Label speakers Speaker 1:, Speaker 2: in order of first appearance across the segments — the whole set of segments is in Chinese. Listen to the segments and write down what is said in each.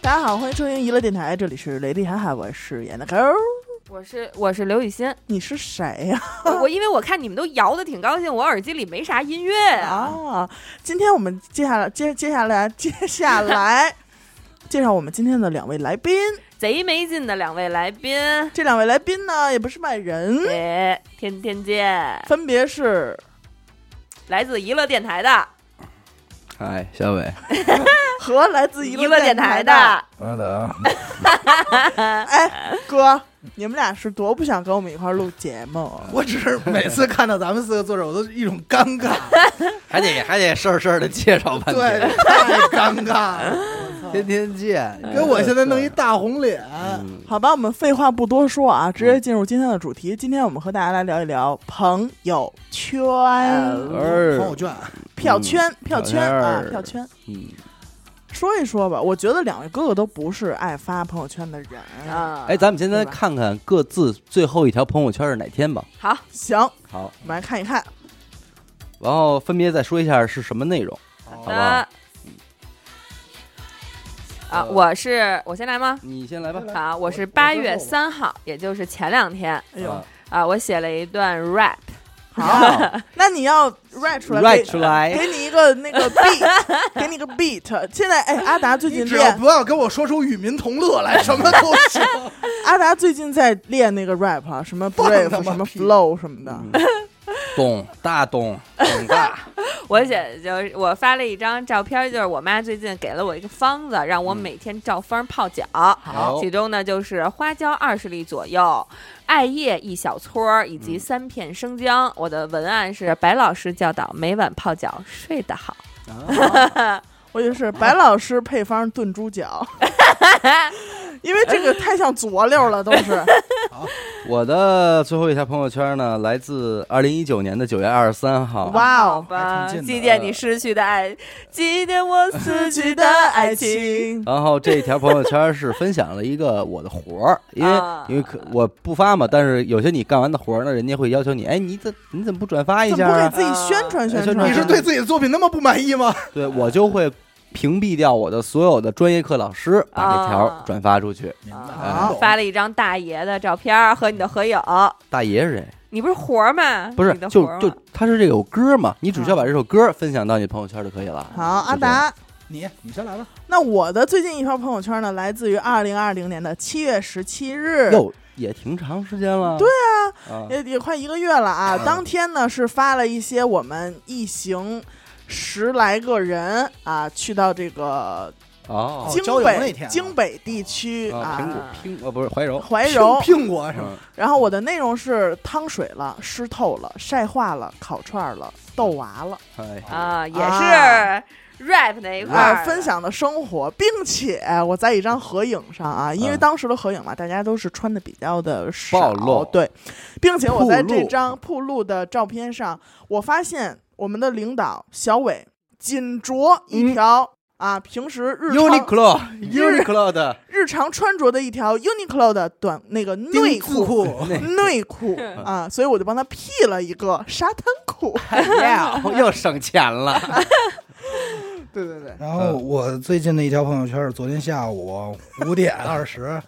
Speaker 1: 大家好，欢迎收听娱乐电台，这里是雷厉哈哈，我是演的猴。
Speaker 2: 我是我是刘雨欣，
Speaker 1: 你是谁呀、
Speaker 2: 我我因为我看你们都摇的挺高兴，我耳机里没啥音乐啊。
Speaker 1: 啊，今天我们接下来接接下来接下来介绍我们今天的两位来宾。
Speaker 2: 贼没劲的两位来宾，
Speaker 1: 这两位来宾呢，也不是外人，
Speaker 2: 哎，天天见，
Speaker 1: 分别是
Speaker 2: 来自娱乐电台的
Speaker 3: 嗨，小伟，
Speaker 1: 和来自娱
Speaker 2: 娱乐
Speaker 1: 电
Speaker 2: 电台
Speaker 1: 的
Speaker 2: 的，啊
Speaker 3: 我的，
Speaker 1: 哥，你们俩是多不想跟我们一块儿录节目？
Speaker 4: 我只是每次看到咱们四个坐着，我都一种尴尬，
Speaker 3: 还得还得事儿事儿的介绍半
Speaker 4: 对
Speaker 3: 天，，
Speaker 4: 太尴尬了。
Speaker 3: 天天 见，哎
Speaker 4: 给我现在 弄一大红脸，
Speaker 3: 嗯，
Speaker 1: 好吧，我们废话不多说啊，直接进入今天的主题。今天我们和大家来聊一聊朋友圈、
Speaker 3: 哎
Speaker 4: 嗯朋友圈，
Speaker 1: 票圈、票圈啊
Speaker 3: 朋友圈，儿
Speaker 1: 票圈。
Speaker 3: 嗯，
Speaker 1: 说一说吧，我觉得两位哥哥都不是爱发朋友圈的人。
Speaker 2: 啊，
Speaker 3: 哎，咱们现
Speaker 1: 对
Speaker 3: 在
Speaker 1: 吧
Speaker 3: 看看各自最后一条朋友圈是哪天吧。
Speaker 2: 好，
Speaker 1: 行，
Speaker 3: 好，
Speaker 1: 我们来看一看。
Speaker 3: 然后分别再说一下是什么内容，好不好？
Speaker 2: 的，啊，我是我先来吗？
Speaker 3: 你嗯先来吧。
Speaker 2: 啊，我是
Speaker 4: 我
Speaker 2: 八
Speaker 4: 先
Speaker 2: 月
Speaker 4: 说吧
Speaker 2: 三号，也就是前两天
Speaker 1: 哎呦，
Speaker 3: 啊
Speaker 2: 啊，我写了一段 rap，
Speaker 1: 好，那你要 rap 出来
Speaker 3: write
Speaker 1: 给
Speaker 3: 出来，
Speaker 1: 给你一个那个 beat，给你一个 beat。现在哎，阿达最
Speaker 4: 你
Speaker 1: 近
Speaker 4: 只要
Speaker 1: 练，
Speaker 4: 不要跟我说出与民同乐来，什么都行。
Speaker 1: 阿达最近在练那个 rap，啊，什么
Speaker 4: 放
Speaker 1: brave，
Speaker 4: 他妈
Speaker 1: 什么
Speaker 4: 屁
Speaker 1: flow 什么的。
Speaker 3: 懂大懂懂大，
Speaker 2: 我写就是我发了一张照片，就是我妈最近给了我一个方子，让我
Speaker 3: 嗯
Speaker 2: 每天照方泡脚。
Speaker 3: 好
Speaker 2: 其中呢就是花椒二十粒左右，艾叶一小撮儿，以及
Speaker 3: 嗯
Speaker 2: 三片生姜。我的文案是白老师教导每晚泡脚睡得好。
Speaker 1: 我就是白老师配方炖猪脚，因为这个太像佐料了，都是。
Speaker 3: 我的最后一条朋友圈呢，来自二零一九年的九月二十三号。啊
Speaker 1: 哇
Speaker 2: 好
Speaker 1: 哦，
Speaker 2: 吧，
Speaker 4: 还挺近的
Speaker 2: 祭奠你逝去的爱，祭奠我死去的爱情。
Speaker 3: 然后这一条朋友圈是分享了一个我的活儿，因为
Speaker 2: 啊
Speaker 3: 因为可我不发嘛，但是有些你干完的活儿，那人家会要求你，哎，你怎你怎么不转发
Speaker 4: 哎
Speaker 3: 一
Speaker 1: 怎
Speaker 3: 下
Speaker 1: 么不
Speaker 3: 啊
Speaker 1: 给？自己宣传宣
Speaker 3: 宣
Speaker 1: 传？
Speaker 3: 传
Speaker 4: 你是对自己的作品那么不满意吗？
Speaker 3: 对我就会屏蔽掉我的所有的专业课老师，把这条
Speaker 2: 啊
Speaker 3: 转发出去。
Speaker 4: 明
Speaker 1: 啊
Speaker 2: 发了一张大爷的照片儿和你的合影。
Speaker 3: 大爷是谁？
Speaker 2: 你不是活儿吗？
Speaker 3: 不是
Speaker 2: 你的，
Speaker 3: 就
Speaker 2: 活儿
Speaker 3: 就
Speaker 2: 吗
Speaker 3: 他是这首歌嘛，你只需要把这首歌分享到你朋友圈就可以了。
Speaker 1: 好，阿
Speaker 3: 就这样
Speaker 1: 达。
Speaker 4: 你你先来吧。
Speaker 1: 那我的最近一条朋友圈呢，来自于二零二零年的七月十七日，
Speaker 3: 哟，也挺长时间了。对啊，
Speaker 1: 也也快一个月了
Speaker 4: 嗯
Speaker 1: 啊。当天呢是发了一些我们一行十来个人啊，去到这个
Speaker 3: 哦，
Speaker 1: 京
Speaker 4: 郊游那
Speaker 1: 北、
Speaker 4: 天啊
Speaker 1: 京北地区
Speaker 3: 啊苹
Speaker 1: 啊
Speaker 3: 果苹哦不是怀柔，
Speaker 1: 怀柔。
Speaker 4: 苹苹果什么？
Speaker 3: 嗯
Speaker 1: 然后我的内容是汤水了、湿透了、晒化了、烤串儿了、豆娃了
Speaker 3: 哎，
Speaker 2: 啊，也
Speaker 1: 啊
Speaker 2: 是 rap 那一块
Speaker 1: 啊
Speaker 2: 儿，
Speaker 1: 分享的生活，并且我在一张合影上啊，因为
Speaker 3: 嗯
Speaker 1: 当时的合影嘛，大家都是穿的比较的少
Speaker 3: 暴露
Speaker 1: 对，并且我
Speaker 3: 暴
Speaker 1: 在
Speaker 3: 露
Speaker 1: 这张铺路的照片上，我发现我们的领导小伟仅着一条、啊，平时日常
Speaker 3: 嗯 Uniqlo
Speaker 1: 日
Speaker 3: Uniqlo 的
Speaker 1: 日常穿着的一条 Uniqlo 的短那个内
Speaker 4: 丁字
Speaker 1: 裤。
Speaker 4: 裤，
Speaker 1: 内 裤啊，所以我就帮他 P 了一个沙滩裤。
Speaker 3: 又省钱 了。
Speaker 1: 对对对，
Speaker 4: 然后我最近的一条朋友圈是昨天下午五点二十，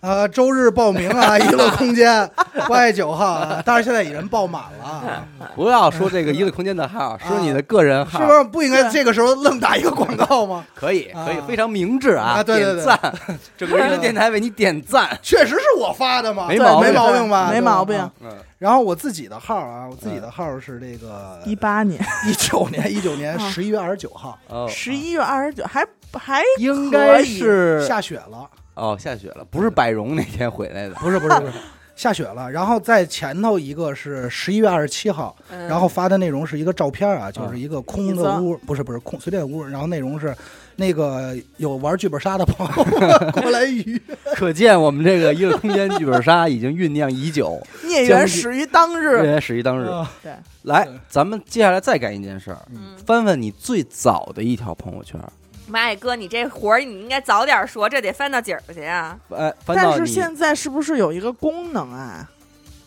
Speaker 4: 啊，周日报名啊，娱乐空间八月九号啊，但是现在已经报满了啊，
Speaker 3: 不要说这个娱乐空间的号，说你的个人
Speaker 4: 是
Speaker 3: 号，
Speaker 4: 不是不应该这个时候愣打一个广告吗？
Speaker 3: 可以
Speaker 4: 啊
Speaker 3: 可以非常明智啊，
Speaker 4: 啊对对对
Speaker 3: 点赞，整个娱乐电台为你点赞。
Speaker 4: 确实是我发的嘛，
Speaker 3: 没
Speaker 1: 对
Speaker 3: 毛病
Speaker 1: 对
Speaker 4: 没毛病吧
Speaker 1: 没
Speaker 4: 对吧
Speaker 1: 毛病
Speaker 4: 啊。
Speaker 3: 嗯，
Speaker 4: 然后我自己的号啊，我自己的号是这个
Speaker 3: 嗯
Speaker 1: 一八年，
Speaker 4: 一九年一九年
Speaker 1: 啊
Speaker 4: 十一月二十九号，
Speaker 3: 哦，
Speaker 1: 十一月二十九，还还
Speaker 3: 应该是
Speaker 4: 下雪了，
Speaker 3: 哦下雪了，不是百荣那天回来的。
Speaker 4: 不是不是不是。 下雪了，然后在前头一个是十一月二十七号，
Speaker 2: 嗯，
Speaker 4: 然后发的内容是一个照片啊，就
Speaker 3: 啊
Speaker 4: 是一个空的屋，不是不是空随便屋，然后内容是那个有玩剧本杀的朋友 过来鱼，
Speaker 3: 可见我们这个娱乐空间剧本杀已经酝酿已久，
Speaker 1: 孽缘始于当
Speaker 3: 这
Speaker 1: 日。
Speaker 3: 也始于当日。
Speaker 4: 啊
Speaker 1: 对，
Speaker 3: 来
Speaker 4: 对，
Speaker 3: 咱们接下来再干一件事儿，
Speaker 2: 嗯，
Speaker 3: 翻翻你最早的一条朋友圈，
Speaker 2: 妈呀，哥，你这活儿你应该早点说，这得翻到几儿去啊？
Speaker 4: 呃
Speaker 3: 哎，翻
Speaker 1: 但
Speaker 3: 到
Speaker 1: 是
Speaker 3: 你
Speaker 1: 现在是不是有一个功能啊？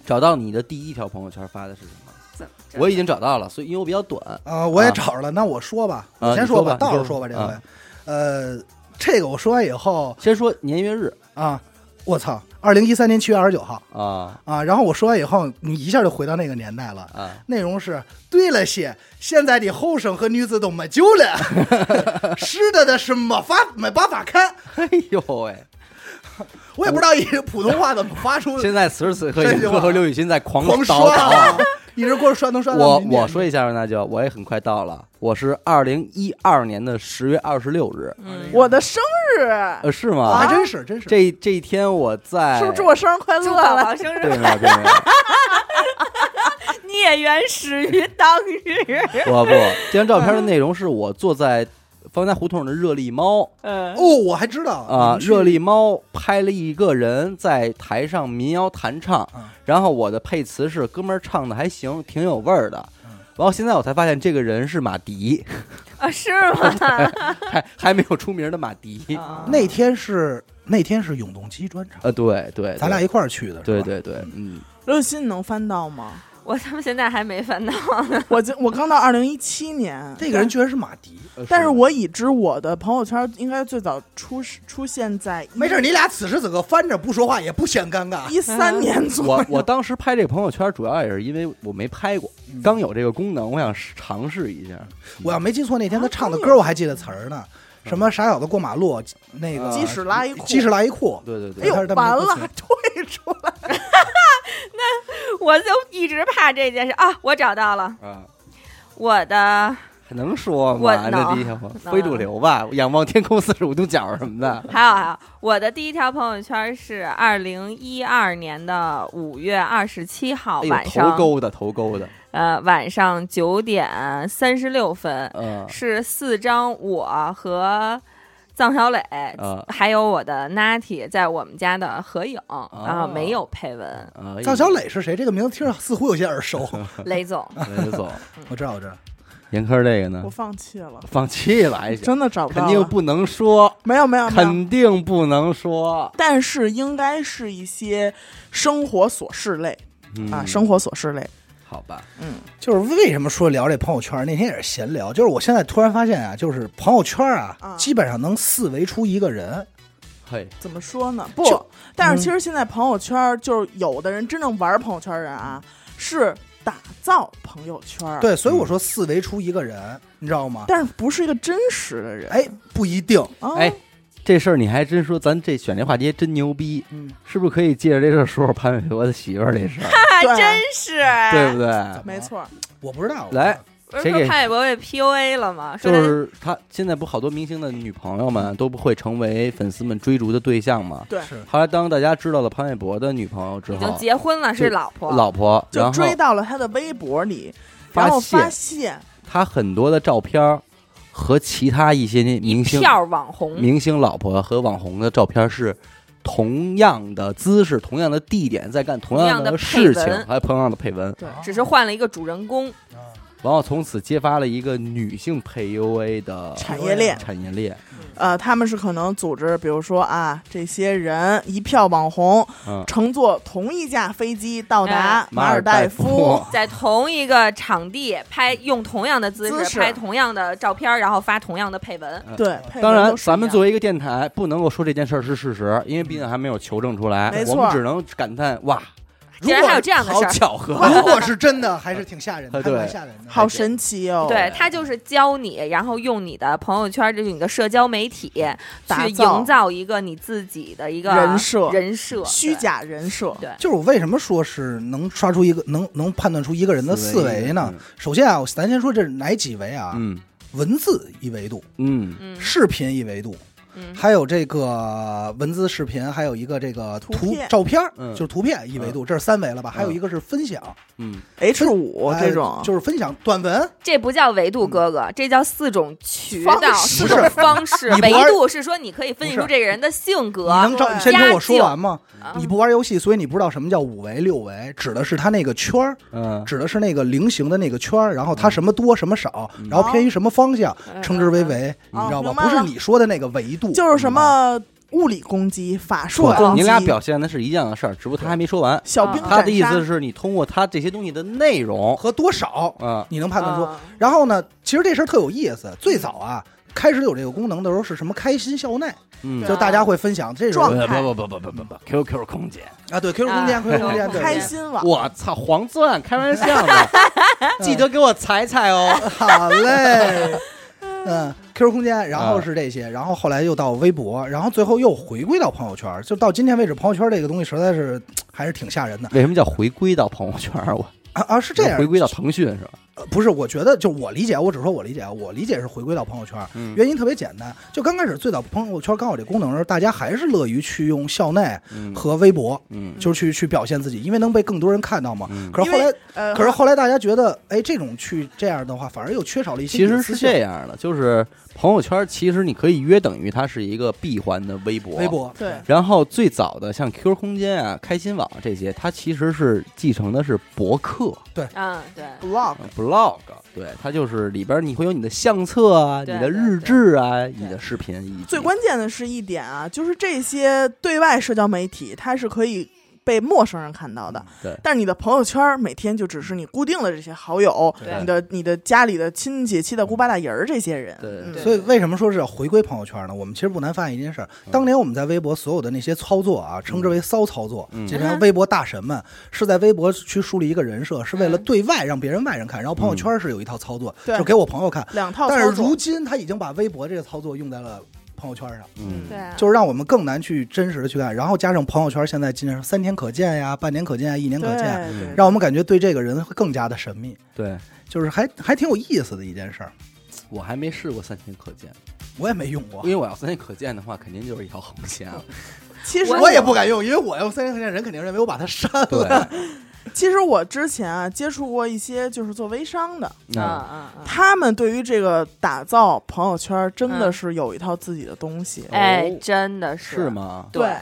Speaker 3: 找到你的第一条朋友圈发的是什么？
Speaker 2: 怎么着
Speaker 3: 我已经找到了，所以因为我比较短，
Speaker 4: 啊，我也
Speaker 3: 啊
Speaker 4: 找着了，那我说吧，
Speaker 3: 啊
Speaker 4: 我先
Speaker 3: 你说吧啊
Speaker 4: 吧，
Speaker 3: 你
Speaker 4: 倒着
Speaker 3: 说
Speaker 4: 说
Speaker 3: 吧
Speaker 4: 吧，这回
Speaker 3: 啊，
Speaker 4: 呃，这个我说完以后
Speaker 3: 先说年月日
Speaker 4: 啊，我操，二零一三年七月二十九号
Speaker 3: 啊
Speaker 4: 啊，然后我说完以后，你一下就回到那个年代了。
Speaker 3: 啊，
Speaker 4: 内容是对了些，现在的后生和女子都没救了， 是的的是没法没办法看，
Speaker 3: 哎呦喂！
Speaker 4: 我也不知道一个普通话怎么发出
Speaker 3: 现在此时此刻，
Speaker 4: 这句
Speaker 3: 严
Speaker 4: 话
Speaker 3: 哥和刘雨欣在狂
Speaker 4: 狂
Speaker 3: 倒
Speaker 4: 刷
Speaker 3: 啊
Speaker 4: 啊，一直给我刷能刷到
Speaker 3: 我
Speaker 4: 明年
Speaker 3: 我说一下吧，那就我也很快到了，我是二零一二年的十月二十六日，
Speaker 2: 嗯，
Speaker 1: 我的生日，
Speaker 3: 呃，是
Speaker 4: 啊还
Speaker 3: 吗？
Speaker 4: 真是真是，
Speaker 3: 这这一天我在，
Speaker 1: 是不是祝我生日快
Speaker 2: 祝
Speaker 1: 乐
Speaker 2: 宝
Speaker 1: 了？
Speaker 2: 宝生
Speaker 3: 对
Speaker 2: 日，
Speaker 3: 没有对没有，
Speaker 2: 孽缘始于当日。
Speaker 3: 我不，这张照片的内容是我坐在方家胡同的热力猫
Speaker 2: 嗯
Speaker 4: 哦，我还知道
Speaker 3: 啊、
Speaker 4: 你们去
Speaker 3: 热力猫拍了一个人在台上民谣弹唱
Speaker 4: 啊，
Speaker 3: 然后我的配词是哥们儿唱的还行，挺有味儿的
Speaker 4: 嗯。
Speaker 3: 然后现在我才发现这个人是马迪，
Speaker 2: 啊，是吗？
Speaker 3: 还还没有出名的马迪。
Speaker 4: 那天是那天是永动机专场，
Speaker 3: 呃，对对，
Speaker 4: 咱俩
Speaker 3: 对
Speaker 4: 一块儿去的，
Speaker 3: 对
Speaker 4: 是吧，
Speaker 3: 对对，嗯，
Speaker 1: 刘雨欣，你能翻到吗？
Speaker 2: 我他妈现在还没翻到。
Speaker 1: 我今我刚到二零一七年，
Speaker 4: 这个人居然是马迪，
Speaker 3: 呃
Speaker 1: 但是我已知我的朋友圈应该最早出是出现在
Speaker 4: 没事，你俩此时此刻翻着不说话也不显尴尬，
Speaker 1: 一三年左
Speaker 3: 我
Speaker 1: 右。
Speaker 3: 我当时拍这朋友圈，主要也是因为我没拍过，
Speaker 4: 嗯
Speaker 3: 刚有这个功能，我想试尝试一下。
Speaker 4: 我要没记错，那天他唱的歌我还记得词儿呢，什么傻小子过马路，那个
Speaker 1: 鸡屎拉一裤，
Speaker 4: 鸡屎拉一裤，
Speaker 3: 对对
Speaker 1: 哎
Speaker 3: 对
Speaker 1: 呦，
Speaker 4: 他是这么
Speaker 1: 完
Speaker 4: 一个
Speaker 1: 了，
Speaker 4: 词
Speaker 1: 还退出来。
Speaker 2: 我就一直怕这件事啊！我找到了
Speaker 3: 啊，
Speaker 2: 我的，
Speaker 3: 还能说
Speaker 2: 我
Speaker 3: 吗？这
Speaker 2: 能
Speaker 3: 第一条朋友
Speaker 2: 能
Speaker 3: 非主流吧，仰望天空四十五度角什 么的。
Speaker 2: 还有还有，我的第一条朋友圈是二零一二年的五月二十七号
Speaker 3: 哎
Speaker 2: 晚
Speaker 3: 呦，
Speaker 2: 上
Speaker 3: 头，勾的头勾的，
Speaker 2: 呃，晚上九点三十六分，
Speaker 3: 嗯
Speaker 2: 是四张我和臧小磊。
Speaker 3: 啊哦
Speaker 2: 还有我的 Natty 在我们家的合影，然后没有配 文，
Speaker 3: 啊！
Speaker 4: 赵小磊是谁？这个名字听着似乎有些 耳熟，
Speaker 2: 雷总，
Speaker 3: 磊走，
Speaker 4: 我知道，我知道。
Speaker 3: 严科这个呢
Speaker 1: 我，放弃了，
Speaker 3: 放弃了，还行，
Speaker 1: 真的找不到
Speaker 3: 肯
Speaker 1: 了。
Speaker 3: 定不能说，
Speaker 1: 没有没有没有，
Speaker 3: 肯定不能说
Speaker 1: 但是应该是一些生活琐事类啊，
Speaker 3: 嗯
Speaker 1: 生活琐事类。
Speaker 3: 好吧，
Speaker 1: 嗯，
Speaker 4: 就是为什么说聊这朋友圈？那天也是闲聊，就是我现在突然发现啊，就是朋友圈啊，
Speaker 1: 啊
Speaker 4: 基本上能四维出一个人。
Speaker 3: 嘿，
Speaker 1: 怎么说呢？
Speaker 4: 就
Speaker 1: 不，但是
Speaker 4: 嗯
Speaker 1: 其实现在朋友圈儿就是有的人真正玩朋友圈儿人啊，是打造朋友圈儿，
Speaker 4: 对，所以我说四维出一个人，你知道吗？
Speaker 1: 但是不是一个真实的人。
Speaker 4: 哎，不一定。
Speaker 1: 哦，
Speaker 3: 哎，这事儿你还真说，咱这选这话题真牛逼，
Speaker 4: 嗯，
Speaker 3: 是不是可以借着这事儿说说潘玮柏的媳妇儿这事儿，
Speaker 2: 啊
Speaker 1: 对
Speaker 2: 真是，啊
Speaker 3: 对不对？
Speaker 1: 没错儿，
Speaker 2: 嗯
Speaker 4: 我不知道。啊
Speaker 3: 来，
Speaker 2: 不是
Speaker 3: 谁
Speaker 2: 说
Speaker 3: 给
Speaker 2: 潘玮柏被 PUA 了吗？说
Speaker 3: 就
Speaker 2: 他
Speaker 3: 是他现在不好多明星的女朋友们都不会成为粉丝们追逐的对象吗？
Speaker 1: 对
Speaker 4: 是
Speaker 3: 后来当大家知道了潘玮柏的女朋友之
Speaker 2: 已经
Speaker 3: 后，
Speaker 2: 结婚了，
Speaker 3: 就是
Speaker 2: 老婆，
Speaker 3: 哦老婆，然
Speaker 1: 就
Speaker 3: 后
Speaker 1: 追到了他的微博里，
Speaker 3: 发
Speaker 1: 然后
Speaker 3: 现
Speaker 1: 发现
Speaker 2: 啊
Speaker 3: 他很多的照片儿和其他一些明星、
Speaker 2: 票网红，
Speaker 3: 明星老婆和网红的照片是同样的姿势、同样的地点，在干同样
Speaker 2: 同样的
Speaker 3: 事情
Speaker 2: 配文，
Speaker 3: 还有同样的配文。
Speaker 1: 对
Speaker 2: 只是换了一个主人公。
Speaker 3: 然后从此揭发了一个女性配 UA 的
Speaker 1: 产业链，
Speaker 3: 产业链。
Speaker 1: 呃，他们是可能组织，比如说啊，这些人一票网红
Speaker 3: 嗯，
Speaker 1: 乘坐同一架飞机到达
Speaker 2: 哎
Speaker 1: 马尔代 夫，
Speaker 2: 在同一个场地拍，用同样的姿势
Speaker 1: 姿势
Speaker 2: 拍同样的照片，然后发同样的配文。
Speaker 3: 嗯
Speaker 1: 对，配
Speaker 3: 当
Speaker 1: 文
Speaker 3: 然，
Speaker 1: 都是
Speaker 3: 咱
Speaker 1: 一
Speaker 3: 们
Speaker 1: 样
Speaker 3: 作为一个电台，不能够说这件事儿是事实，因为毕竟还没有求证出来。
Speaker 1: 没
Speaker 3: 我
Speaker 1: 错
Speaker 3: 们只能感叹哇，
Speaker 4: 如
Speaker 2: 竟然还有
Speaker 4: 果
Speaker 2: 这样的
Speaker 3: 好
Speaker 2: 事儿！
Speaker 3: 巧合。
Speaker 4: 如果是真的，还是挺吓人的，
Speaker 3: 哎
Speaker 4: 还
Speaker 3: 对
Speaker 4: 蛮吓人的。
Speaker 1: 好神奇哦，
Speaker 2: 对他就是教你，然后用你的朋友圈，就是你的社交媒体，
Speaker 1: 打
Speaker 2: 去
Speaker 1: 造
Speaker 2: 营造一个你自己的一个
Speaker 1: 人设
Speaker 2: 人设
Speaker 1: 虚。假人设，
Speaker 2: 对
Speaker 4: 就是我为什么说是能刷出一个能能判断出一个人的四维呢？首先啊，咱先说这是哪几维啊？
Speaker 3: 嗯
Speaker 4: 文字一维度，
Speaker 3: 嗯
Speaker 2: 对嗯
Speaker 4: 视频一维度，
Speaker 2: 嗯，
Speaker 4: 还有这个文字、视频，还有一个这个图
Speaker 1: 图片
Speaker 4: 照片儿，
Speaker 3: 嗯
Speaker 4: 就是图片一维度，这是三维了吧？还有一个是分享，
Speaker 3: 嗯
Speaker 1: H 五
Speaker 4: 哎
Speaker 1: 这种，
Speaker 4: 就是分享短文。
Speaker 2: 这不叫维度哥哥，这叫四种渠道、
Speaker 1: 方式
Speaker 2: 四种方式
Speaker 4: 你。不
Speaker 2: 维
Speaker 4: 玩
Speaker 2: 度是说你可以分析
Speaker 4: 不是
Speaker 2: 出这个人的性格，
Speaker 4: 你能找
Speaker 1: 对
Speaker 4: 你先听我说
Speaker 2: 家境
Speaker 4: 完吗？
Speaker 2: 啊
Speaker 4: 你不玩游戏，所以你不知道什么叫五维、六维，指的是它那个圈儿，
Speaker 3: 嗯，
Speaker 4: 指的是那个菱形的那个圈儿，然后它什么多什么少，
Speaker 3: 嗯
Speaker 4: 然后偏于什么方向，称之为维，你
Speaker 1: 嗯
Speaker 4: 知道
Speaker 1: 哦
Speaker 4: 吗？
Speaker 1: 明白
Speaker 4: 不是
Speaker 1: 了
Speaker 4: 你说的那个维度，
Speaker 1: 就是什么物理攻击、法术
Speaker 3: 对
Speaker 1: 攻击。
Speaker 3: 您俩表现的是一样的事儿，只不过他还没说完。
Speaker 1: 小兵
Speaker 2: 啊
Speaker 1: 斩杀
Speaker 3: 他的意思是你通过他这些东西的内容，
Speaker 4: 和多少，
Speaker 3: 啊，
Speaker 4: 你能判断出。
Speaker 1: 嗯
Speaker 2: 啊
Speaker 4: 然后呢，其实这事儿特有意思。最早啊，开始有这个功能的时候是什么开心校内，
Speaker 3: 嗯，
Speaker 4: 就
Speaker 1: 啊
Speaker 4: 大家会分享这种
Speaker 1: 状态
Speaker 3: 不不不不不不，QQ 空间，
Speaker 4: 啊，对 QQ 空间、
Speaker 2: 啊
Speaker 4: QQ 空间，对
Speaker 1: 开心网，
Speaker 3: 我操，黄钻，开玩笑 呢，记得给我踩踩哦。
Speaker 4: 好嘞。 嗯，QQ 空间，然后是这些，然后后来又到微博，然后最后又回归到朋友圈，就到今天为止，朋友圈这个东西实在是还是挺吓人的
Speaker 3: 为什么叫回归到朋友圈？我
Speaker 4: 啊啊！是这样
Speaker 3: 回，归到腾讯是吧？
Speaker 4: 呃不是，我觉得就我理解，我只说我理解，啊我理解是回归到朋友圈，
Speaker 3: 嗯
Speaker 4: 原因特别简单，就刚开始最早朋友圈刚好这功能的时候，大家还是乐于去用校内
Speaker 3: 嗯
Speaker 4: 和微博，
Speaker 3: 嗯
Speaker 4: 就是去去表现自己，因为能被更多人看到嘛。
Speaker 3: 嗯，
Speaker 4: 可是后
Speaker 1: 因
Speaker 4: 来
Speaker 1: 为，呃，
Speaker 4: 可是后来大家觉得，哎，这种去这样的话，反而又缺少了一些
Speaker 3: 其实是这
Speaker 4: 样，
Speaker 3: 样的，就是朋友圈其实你可以约等于它是一个闭环的微博，
Speaker 4: 微。博
Speaker 1: 对，
Speaker 3: 然后最早的像 QQ 空间啊、开心网这些，它其实是继承的是博客。
Speaker 2: 嗯，对，
Speaker 1: blog
Speaker 3: 呃 blog，对，它就是里边你会有你的相册啊、你
Speaker 2: 对
Speaker 3: 的
Speaker 2: 对
Speaker 3: 日志啊、你的视频，以及
Speaker 1: 最关键的是一点啊，就是这些对外社交媒体，它是可以被陌生人看到的。
Speaker 3: 对
Speaker 1: 但是你的朋友圈儿每天就只是你固定的这些好友，
Speaker 2: 对
Speaker 1: 你的你的家里的亲戚、七大姑八大姨儿这些人。
Speaker 3: 对
Speaker 1: 嗯
Speaker 2: 对
Speaker 4: 所以为什么说是要回归朋友圈呢？我们其实不难发现一件事儿，
Speaker 1: 嗯
Speaker 4: 当年我们在微博所有的那些操作啊，称之为骚操作，
Speaker 3: 嗯
Speaker 4: 这些微博大神们是在微博去树立一个人设，是为了对外让别人外人看，然后朋友圈是有一套操作，
Speaker 1: 嗯对
Speaker 4: 就给我朋友看。
Speaker 1: 两套
Speaker 4: 但是
Speaker 1: 操作
Speaker 4: 如。今他已经把微博这个操作用在了朋友圈上，
Speaker 3: 嗯，
Speaker 2: 对啊，
Speaker 4: 就是让我们更难去真实的去看，然后加上朋友圈现在今天三天可见呀、半年可见呀、一年
Speaker 1: 对
Speaker 4: 可见，
Speaker 1: 对，
Speaker 4: 让我们感觉对这个人会更加的神秘，
Speaker 3: 对
Speaker 4: 就是还还挺有意思的一件事儿。
Speaker 3: 我还没试过三天可见，
Speaker 4: 我也没用
Speaker 3: 因
Speaker 4: 过，
Speaker 3: 为我要三天可见的话，肯定就是一条红线了。
Speaker 1: 其实
Speaker 2: 我
Speaker 4: 我也不敢用，因为我用三天可见，人肯定认为我把他删 了。
Speaker 3: 对，
Speaker 1: 其实我之前啊接触过一些就是做微商的，
Speaker 2: 嗯
Speaker 3: 那
Speaker 2: 嗯嗯，
Speaker 1: 他们对于这个打造朋友圈儿真的
Speaker 2: 嗯
Speaker 1: 是有一套自己的东西。
Speaker 2: 哎，真的
Speaker 3: 是？吗？
Speaker 1: 对
Speaker 2: 对，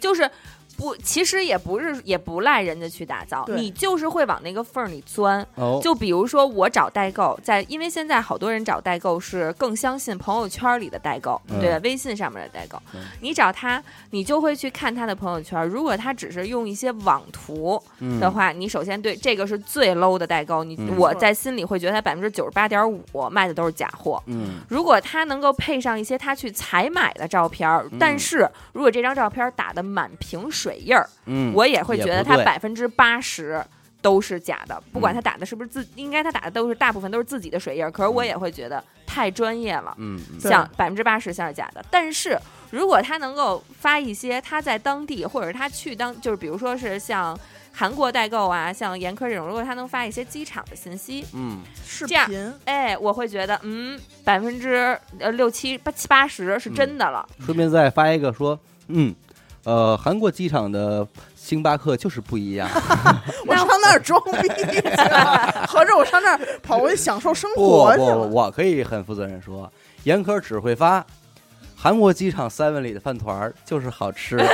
Speaker 2: 就是不，其实也不是，也不赖人家去打造，
Speaker 1: 对
Speaker 2: 你就是会往那个缝儿里钻。
Speaker 3: 哦，
Speaker 2: 就比如说我找代购，在因为现在好多人找代购是更相信朋友圈里的代购，
Speaker 3: 嗯
Speaker 2: 对吧微信上面的代购
Speaker 3: 嗯。
Speaker 2: 你找他，你就会去看他的朋友圈。如果他只是用一些网图
Speaker 3: 嗯
Speaker 2: 的话，你首先对这个是最 low 的代购，你
Speaker 3: 嗯
Speaker 2: 我在心里会觉得他百分之九十八点五卖的都是假货。
Speaker 3: 嗯，
Speaker 2: 如果他能够配上一些他去采买的照片儿，
Speaker 3: 嗯
Speaker 2: 但是如果这张照片儿打的满屏水印儿，
Speaker 3: 嗯
Speaker 2: 我也会觉得
Speaker 3: 也不嗯
Speaker 2: 他
Speaker 3: 对
Speaker 2: 百分之八十都是假的，不管他打的是不是自，应该他打的都是大部分都是自己的水印儿，可是我也会觉得太专业了，
Speaker 3: 嗯嗯
Speaker 1: 对
Speaker 2: 像百分之八十像是假的。但是如果他能够发一些他在当地或者他去当，就是比如说是像韩国代购啊，像严科这种，如果他能发一些机场的信息，
Speaker 3: 嗯，
Speaker 1: 视
Speaker 2: 这样
Speaker 1: 频
Speaker 2: 哎，我会觉得，嗯，百分之呃六七八七八十
Speaker 3: 嗯
Speaker 2: 是真的了，
Speaker 3: 顺便再发一个说，嗯，呃，韩国机场的星巴克就是不一样。
Speaker 1: 我上那儿装逼去 了，合着我上那儿跑过去享受生
Speaker 3: 不
Speaker 1: 活去
Speaker 3: 不，
Speaker 1: 了。
Speaker 3: 我可以很负责任说，严科只会发韩国机场 seven 里的饭团儿就是好吃。
Speaker 1: 哎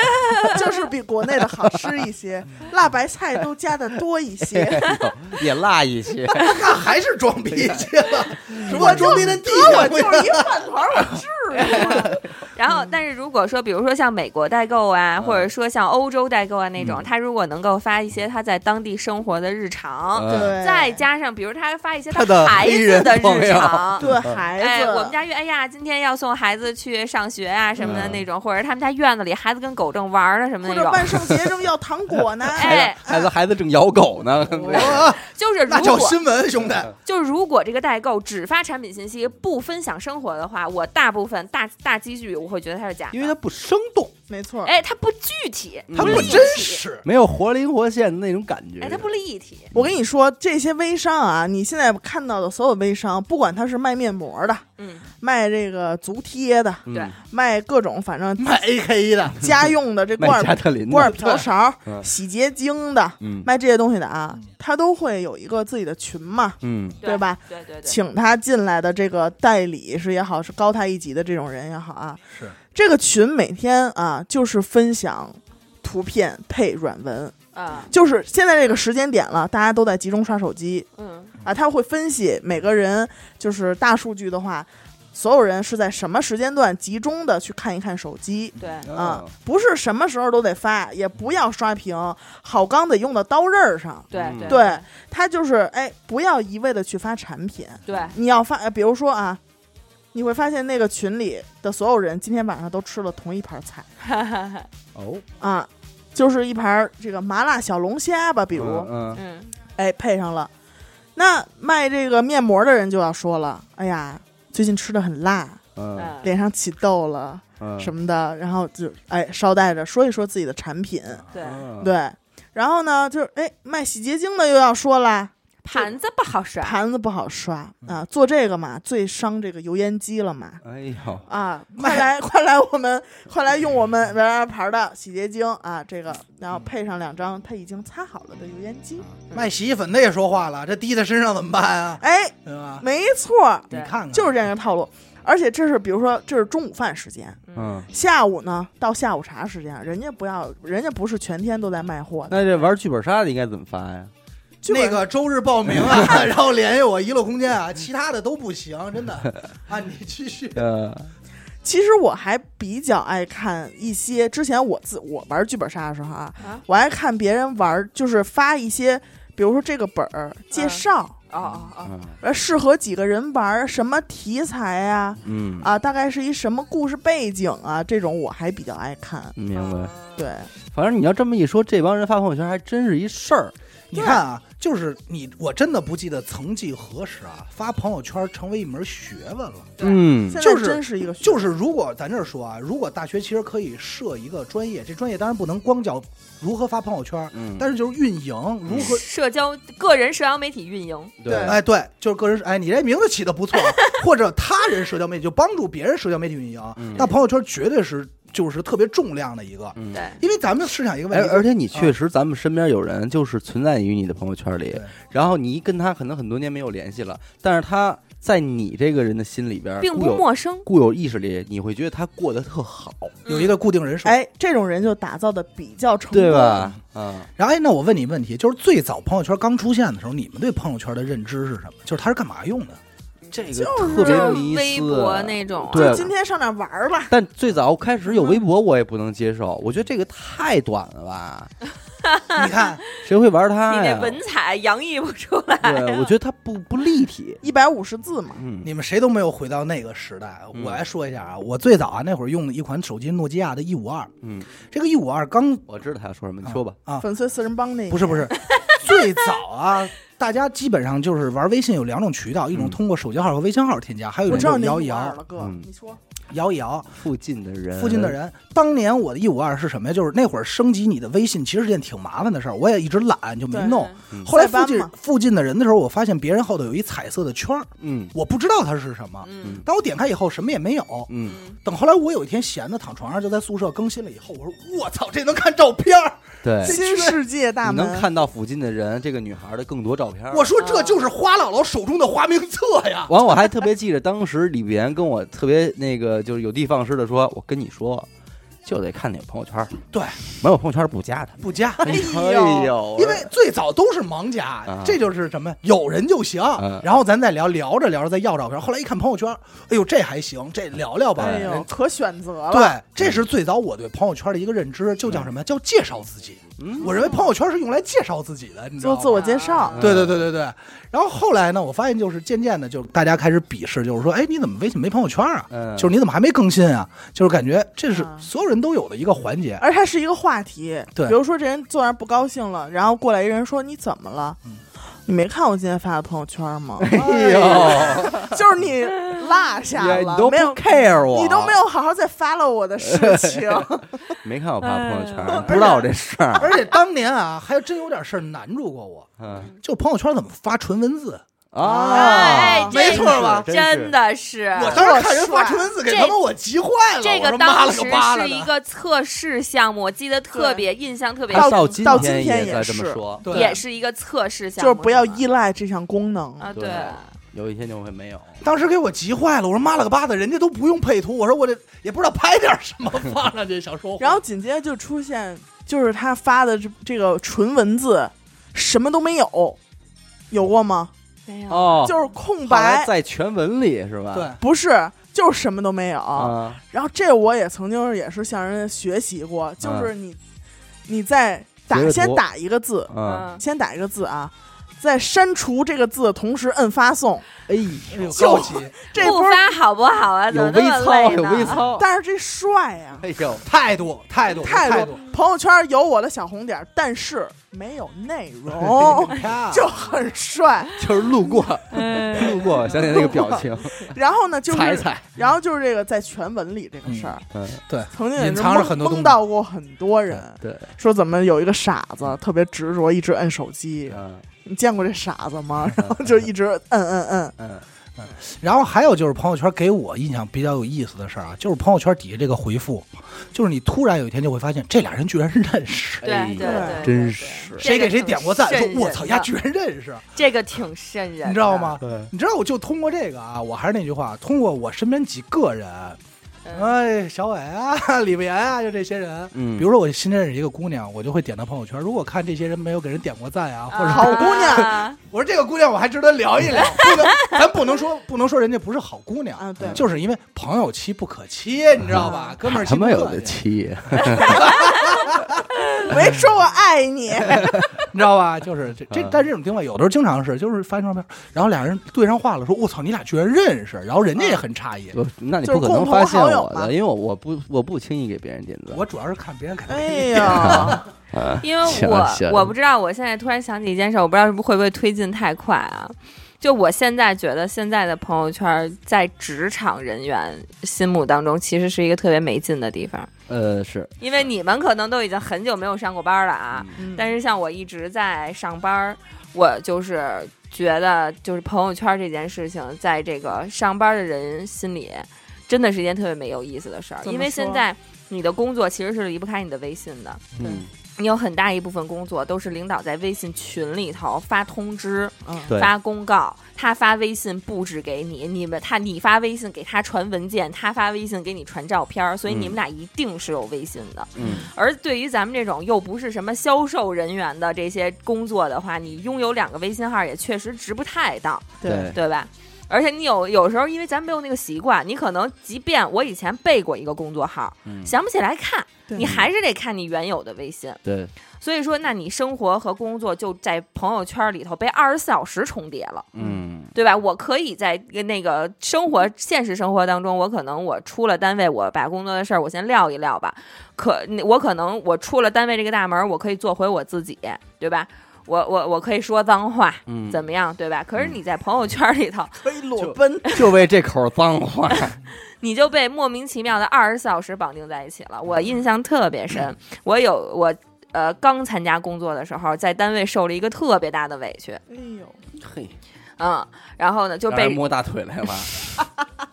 Speaker 1: 就是比国内的好吃一些，辣白菜都加的多一 些。
Speaker 3: 哎也辣一些，
Speaker 4: 那 还是装逼去了，只不过装逼的地
Speaker 1: 哥，我就
Speaker 4: 方不一样
Speaker 1: 是一饭团儿，我至于 吗？
Speaker 2: 然后，但是如果说，比如说像美国代购啊，
Speaker 3: 嗯
Speaker 2: 或者说像欧洲代购啊那种，
Speaker 3: 嗯
Speaker 2: 他如果能够发一些他在当地生活的日常，
Speaker 3: 嗯
Speaker 2: 再加上比如他发一些
Speaker 3: 他的
Speaker 2: 孩
Speaker 3: 黑
Speaker 2: 子
Speaker 3: 人
Speaker 2: 的
Speaker 3: 朋
Speaker 2: 日
Speaker 3: 友
Speaker 2: 常。
Speaker 1: 对孩
Speaker 2: 哎，
Speaker 1: 子，
Speaker 2: 我们家院，哎呀，今天要送孩子去上学啊什么的
Speaker 3: 嗯
Speaker 2: 那种，或者他们家院子里孩子跟狗正玩儿呢什么
Speaker 1: 或
Speaker 2: 那
Speaker 1: 者
Speaker 2: 种，
Speaker 1: 万圣节这不要糖果 呢？
Speaker 2: 哎
Speaker 3: 孩子孩子正咬狗呢，
Speaker 1: 哎
Speaker 4: 哇
Speaker 2: 就是如
Speaker 4: 啊那叫
Speaker 2: 果
Speaker 4: 新闻，兄弟。
Speaker 2: 就是如果这个代购只发产品信息不分享生活的话，我大部分大大几率我会觉得它是假的，
Speaker 3: 因为它不生动，
Speaker 1: 没错，
Speaker 2: 哎，它不具体，
Speaker 3: 嗯
Speaker 4: 他
Speaker 2: 立
Speaker 4: 不
Speaker 2: 体
Speaker 4: 真实，
Speaker 3: 没有活灵活现的那种感觉。
Speaker 2: 哎，它不立体，
Speaker 1: 我跟你说，这些微商啊，你现在看到的所有微商，不管他是卖面膜的、
Speaker 2: 嗯，
Speaker 1: 卖这个足贴的、
Speaker 3: 嗯
Speaker 2: 对
Speaker 1: 卖各种反正
Speaker 4: 卖 AK 的，
Speaker 1: 家用的这罐
Speaker 3: 卖
Speaker 1: 儿
Speaker 3: 加特林的
Speaker 1: 罐儿，瓢勺、
Speaker 3: 嗯
Speaker 1: 洗洁精的，
Speaker 3: 嗯
Speaker 1: 卖这些东西的啊
Speaker 4: 嗯，
Speaker 1: 他都会有一个自己的群嘛，
Speaker 3: 嗯
Speaker 1: 对吧？
Speaker 2: 对对对，
Speaker 1: 请他进来的这个代理是也好，是高他一级的这种人也好啊，
Speaker 4: 是
Speaker 1: 这个群每天啊就是分享图片配软文，
Speaker 2: 啊，
Speaker 1: 就是现在这个时间点了，大家都在集中刷手机
Speaker 2: 嗯，
Speaker 1: 啊，他会分析每个人，就是大数据的话，所有人是在什么时间段集中的去看一看手机。
Speaker 2: 对，
Speaker 3: 哦
Speaker 1: 啊，不是什么时候都得发，也不要刷屏，好钢得用到刀刃儿上。
Speaker 2: 对
Speaker 3: 嗯
Speaker 1: 对，它就是哎，不要一味的去发产品，
Speaker 2: 对，
Speaker 1: 你要发，呃比如说啊，你会发现那个群里的所有人今天晚上都吃了同一盘菜
Speaker 3: 哦，
Speaker 1: 啊，就是一盘这个麻辣小龙虾吧，比如，
Speaker 3: 嗯，
Speaker 2: 嗯，
Speaker 1: 哎，配上了。那卖这个面膜的人就要说了，哎呀，最近吃的很辣，
Speaker 3: 嗯
Speaker 2: 嗯
Speaker 1: 脸上起痘了
Speaker 3: 嗯，
Speaker 1: 什
Speaker 3: 么？
Speaker 1: 么的，然后就哎捎带着说一说自己的产品，
Speaker 2: 对，
Speaker 3: 嗯
Speaker 1: 对。然后呢，就是哎卖洗洁精的又要说啦，
Speaker 2: 盘子不好使，啊
Speaker 1: 盘子不好刷啊，做这个嘛最伤这个油烟机了嘛。
Speaker 3: 哎呦，
Speaker 1: 啊，快来 快来，我们快来用我们原来牌的洗洁精啊，这个，然后配上两张他已经擦好了的油烟机。
Speaker 4: 卖洗衣粉的也说话了，这滴在身上怎么办啊？
Speaker 1: 哎，
Speaker 4: 对吧？
Speaker 1: 没错，
Speaker 4: 你
Speaker 2: 对
Speaker 4: 看看，
Speaker 1: 就是这样一个套路。而且这是比如说这是中午饭时间，
Speaker 3: 嗯，
Speaker 1: 下午呢到下午茶时间，人家不要，人家不是全天都在卖货的。
Speaker 3: 那这玩剧本杀的应该怎么发呀？
Speaker 1: 剧本
Speaker 4: 那个周日报 名啊，然后联系我娱乐空间啊，其他的都不行，真的啊，你继续。
Speaker 3: 呃，
Speaker 1: 其实我还比较爱看一些，之前我自我玩剧本杀的时候啊，
Speaker 2: 啊
Speaker 1: 我爱看别人玩，就是发一些，比如说这个本儿
Speaker 4: 嗯
Speaker 1: 介绍。
Speaker 2: 哦哦哦，
Speaker 1: 呃，适合几个人玩儿，什么题材呀、
Speaker 3: 嗯，
Speaker 1: 啊？大概是一什么故事背景啊？这种我还比较爱看。
Speaker 3: 明白。
Speaker 2: 嗯，
Speaker 1: 对，
Speaker 3: 反正你要这么一说，这帮人发朋友圈还真是一事儿。
Speaker 4: 你看啊，就是你，我真的不记得曾几何时啊，发朋友圈成为一门学问了。
Speaker 2: 对
Speaker 3: 嗯
Speaker 1: 现在
Speaker 4: 就是
Speaker 1: 真是一个学
Speaker 4: 就是如果咱这儿说啊，如果大学其实可以设一个专业，这专业当然不能光讲如何发朋友圈，
Speaker 3: 嗯，
Speaker 4: 但是就是运营如何。
Speaker 2: 社交个人社交媒体运营，
Speaker 3: 对，
Speaker 4: 哎，对，就是个人，哎，你这名字起的不错，啊 或者他人社交媒体就帮助别人社交媒体运营，
Speaker 3: 嗯
Speaker 4: 那朋友圈绝对是就是特别重量的一个，
Speaker 3: 嗯
Speaker 2: 对，
Speaker 4: 因为咱们试想一个问
Speaker 3: 而
Speaker 4: 题，
Speaker 3: 哎而且你确实，咱们身边有人就是存在于你的朋友圈里
Speaker 4: 对，
Speaker 3: 然后你跟他可能很多年没有联系了，但是他在你这个人的心里边，
Speaker 2: 并
Speaker 3: 固
Speaker 2: 不
Speaker 3: 有
Speaker 2: 陌生。
Speaker 3: 固有意识里，你会觉得他过得特好，
Speaker 4: 有一个固定人数。
Speaker 1: 哎，这种人就打造的比较成功，
Speaker 3: 对吧？？啊，
Speaker 4: 然后，哎，那我问你一个问题，就是最早朋友圈刚出现的时候，你们对朋友圈的认知是什么？就是它是干嘛用的？
Speaker 3: 这个
Speaker 1: 就是
Speaker 3: 特别
Speaker 2: 就
Speaker 3: 迷
Speaker 2: 是
Speaker 3: 思。
Speaker 2: 微博那种啊，
Speaker 3: 对
Speaker 1: 今天上哪玩儿吧？
Speaker 3: 但最早开始有微博，我也不能接受，我觉得这个太短了吧，
Speaker 4: 你看，
Speaker 3: 谁会玩
Speaker 2: 你
Speaker 3: 它
Speaker 2: 那
Speaker 3: 呀？
Speaker 2: 文采洋溢不出来啊。
Speaker 3: 对，我觉得它不不立体。
Speaker 1: 一百五十字嘛，
Speaker 3: 嗯，
Speaker 4: 你们谁都没有回到那个时代。
Speaker 3: 嗯
Speaker 4: 我来说一下啊，我最早啊那会儿用的一款手机，诺基亚的一五二。
Speaker 3: 嗯，
Speaker 4: 这个一五二刚
Speaker 3: 我知道他要说什么，你说吧。
Speaker 4: 啊，
Speaker 1: 粉碎四人帮那
Speaker 4: 不是 不是，最早啊，大家基本上就是玩微信有两种渠道，一种
Speaker 3: 嗯
Speaker 4: 通过手机号和微信号添加，还有
Speaker 1: 我
Speaker 4: 一
Speaker 1: 知道
Speaker 4: 种
Speaker 1: 那
Speaker 4: 摇一
Speaker 1: 152
Speaker 4: 摇
Speaker 1: 了，哥，
Speaker 3: 嗯
Speaker 1: 你说
Speaker 4: 摇一摇。
Speaker 3: 附近的人，
Speaker 4: 附近的，人。当年我的一五二是什么呀？就是那会儿升级你的微信，其实是件挺麻烦的事儿，我也一直懒就没
Speaker 1: 对
Speaker 4: 弄。
Speaker 3: 嗯
Speaker 4: 后来附
Speaker 1: 塞
Speaker 4: 近
Speaker 1: 班嘛
Speaker 4: 附近的人的时候，我发现别人后头有一彩色的圈儿，
Speaker 3: 嗯
Speaker 4: 我不知道它是什么。
Speaker 2: 嗯
Speaker 4: 当我点开以后，什么也没有。
Speaker 3: 嗯，
Speaker 2: 嗯，
Speaker 4: 等后来我有一天闲的躺床上，就在宿舍更新了以后，我说我操，这能看照片儿！
Speaker 1: 嗯
Speaker 3: 对，
Speaker 1: 新世界大
Speaker 3: 你
Speaker 1: 门
Speaker 3: 能看到附近的人，这个女孩的更多照片。
Speaker 4: 我说这就是花姥姥手中的花名册呀！
Speaker 3: 完，我还特别记着当时李岩跟我特别那个，就是有的放矢的说，我跟你说，就得看你朋友圈，
Speaker 4: 对，
Speaker 3: 没有朋友圈不加他。
Speaker 4: 不 加，
Speaker 1: 哎
Speaker 3: 哎
Speaker 1: 呦，
Speaker 3: 呦，
Speaker 4: 因为最早都是盲夹
Speaker 3: 啊，
Speaker 4: 这就是什么有人就行
Speaker 3: 嗯。
Speaker 4: 啊然后咱再聊聊着聊着再要照片，后来一看朋友圈，哎呦这还行，这聊聊吧。
Speaker 1: 哎呦，可选择了。
Speaker 4: 对，这是最早我对朋友圈的一个认知，就叫什么叫介绍自己。
Speaker 3: 嗯
Speaker 4: 我认为朋友圈是用来介绍自己的，你知道
Speaker 1: 做自我
Speaker 4: 吗？
Speaker 1: 介绍，
Speaker 3: 嗯
Speaker 4: 对对对对对。然后后来呢，我发现就是渐渐的，就是大家开始鄙视，就是说，哎，你怎么微信没朋友圈啊？
Speaker 3: 嗯
Speaker 4: 就是你怎么还没更新啊？就是感觉这是
Speaker 1: 啊
Speaker 4: 所有人都有的一个环节。
Speaker 1: 而它是一个话题。
Speaker 4: 对
Speaker 1: 比如说这人坐那儿不高兴了，然后过来一人说：“你怎么了？”
Speaker 3: 嗯
Speaker 1: 你没看我今天发的朋友圈 吗？
Speaker 3: 哎呦，
Speaker 1: 就是你落下了，
Speaker 3: 你都不
Speaker 1: 没有
Speaker 3: care 我，
Speaker 1: 你都没有好好再 follow 我的事 情。
Speaker 3: 没看我发朋友
Speaker 2: 哎
Speaker 3: 圈，不知道这事儿。
Speaker 4: 而且当年啊，还真有点事儿难住过我，
Speaker 3: 嗯
Speaker 4: 就朋友圈怎么发纯文字。
Speaker 3: 啊
Speaker 2: 哎，这
Speaker 4: 没错吧
Speaker 3: 真是
Speaker 2: 真的是，
Speaker 4: 我当时看人
Speaker 1: 我
Speaker 4: 发
Speaker 1: 帅
Speaker 4: 纯文字，给
Speaker 2: 这
Speaker 4: 他妈我急坏了。
Speaker 2: 这
Speaker 4: 我
Speaker 2: 个
Speaker 4: 说妈
Speaker 2: 当
Speaker 4: 了
Speaker 2: 时
Speaker 4: 个巴了
Speaker 2: 是一
Speaker 4: 的。
Speaker 2: 个测试项目，我记得特别印象特别
Speaker 3: 他
Speaker 1: 到
Speaker 2: 深，
Speaker 3: 到
Speaker 1: 到今
Speaker 3: 天
Speaker 1: 天
Speaker 3: 也
Speaker 1: 也
Speaker 3: 在这么
Speaker 1: 是
Speaker 3: 说，
Speaker 4: 对
Speaker 2: 也是一个测试项
Speaker 1: 就是
Speaker 2: 目，
Speaker 1: 不要依赖这项功能。
Speaker 2: 啊，
Speaker 3: 对
Speaker 2: 对，
Speaker 3: 有一天就会没有。
Speaker 4: 当时给我急坏了，我说妈了个巴的，人家都不用配图，我说我这也不知道拍点什么放上去，想说话。
Speaker 1: 然后紧接着就出现，就是他发的这这个纯文字，什么都没有，有过吗？
Speaker 2: 没有，
Speaker 3: 哦，
Speaker 1: 就是空
Speaker 3: 后来
Speaker 1: 白，
Speaker 3: 在全文里是吧？
Speaker 4: 对，
Speaker 1: 不是，就是什么都没有。
Speaker 3: 啊，
Speaker 1: 然后这我也曾经也是向人学习过，就是你，你在
Speaker 3: 截
Speaker 1: 打
Speaker 3: 个图
Speaker 1: 先打一个字，
Speaker 3: 嗯
Speaker 1: 先打一个字啊，在删除这个字的同时摁发送，
Speaker 3: 哎，
Speaker 4: 哎呦，
Speaker 1: 就
Speaker 4: 高级，
Speaker 1: 这
Speaker 2: 不
Speaker 1: 波儿，
Speaker 2: 发好不好啊？怎
Speaker 3: 有
Speaker 2: 么那
Speaker 3: 微
Speaker 2: 么
Speaker 3: 操，
Speaker 2: 累
Speaker 3: 有微
Speaker 2: 呢？
Speaker 3: 操，
Speaker 1: 但是这帅呀、
Speaker 3: 哎呦，
Speaker 4: 态度，态
Speaker 3: 哦
Speaker 4: 度，
Speaker 1: 态度
Speaker 4: 态，，
Speaker 1: 朋友圈有我的小红点儿，但是没有内容
Speaker 4: 啪
Speaker 1: 就很帅。
Speaker 3: 就是路过，
Speaker 2: 嗯
Speaker 3: 路过，想起那个表情，
Speaker 1: 然后呢，就是
Speaker 3: 踩踩，
Speaker 1: 然后就是这个在全文里这个事儿，
Speaker 3: 嗯，
Speaker 1: 曾经也
Speaker 4: 隐
Speaker 1: 是
Speaker 4: 藏着
Speaker 1: 蒙
Speaker 4: 很多东西
Speaker 1: 蒙到过很多人，
Speaker 3: 对，
Speaker 1: 说怎么有一个傻子特别执着，一直摁手机。
Speaker 3: 嗯
Speaker 1: 你见过这傻子吗？然后就一直摁摁摁，
Speaker 3: 嗯，
Speaker 4: 然后还有就是朋友圈给我印象比较有意思的事儿啊，就是朋友圈底下这个回复，就是你突然有一天就会发现这俩人居然认识，
Speaker 2: 对
Speaker 3: 哎
Speaker 2: 对
Speaker 3: 呦
Speaker 2: 对对
Speaker 3: 真
Speaker 2: 对
Speaker 3: 是
Speaker 4: 谁给谁点过赞，
Speaker 2: 这个
Speaker 4: 说
Speaker 2: 挺
Speaker 4: 我操，
Speaker 2: 瘆人
Speaker 4: 呀
Speaker 2: 的
Speaker 4: 居然认识，
Speaker 2: 这个挺瘆人，
Speaker 4: 你知道？吗？
Speaker 3: 对，
Speaker 4: 你知道我就通过这个啊，我还是那句话，通过我身边几个人，
Speaker 2: 嗯
Speaker 4: 哎，小伟啊，李维啊，就这些人。
Speaker 3: 嗯，
Speaker 4: 比如说我新认识一个姑娘，我就会点她朋友圈。如果看这些人没有给人点过赞啊，或者
Speaker 1: 好姑娘
Speaker 2: 啊
Speaker 4: 我说这个姑娘我还值得聊一聊， 不能咱不能说不能说人家不是好姑娘
Speaker 1: 啊对嗯
Speaker 4: 就是因为朋友妻不可欺，你知道吧？哥们儿
Speaker 3: 他
Speaker 4: 妻不
Speaker 3: 妈
Speaker 4: 可
Speaker 3: 有的
Speaker 4: 欺，
Speaker 3: 气，
Speaker 1: 没说我爱你，
Speaker 4: 你知道吧？就是这这
Speaker 3: 嗯，
Speaker 4: 但这种定位有的时候经常是，就是翻照片，然后俩人对上话了，说我操，你俩居然认识，然后人家也很诧异。
Speaker 3: 我那你
Speaker 1: 就是
Speaker 3: 不可
Speaker 1: 共
Speaker 3: 能
Speaker 1: 同好
Speaker 3: 发现
Speaker 1: 友
Speaker 3: 我
Speaker 1: 嘛
Speaker 3: 的，因为我我不我不轻易给别人点赞，
Speaker 4: 我主要是看别人看，
Speaker 1: 哎呀，
Speaker 3: 啊，
Speaker 2: 因为
Speaker 3: 行
Speaker 2: 我
Speaker 3: 行
Speaker 2: 我不知道，我现在突然想起一件事，我不知道是不是会不会推进太快啊。就我现在觉得，现在的朋友圈在职场人员心目当中，其实是一个特别没劲的地方，
Speaker 3: 呃，是
Speaker 2: 因为你们可能都已经很久没有上过班了啊。
Speaker 1: 嗯
Speaker 2: 但是像我一直在上班儿，我就是觉得，就是朋友圈儿这件事情，在这个上班儿的人心里，真的是一件特别没有意思的事儿。
Speaker 1: 怎么
Speaker 2: 因为现
Speaker 1: 说
Speaker 2: 在你的工作其实是离不开你的微信的，
Speaker 3: 嗯，
Speaker 2: 你有很大一部分工作都是领导在微信群里头发通知、
Speaker 1: 嗯
Speaker 3: 对，
Speaker 2: 发公告，他发微信布置给你，你们他你发微信给他传文件，他发微信给你传照片儿，所以你
Speaker 3: 嗯
Speaker 2: 们俩一定是有微信的。
Speaker 3: 嗯，
Speaker 2: 而对于咱们这种又不是什么销售人员的这些工作的话，你拥有两个微信号也确实值不太当，
Speaker 3: 对，
Speaker 2: 对吧？而且你有有时候，因为咱没有那个习惯，你可能即便我以前备过一个工作号，
Speaker 3: 嗯
Speaker 2: 想不起来看，
Speaker 1: 对
Speaker 2: 你还是得看你原有的微信。
Speaker 3: 对，
Speaker 2: 所以说，那你生活和工作就在朋友圈里头被二十四小时重叠了。
Speaker 3: 嗯，
Speaker 2: 对吧？我可以在那个生活、现实生活当中，我可能我出了单位，我把工作的事儿我先撂一撂吧。可我可能我出了单位这个大门儿，我可以做回我自己，对吧？我我我可以说脏话，
Speaker 3: 嗯
Speaker 2: 怎么样，对吧？可是你在朋友圈里头，
Speaker 1: 可以裸
Speaker 3: 就
Speaker 1: 奔，
Speaker 3: 就为这口脏话，
Speaker 2: 你就被莫名其妙的二十四小时绑定在一起了。我印象特别
Speaker 3: 嗯
Speaker 2: 深，我有我呃刚参加工作的时候，在单位受了一个特别大的委屈，
Speaker 1: 哎呦，
Speaker 3: 嘿，
Speaker 2: 嗯，然后呢就
Speaker 3: 让人
Speaker 2: 被
Speaker 3: 摸大腿来了，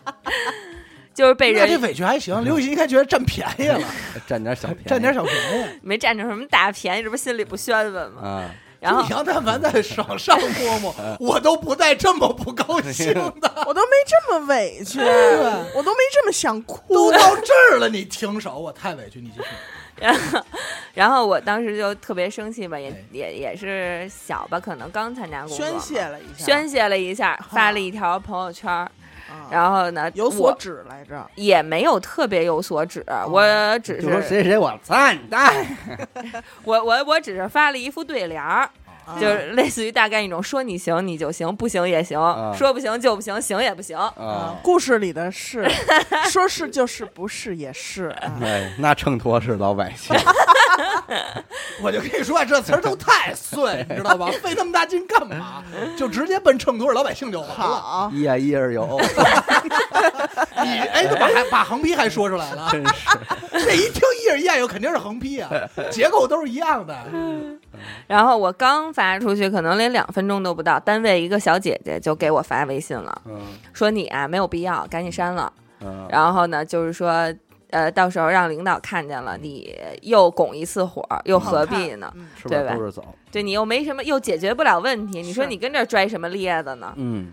Speaker 2: 就是被
Speaker 4: 那
Speaker 2: 人
Speaker 4: 哎这委屈还行。刘雨欣应该觉得占便宜 了，
Speaker 3: 占点小便宜，
Speaker 4: 占点小便宜。
Speaker 2: 没占着什么大便宜，这不心里不宣愤吗？
Speaker 3: 啊，
Speaker 2: 然后
Speaker 4: 你要但凡在网上摸摸，
Speaker 3: 嗯
Speaker 4: 我都不带这么不高兴 的。
Speaker 1: 我都没这么委屈，我都没这么想哭
Speaker 4: 都，到这儿了，你停手！我太委屈，你继续。
Speaker 2: 然后我当时就特别生气吧，也
Speaker 4: 哎
Speaker 2: 也也是小吧，可能刚参加工作嘛，
Speaker 1: 宣泄了一下，
Speaker 2: 宣泄了一下，发了一条朋友圈儿，
Speaker 1: 啊
Speaker 2: 然后呢，
Speaker 1: 有所
Speaker 2: 我
Speaker 1: 指啊来着，
Speaker 2: 也没有特别有所指，我 只
Speaker 3: 就说
Speaker 2: 是
Speaker 3: 谁谁我操你大爷，
Speaker 2: 我我我只是发了一副对联儿，
Speaker 1: 啊
Speaker 2: 就是类似于大概一种说你行你就行，不行也行，
Speaker 3: 啊
Speaker 2: 说不行就不行，行也不行。
Speaker 1: 啊
Speaker 3: 啊，，
Speaker 1: 故事里的 是，说是就是，不是也是啊。
Speaker 3: 哎，那秤砣是老百 姓，
Speaker 4: 我就跟你说，这词儿都太碎，你知道吧？费那么大劲干嘛？就直接奔秤砣儿老百姓就完了。
Speaker 1: 好，
Speaker 3: 一啊一二有，
Speaker 4: 你哎，他把还把横批还说出来了，
Speaker 3: 真是，
Speaker 4: 这一听一人一样，有肯定是横批啊，结构都是一样
Speaker 2: 嗯
Speaker 4: 的。
Speaker 2: 然后我刚发出去，可能连两分钟都不到，单位一个小姐姐就给我发微信了，
Speaker 3: 嗯
Speaker 2: 说你啊没有必要，赶紧删了。
Speaker 3: 嗯，
Speaker 2: 然后呢，就是说，呃，到时候让领导看见了，你又拱一次火，又何必呢？
Speaker 1: 嗯
Speaker 3: 是不
Speaker 2: 对
Speaker 3: 是
Speaker 2: 吧
Speaker 3: 都是走？
Speaker 2: 对你又没什么，又解决不了问题，你说
Speaker 1: 是
Speaker 2: 你跟这儿拽什么咧子呢？
Speaker 3: 嗯，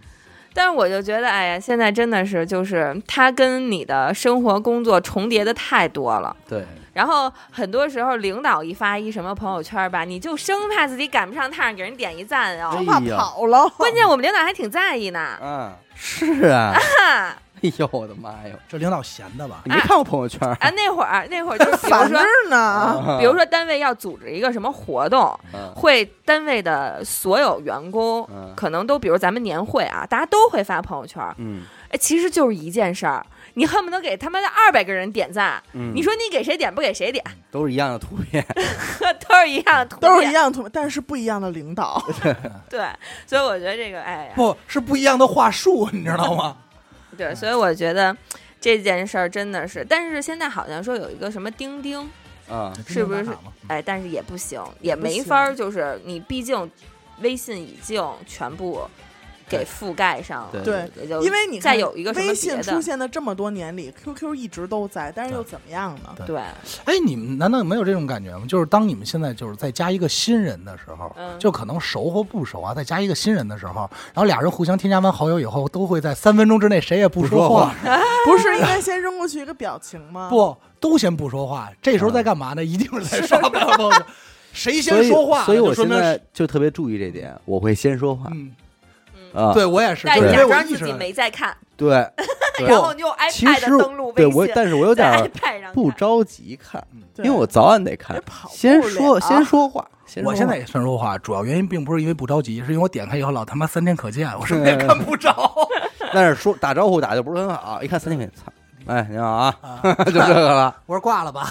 Speaker 2: 但是我就觉得，哎呀，现在真的是，就是它跟你的生活工作重叠的太多了。
Speaker 3: 对，
Speaker 2: 然后很多时候，领导一发一什么朋友圈吧，你就生怕自己赶不上趟，给人点一赞啊、
Speaker 3: 哎
Speaker 1: 生怕
Speaker 3: 呀
Speaker 1: 跑了，
Speaker 2: 关键我们领导还挺在意呢，
Speaker 3: 啊，是啊，
Speaker 2: 哈，
Speaker 3: 哎呦我的妈哟！
Speaker 4: 这领导闲的吧？
Speaker 3: 你没看我朋友圈儿？
Speaker 2: 啊，那会儿那会儿就是比如
Speaker 1: 反
Speaker 2: 说
Speaker 1: 正，呢，
Speaker 3: 啊
Speaker 2: 比如说单位要组织一个什么活动，
Speaker 3: 嗯
Speaker 2: 会单位的所有员工
Speaker 3: 嗯
Speaker 2: 可能都，比如咱们年会啊，大家都会发朋友圈，
Speaker 3: 嗯
Speaker 2: 哎，其实就是一件事儿，你恨不得给他妈的二百个人点赞，
Speaker 3: 嗯，
Speaker 2: 你说你给谁点不给谁点，
Speaker 3: 都是一样的图片，
Speaker 2: 都是一样的图片，
Speaker 1: 都是一样图，但是不一样的领导。
Speaker 2: 对，所以我觉得这个，哎呀，
Speaker 4: 不是不一样的话术，你知道吗？
Speaker 2: 对，所以我觉得这件事儿真的是，但是现在好像说有一个什么钉钉，
Speaker 3: 啊，
Speaker 2: 是不是
Speaker 4: 真的打吗
Speaker 2: 哎，但是也不行，也
Speaker 1: 不
Speaker 2: 没
Speaker 1: 行
Speaker 2: 法儿，就是你毕竟微信已经全部给覆盖上了，
Speaker 3: 对
Speaker 1: 对，
Speaker 2: 也就
Speaker 1: 因为你
Speaker 2: 再
Speaker 1: 看
Speaker 2: 有一个什么
Speaker 1: 微信
Speaker 2: 别
Speaker 1: 出
Speaker 2: 的，
Speaker 1: 现的这么多年里，QQ 一直都在，但是又怎么样呢？
Speaker 4: 对
Speaker 2: 对，
Speaker 4: 哎，你们难道没有这种感觉吗？就是当你们现在就是再加一个新人的时候，
Speaker 2: 嗯
Speaker 4: 就可能熟或不熟啊，再加一个新人的时候，然后俩人互相添加完好友以后，都会在三分钟之内谁也不说
Speaker 3: 不说
Speaker 4: 话
Speaker 3: 话，
Speaker 1: 不是应该先扔过去一个表情吗？
Speaker 3: 啊
Speaker 4: 不都先不说话。这时候在干 嘛呢？一定是在刷朋友圈，谁
Speaker 3: 所
Speaker 4: 先
Speaker 3: 以
Speaker 4: 说话，
Speaker 3: 所以我
Speaker 4: 就说
Speaker 3: 现
Speaker 4: 明
Speaker 3: 在就特别注意这点，我会先说话
Speaker 4: 嗯，
Speaker 3: 啊，
Speaker 4: 对我也是，
Speaker 2: 但
Speaker 4: 就是是
Speaker 2: 假
Speaker 4: 被我
Speaker 2: 装
Speaker 4: 意
Speaker 2: 自
Speaker 4: 识
Speaker 2: 己
Speaker 4: 了。
Speaker 2: 没在看，
Speaker 3: 对，对
Speaker 2: 然后你用
Speaker 3: 其
Speaker 2: iPad
Speaker 3: 实
Speaker 2: 登录
Speaker 3: 对
Speaker 2: 微
Speaker 3: 我，
Speaker 2: 信，
Speaker 3: 但是我有点
Speaker 2: 在
Speaker 3: 儿
Speaker 2: iPad 上
Speaker 3: 不
Speaker 2: 看
Speaker 3: 着急看，因
Speaker 1: 对，
Speaker 3: 为我早晚得看
Speaker 1: 也，跑不
Speaker 3: 先
Speaker 1: 了啊
Speaker 3: 说先说话，先说
Speaker 4: 我现
Speaker 3: 话
Speaker 4: 在也先说话，主要原因并不是因为不着急，是因为我点开以后老他妈三天可见，我什么也看不着。
Speaker 3: 但是说打招呼打的不是很好，一看三天没，操， 哎，你好啊， 就这个了，
Speaker 4: 我说挂了吧，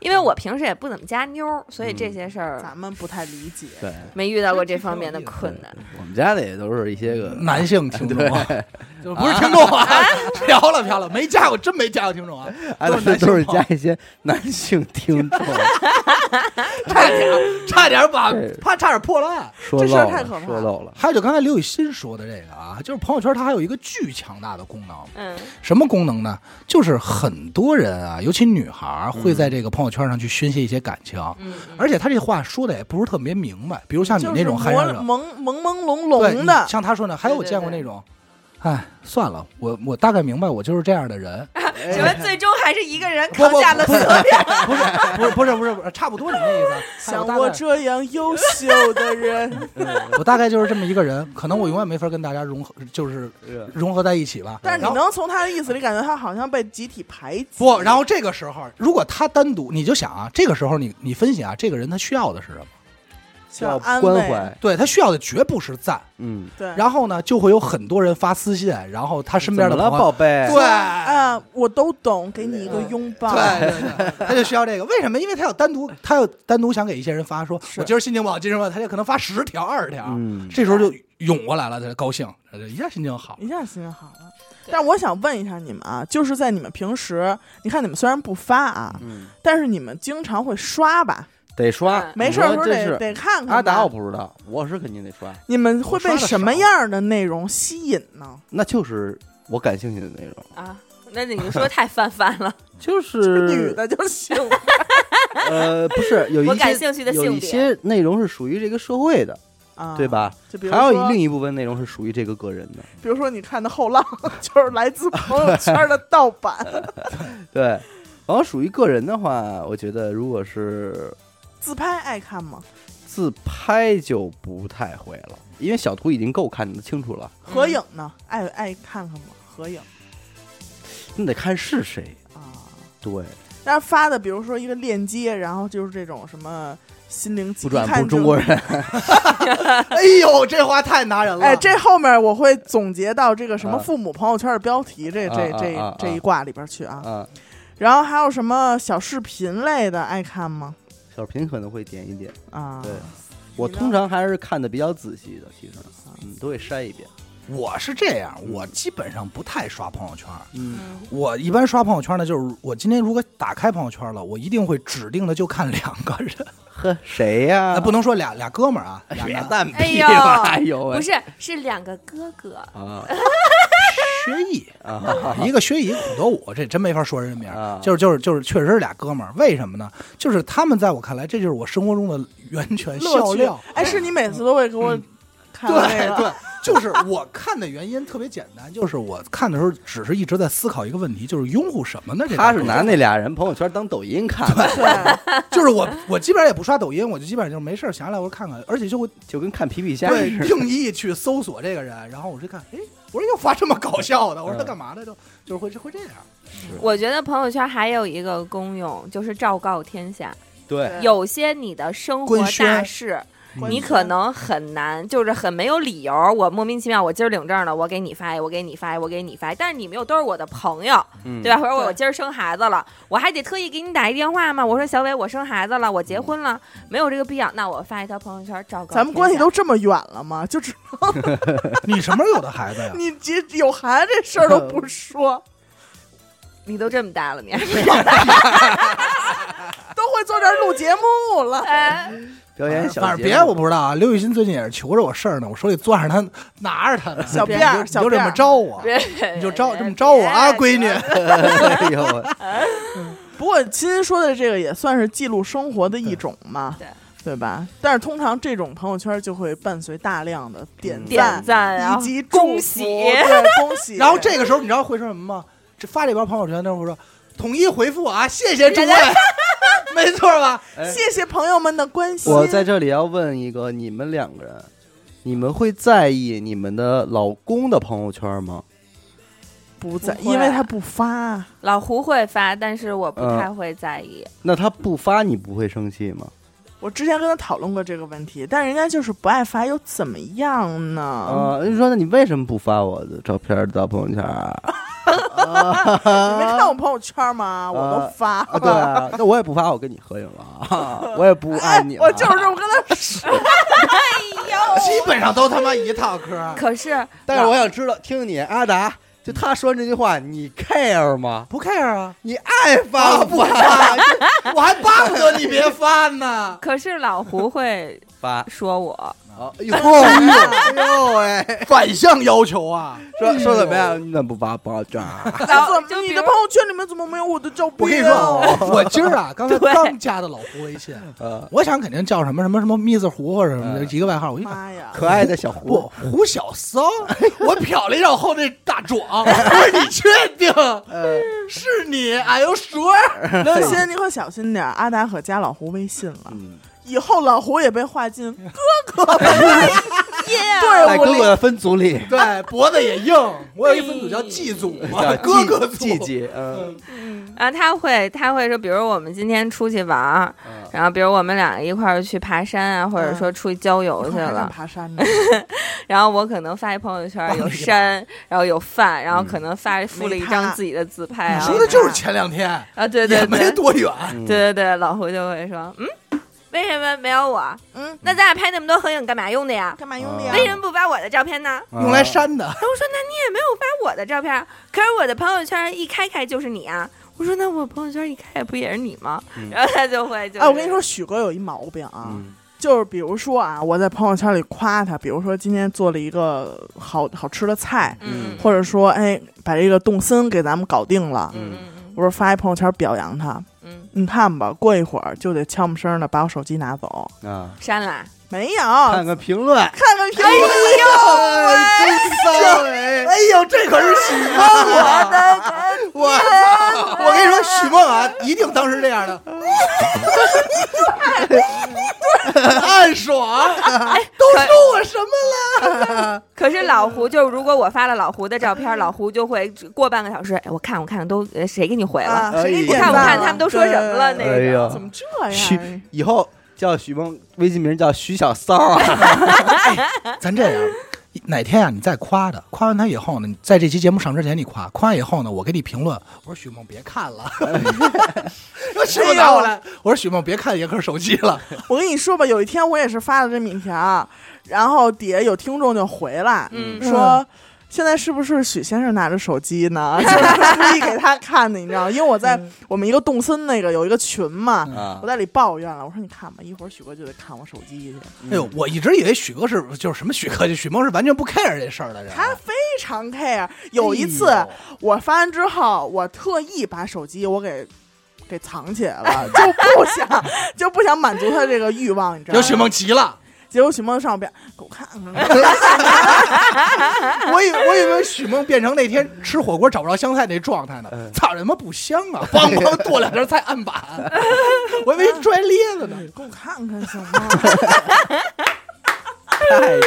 Speaker 2: 因为我平时也不怎么加妞儿，所以
Speaker 3: 嗯
Speaker 2: 这些事儿
Speaker 1: 咱们不太理解。
Speaker 3: 对，
Speaker 2: 没遇到过
Speaker 4: 这
Speaker 2: 这
Speaker 4: 挺
Speaker 2: 方
Speaker 4: 有
Speaker 2: 面的
Speaker 4: 意思
Speaker 2: 困难。
Speaker 3: 我们家的也都是一些个
Speaker 4: 男性听众啊
Speaker 3: 对，
Speaker 4: 就不是听众啊， 飘了飘了，没加过，真没加过听众啊，
Speaker 3: 哎
Speaker 4: 都是男性
Speaker 3: 都是
Speaker 4: 朋
Speaker 3: 加一些男性听 众，
Speaker 4: 差点差点把
Speaker 3: 对
Speaker 4: 怕差点破了案。
Speaker 3: 说
Speaker 1: 这事
Speaker 3: 漏
Speaker 1: 儿
Speaker 3: 了
Speaker 1: 太可怕
Speaker 3: 说
Speaker 1: 了
Speaker 3: 漏了，
Speaker 4: 还有就刚才刘雨欣说的这个啊，就是朋友圈它还有一个巨强大的功能，
Speaker 2: 嗯，
Speaker 4: 什么功能呢？就是很多人啊，尤其女孩儿会
Speaker 1: 嗯
Speaker 4: 在这个朋友圈上去宣泄一些感情，
Speaker 2: 嗯嗯
Speaker 4: 而且她这话说的也不是特别明白，比如像你
Speaker 1: 就是
Speaker 4: 那种
Speaker 1: 模
Speaker 4: 还有种
Speaker 1: 朦朦朦胧
Speaker 4: 对
Speaker 1: 胧的
Speaker 4: 你，像他说的，还有我
Speaker 2: 对对
Speaker 4: 见过
Speaker 2: 对
Speaker 4: 那种，哎，算了，我我大概明白，我就是这样 的人，
Speaker 1: 啊
Speaker 3: 哎
Speaker 2: 请问最终还是一个人
Speaker 4: 不
Speaker 2: 扛
Speaker 4: 不
Speaker 2: 下了
Speaker 4: 不
Speaker 2: 所
Speaker 4: 是
Speaker 2: 有。
Speaker 4: 不是不是不是不是不是，差不多你那意思。哎
Speaker 1: 像
Speaker 4: 我大
Speaker 1: 我
Speaker 4: 概
Speaker 1: 这样优秀的 人，
Speaker 4: 我大概就是这么一个人，可能我永远没法跟大家融合，就是
Speaker 3: 是
Speaker 4: 融合在一起吧。
Speaker 1: 但是
Speaker 4: 然
Speaker 1: 你
Speaker 4: 后
Speaker 1: 能从他的意思里感觉他好像被集体排挤。
Speaker 4: 不？然后这个时候，如果他单独，你就想啊，这个时候你你分析啊，这个人他需要的是什么？
Speaker 1: 像
Speaker 3: 要
Speaker 1: 安
Speaker 3: 关
Speaker 1: 慰，
Speaker 3: 怀，
Speaker 4: 对他需要的绝不是赞。
Speaker 3: 嗯，
Speaker 1: 对，
Speaker 4: 然后呢，就会有很多人发私信，然后他身边的
Speaker 3: 嗯怎么了
Speaker 4: 朋友
Speaker 3: 宝贝，
Speaker 4: 对
Speaker 1: 啊，我都懂，给你一个拥抱。
Speaker 4: 对对对，他就需要这个。为什么？因为他要单独，他要单独想给一些人发说，我今儿心情不好，今儿什么，他就可能发十条、二十条，
Speaker 3: 嗯，
Speaker 4: 这时候就涌过来了，他就高兴，他就一下心情好。
Speaker 1: 一下心情好了。但我想问一下你们啊，就是在你们平时，你看你们虽然不发啊，
Speaker 3: 嗯
Speaker 1: 但是你们经常会刷吧？
Speaker 3: 得刷
Speaker 2: 嗯，
Speaker 1: 哎没事儿
Speaker 3: 我
Speaker 1: 的时候
Speaker 3: 说这
Speaker 1: 得
Speaker 3: 是
Speaker 1: 得看看吧。
Speaker 3: 阿达我不知道，我是肯定得刷，
Speaker 1: 你们会
Speaker 4: 我刷
Speaker 1: 被
Speaker 4: 得少
Speaker 1: 什么样的内容吸引呢？
Speaker 3: 那就是我感兴趣的内容，
Speaker 2: 啊， 那你就说太泛泛了。
Speaker 3: 就
Speaker 1: 这
Speaker 3: 是
Speaker 1: 女的就行，
Speaker 3: 呃，不是有一
Speaker 2: 我
Speaker 3: 些
Speaker 2: 感兴趣的
Speaker 3: 有
Speaker 2: 性
Speaker 3: 一
Speaker 2: 别
Speaker 3: 些内容是属于这个社会的，
Speaker 1: 啊，
Speaker 3: 对？吧？
Speaker 1: 就比如
Speaker 3: 还有一
Speaker 1: 说
Speaker 3: 另一部分内容是属于这个个人的，
Speaker 1: 比如说你看的后浪， 就是来自朋友圈的盗版
Speaker 3: 对。然后属于个人的话，我觉得如果是
Speaker 1: 自拍，爱看吗？
Speaker 3: 自拍就不太会了，因为小图已经够看得清楚了，
Speaker 1: 合影呢？爱爱看看吗？合影
Speaker 3: 你得看是谁。
Speaker 1: 啊。
Speaker 3: 对，
Speaker 1: 但是发的，比如说一个链接，然后就是这种什么心灵鸡
Speaker 3: 不转
Speaker 1: 一看
Speaker 3: 不
Speaker 1: 就
Speaker 3: 中国人，
Speaker 4: 哎呦，这话太拿人了。
Speaker 1: 哎，这后面我会总结到这个什么
Speaker 3: 啊
Speaker 1: 父母朋友圈的标题，这这
Speaker 3: 啊啊啊
Speaker 1: 这
Speaker 3: 啊
Speaker 1: 这一挂里边去啊。
Speaker 3: 啊，
Speaker 1: 然后还有什么小视频类的爱看吗？
Speaker 3: 小品可能会点一点。
Speaker 1: 啊，
Speaker 3: 对，我
Speaker 1: 你呢啊
Speaker 3: 通常还是看的比较仔细的，其实，嗯，都会筛一遍。
Speaker 4: 我是这样，我基本上不太刷朋友圈。
Speaker 3: 嗯，
Speaker 2: 嗯
Speaker 4: 我一般刷朋友圈呢，就是我今天如果打开朋友圈了，我一定会指定的就看两个人，
Speaker 3: 呵，谁呀、
Speaker 4: 哎不能说俩俩哥们儿啊，俩
Speaker 3: 别
Speaker 4: 男
Speaker 3: 蛋
Speaker 2: 哎
Speaker 3: 逼
Speaker 2: 呦
Speaker 3: 了，哎呦喂，
Speaker 2: 不是，是两个哥哥。
Speaker 3: 啊
Speaker 4: 学艺，
Speaker 3: 啊，
Speaker 4: 一个学艺，一个苦斗武，这真没法说人名
Speaker 3: 啊
Speaker 4: 儿，就是就是就是，确实是俩哥们儿。为什么呢？就是他们在我看来，这就是我生活中的源泉笑
Speaker 1: 乐趣
Speaker 4: 料。。
Speaker 1: 哎，是你啊每次都会给
Speaker 3: 嗯
Speaker 1: 我看那
Speaker 4: 对
Speaker 1: 个
Speaker 4: 对，就是我看的原因特别简单，就是我看的时候只是一直在思考一个问题，就是拥护什么呢？这
Speaker 3: 他
Speaker 4: 俩
Speaker 3: 是
Speaker 4: 人
Speaker 3: 拿那俩人朋友圈当抖音看的，
Speaker 1: 对，
Speaker 4: 就是我，我基本上也不刷抖音，我就基本上就是没事儿想起来我就看看，而且就会
Speaker 3: 就跟看皮皮虾
Speaker 4: 对
Speaker 3: 似的。
Speaker 4: 定义去搜索这个人，然后我就看，哎，我说又发这么搞笑的，
Speaker 1: 嗯
Speaker 4: 我说他干嘛呢？就就是会会这样，
Speaker 2: 我觉得朋友圈还有一个功用，就是昭告天下。
Speaker 3: 对
Speaker 1: 对
Speaker 2: 有些你的生活
Speaker 4: 官
Speaker 2: 大
Speaker 4: 宣
Speaker 2: 事，
Speaker 1: 官
Speaker 2: 你
Speaker 1: 宣
Speaker 2: 可能很难，就是很没有理由。我莫名其妙，我今儿领证了，我给你发一，我给你发一，我给你发一。但是你们又都是我的朋友，
Speaker 3: 嗯
Speaker 2: 对吧？或者我
Speaker 1: 对
Speaker 2: 今儿生孩子了，我还得特意给你打一电话吗？我说小伟，我生孩子了，我
Speaker 3: 嗯
Speaker 2: 结婚了，没有这个必要。那我发一条朋友圈，照个
Speaker 1: 咱们关系都这么远了吗？就只
Speaker 3: 啊
Speaker 4: 你什么时候有的孩子呀？
Speaker 1: 你结有孩子这事儿都不 说，
Speaker 2: 你都这么大了，你还
Speaker 1: 都会坐这儿录节目了。
Speaker 3: 表演小
Speaker 4: 哎反正
Speaker 3: 节
Speaker 4: 别
Speaker 3: 目
Speaker 4: 我不知道啊。刘雨欣最近也是求着我事儿呢，我手里攥着他，拿着他呢。
Speaker 1: 小
Speaker 4: 你
Speaker 1: 辫儿
Speaker 4: 就你
Speaker 1: 小
Speaker 4: 就这
Speaker 1: 辫
Speaker 4: 么
Speaker 1: 儿
Speaker 4: 招我， 你
Speaker 2: 你
Speaker 4: 就招这么招我啊，闺女。
Speaker 3: 哎呦我，
Speaker 1: 不过亲说的这个也算是记录生活的一种嘛，
Speaker 2: 对
Speaker 1: 对吧？但是通常这种朋友圈就会伴随大量的点
Speaker 3: 嗯
Speaker 2: 点
Speaker 1: 赞、
Speaker 2: 赞啊，
Speaker 1: 以及祝福
Speaker 2: 恭喜，
Speaker 1: 对恭喜。
Speaker 4: 然后这个时候你知道会说什么吗？这发这条朋友圈，那会说统一回复啊，谢谢诸位， 没错吧？
Speaker 3: 哎
Speaker 1: 谢谢朋友们的关心。
Speaker 3: 我在这里要问一个，你们两个人，你们会在意你们的老公的朋友圈吗？
Speaker 1: 不在，
Speaker 2: 不会
Speaker 1: 因为他不发。
Speaker 2: 老胡会发，但是我不
Speaker 3: 嗯
Speaker 2: 太会在意。
Speaker 3: 那他不发，你不会生气吗？
Speaker 1: 我之前跟他讨论过这个问题，但人家就是不爱发，又怎么样呢？
Speaker 3: 啊、人说那你为什么不发我的照片到朋友圈啊？
Speaker 4: 呃
Speaker 1: 你没看我朋友圈吗？我都发
Speaker 3: 啊，
Speaker 1: 了。
Speaker 3: 对啊，那我也不发，我跟你合影了啊，我也不爱
Speaker 1: 哎
Speaker 3: 你了。
Speaker 1: 我就是这么跟他说。
Speaker 4: 基本上都他妈一套嗑儿。
Speaker 2: 可是，。
Speaker 3: 但是我想知道，听你阿达，就他说这句话，你 care 吗？
Speaker 4: 不 care 啊，
Speaker 3: 你爱发不发？
Speaker 4: 我还巴不得你别发呢
Speaker 2: 可是老胡会
Speaker 3: 发
Speaker 2: 说我，
Speaker 3: 啊！哎呦，哎呦喂，
Speaker 4: 反向要求啊！
Speaker 3: 说说怎么样？你怎么不发朋友圈啊？
Speaker 1: 然后
Speaker 2: 老
Speaker 1: 怎
Speaker 2: 就
Speaker 1: 么
Speaker 2: 比
Speaker 1: 你
Speaker 2: 如
Speaker 1: 的朋友圈里面怎么没有我的照片？
Speaker 4: 我跟你说，啊，我今儿啊，刚才
Speaker 2: 对
Speaker 4: 刚加的老胡微信，
Speaker 3: 呃，
Speaker 4: 我想肯定叫什么什么什么蜜子胡或者什么的
Speaker 3: 嗯
Speaker 4: 一个外号，我一看。
Speaker 1: 妈呀！
Speaker 3: 可爱的小
Speaker 4: 不
Speaker 3: 胡，，啊
Speaker 4: 胡小骚，我瞟了一下我后那大壮，我说你确定哎
Speaker 3: 呃，
Speaker 4: 是你？Are you sure？
Speaker 1: 刘鑫，你可小心点儿，阿达可加老胡微信了，
Speaker 3: 嗯，
Speaker 1: 以后老胡也被划进
Speaker 2: 耶、
Speaker 1: 队
Speaker 4: 啊
Speaker 3: 在
Speaker 1: 伍
Speaker 3: 哥哥
Speaker 1: 里。
Speaker 3: 的分组 里，
Speaker 4: 对，脖子也硬。我有一分组哎叫祭祖嘛，哥哥组。
Speaker 3: 啊季季，嗯，
Speaker 2: 然后他会他会说，比如我们今天出去玩儿，
Speaker 3: 嗯
Speaker 2: 然后比如我们俩一块儿去爬山啊，或者说出去郊游去
Speaker 1: 还敢
Speaker 2: 了，
Speaker 1: 爬山 呢，
Speaker 2: 然后我可能发一朋友圈有山，然后有饭，然后可能发附了一张自己的自拍啊，
Speaker 4: 你说的就是前两天，
Speaker 2: 啊，对
Speaker 4: 也
Speaker 2: 对
Speaker 4: 没
Speaker 2: 对，
Speaker 4: 多远。
Speaker 2: 对对对，老胡就会说，嗯，为什么没有我？
Speaker 1: 嗯，
Speaker 2: 那咱俩拍那么多合影干嘛用的呀？
Speaker 1: 干嘛用的呀
Speaker 3: 啊？
Speaker 2: 为什么不发我的照片呢？
Speaker 4: 用来删 的，
Speaker 2: 然后我说：“那你也没有发我的照片儿，可是我的朋友圈一开开就是你啊。”我说：“那我朋友圈一开不也是你吗？”
Speaker 3: 嗯
Speaker 2: 然后他就会就
Speaker 1: 哎，我跟
Speaker 2: 是
Speaker 1: 你说，许哥有一毛病啊，
Speaker 3: 嗯
Speaker 1: 就是比如说啊，我在朋友圈里夸他，比如说今天做了一个好好吃的菜，
Speaker 2: 嗯，
Speaker 1: 或者说哎把这个动森给咱们搞定了，
Speaker 2: 嗯嗯
Speaker 1: 我说发一朋友圈表扬他，
Speaker 2: 嗯
Speaker 1: 你看吧，过一会儿就得悄没声的把我手机拿走，
Speaker 4: 嗯
Speaker 3: 啊，
Speaker 2: 删了。
Speaker 1: 没有，
Speaker 3: 看哎
Speaker 1: 看
Speaker 3: 看评论，
Speaker 1: 看评论，
Speaker 3: 哎真骚哎！
Speaker 4: 哎呦，这可是许梦啊！我 我跟你说，许梦啊，一定当时这样的， 暗爽，都
Speaker 2: 哎可
Speaker 4: 说我什么了？
Speaker 2: 可是老胡就是，如果我发了老胡的照片儿，老胡就会过半个小时，哎，我看我看都呃谁给你回了？
Speaker 1: 啊，谁给你
Speaker 3: 哎
Speaker 1: 点赞啊
Speaker 2: 看我
Speaker 1: 了
Speaker 2: 看他们都说什么了？
Speaker 1: 对
Speaker 2: 那
Speaker 3: 哎
Speaker 2: 个
Speaker 3: 呀
Speaker 1: 怎么这样？
Speaker 3: 许以后叫许梦，微信名叫徐小骚啊，
Speaker 4: 咱这样，哪天啊，你再夸他，夸完他以后呢，你在这期节目上之前你夸，夸完以后呢，我给你评论，我说许梦别看了， 我说许梦拿过来，我说许梦别看严科手机 了，
Speaker 1: 我跟你说吧，有一天我也是发了这米条，然后底下有听众就回来、
Speaker 2: 嗯
Speaker 1: 说。现在是不是许先生拿着手机呢？就是故意给他看的，你知道吗？因为我在我们一个动森那个有一个群嘛，
Speaker 3: 啊
Speaker 1: 我在里抱怨了。我说你看吧，一会儿许哥就得看我手机去。
Speaker 4: 哎
Speaker 3: 啊
Speaker 4: 呦，
Speaker 3: 嗯
Speaker 4: 我一直以为许哥是就是什么许哥，就许梦是完全不 care 这事儿的人，啊
Speaker 1: 他非常 care。有一次
Speaker 4: 哎呦
Speaker 1: 我发完之后，我特意把手机我给给藏起来了，就不想就不想满足他这个欲望，你知道
Speaker 4: 然
Speaker 1: 吗？
Speaker 4: 后许梦急了。
Speaker 1: 结果许梦上边给我看看。
Speaker 4: 我以我以为许梦变成那天吃火锅找不着香菜那状态
Speaker 3: 嗯
Speaker 4: 呢，操他妈不香啊！梆梆剁两下菜案板， 我以为拽咧子呢。
Speaker 1: 给我看看行吗？
Speaker 3: 太牛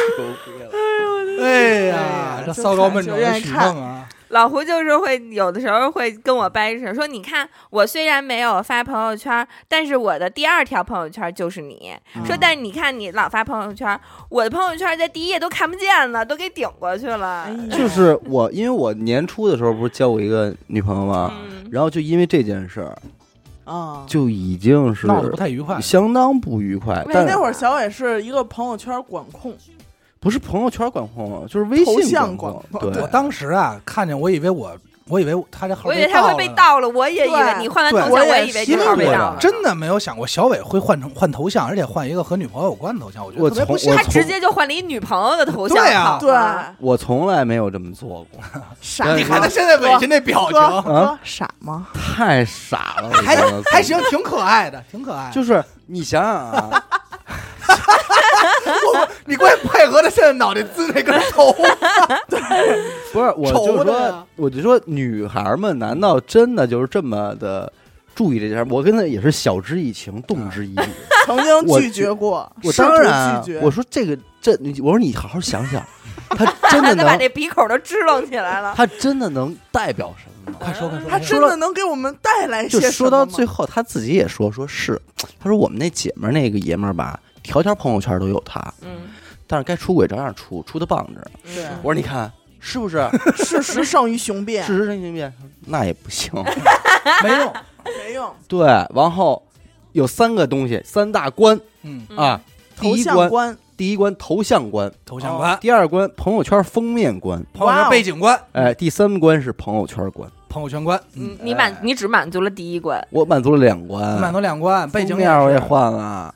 Speaker 3: 逼了！
Speaker 4: 哎呀，这
Speaker 1: 就
Speaker 4: 糟糕
Speaker 1: 看
Speaker 4: 闷
Speaker 1: 就
Speaker 4: 着
Speaker 1: 愿
Speaker 4: 的
Speaker 1: 意
Speaker 4: 许
Speaker 1: 看
Speaker 4: 梦啊，
Speaker 2: 老胡就是会有的时候会跟我掰扯，说你看我虽然没有发朋友圈，但是我的第二条朋友圈就是你。
Speaker 3: 嗯
Speaker 2: 说但是你看你老发朋友圈，我的朋友圈在第一页都看不见了，都给顶过去了。
Speaker 1: 哎呀
Speaker 3: 嗯就是我，因为我年初的时候不是交过一个女朋友吗？
Speaker 2: 嗯，
Speaker 3: 然后就因为这件事儿，
Speaker 1: 啊。
Speaker 3: 就已经是
Speaker 4: 闹得不太愉快。
Speaker 3: 相当不愉快。
Speaker 2: 喂
Speaker 3: 但
Speaker 1: 那会儿小伟是一个朋友圈管控，
Speaker 3: 不是朋友圈管控，啊就是微
Speaker 1: 头
Speaker 3: 信
Speaker 1: 像
Speaker 3: 管
Speaker 1: 管
Speaker 3: 控。
Speaker 4: 我
Speaker 3: 对，
Speaker 4: 当时啊，看见我以为我，我以为他这号
Speaker 2: 我以为他会被盗了，我也以为
Speaker 1: 对
Speaker 2: 你换完头像，
Speaker 4: 对
Speaker 1: 我也
Speaker 2: 我也以为
Speaker 1: 是
Speaker 2: 这号被
Speaker 3: 因为
Speaker 2: 盗
Speaker 3: 我
Speaker 2: 了。
Speaker 4: 真的没有想过小伟会换成换头像，而且换一个和女朋友有关的头像，我觉得
Speaker 3: 我
Speaker 4: 特别
Speaker 3: 从
Speaker 4: 不
Speaker 3: 我
Speaker 4: 像
Speaker 2: 他直接就换了一女朋友的头像，
Speaker 4: 对啊
Speaker 2: 好吗
Speaker 1: 对
Speaker 3: 我从来没有这么做过，
Speaker 1: 傻
Speaker 3: 但
Speaker 1: 吗？
Speaker 3: 是你看他
Speaker 4: 现在
Speaker 1: 伟子
Speaker 4: 那表
Speaker 1: 哥
Speaker 3: 啊
Speaker 1: 哥傻吗？
Speaker 3: 太傻了。我
Speaker 4: 还
Speaker 3: 觉得
Speaker 4: 还行，挺可爱的，挺可爱的。
Speaker 3: 就是你想想 啊，
Speaker 4: 你关键配合的现在脑袋滋那根头，
Speaker 3: 不是，我就
Speaker 1: 愁的
Speaker 3: 说
Speaker 1: 呀，
Speaker 3: 我就说，女孩们难道真的就是这么的注意这件事儿？我跟她也是晓之以情，动 之以理。
Speaker 1: 曾经
Speaker 3: 我
Speaker 1: 拒绝过，
Speaker 3: 我
Speaker 1: 试图
Speaker 3: 当然啊
Speaker 1: 拒绝，
Speaker 3: 我说这个这，你我说你好好想想，她 真
Speaker 2: 他
Speaker 3: 的
Speaker 2: 都把
Speaker 3: 能，
Speaker 2: 这鼻孔都支棱起来了。
Speaker 3: 她真的能代表什么吗？
Speaker 4: 快说快说，
Speaker 1: 他
Speaker 4: 快说
Speaker 1: 真的能给我们带 来
Speaker 3: 就
Speaker 1: 些什
Speaker 3: 说
Speaker 1: 么
Speaker 3: 到
Speaker 1: 吗？
Speaker 3: 最后，她自己也说，说是，她说我们那姐们儿那个爷们儿吧，条条朋友圈都有他，
Speaker 2: 嗯，但
Speaker 3: 但是该出轨照样出，出的棒着。
Speaker 1: 是
Speaker 3: 我说你看是不是？
Speaker 1: 事实胜于雄辩，
Speaker 3: 事实真行变，那也不行。
Speaker 4: 没用。
Speaker 1: 没用。
Speaker 3: 对，然后有三个东西，三大关
Speaker 4: 嗯，
Speaker 3: 啊。第
Speaker 1: 头
Speaker 3: 一
Speaker 1: 像
Speaker 3: 关，
Speaker 1: 关，
Speaker 3: 第一关头像关，
Speaker 4: 头像关、
Speaker 3: 第二关朋友圈封面关，
Speaker 4: 朋友
Speaker 1: 哇
Speaker 4: 圈
Speaker 1: 哦
Speaker 4: 背景关、
Speaker 3: 哎，第三关是朋友圈关。
Speaker 4: 朋友圈关，嗯，
Speaker 2: 你你满你只满足了第一关，
Speaker 3: 我满足了两关，
Speaker 4: 满头两关，背
Speaker 3: 嗯
Speaker 4: 景
Speaker 3: 封面我也换了。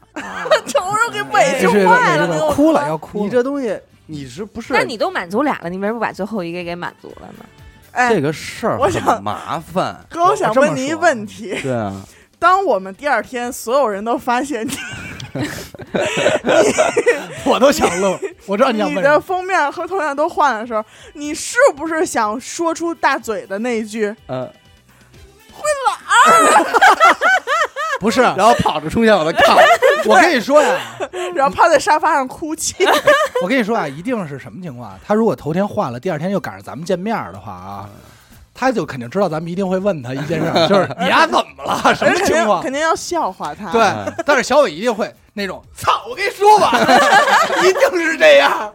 Speaker 1: 瞅着给委
Speaker 4: 必
Speaker 1: 屈
Speaker 4: 须得
Speaker 1: 坏
Speaker 4: 得
Speaker 1: 了，
Speaker 4: 得
Speaker 1: 给我
Speaker 4: 哭了要哭
Speaker 3: 你
Speaker 4: 了。
Speaker 3: 这东西，你是不是？
Speaker 2: 那你都满足俩了，你为什么不把最后一个给满足了呢？
Speaker 1: 哎
Speaker 3: 这，个事儿
Speaker 1: 我想
Speaker 3: 很 麻烦。
Speaker 1: 哥，我想问你一问题：
Speaker 3: 对啊，
Speaker 1: 当我们第二天所有人都发现 你
Speaker 4: 我都想漏，我知道你想
Speaker 1: 你
Speaker 4: 问
Speaker 1: 的
Speaker 4: 什
Speaker 1: 封面和头像都换的时候，你是不是想说出大嘴的那一句？
Speaker 3: 呃，
Speaker 4: 么 不是。
Speaker 3: 然后跑着冲向我的炕，
Speaker 4: 我跟你说呀，
Speaker 1: 然后趴在沙发上哭泣，
Speaker 3: 哎
Speaker 4: 我跟你说啊，一定是什么情况啊？他如果头天换了，第二天又赶上咱们见面的话啊，他就肯定知道咱们一定会问他一件事儿，就是你丫怎么了？什
Speaker 1: 而且
Speaker 4: 么
Speaker 1: 肯
Speaker 4: 情
Speaker 1: 定
Speaker 4: 况？
Speaker 1: 肯定要笑话他。
Speaker 3: 嗯
Speaker 4: 对，但是小伟一定会那种，操！我跟你说吧， 一定是这样，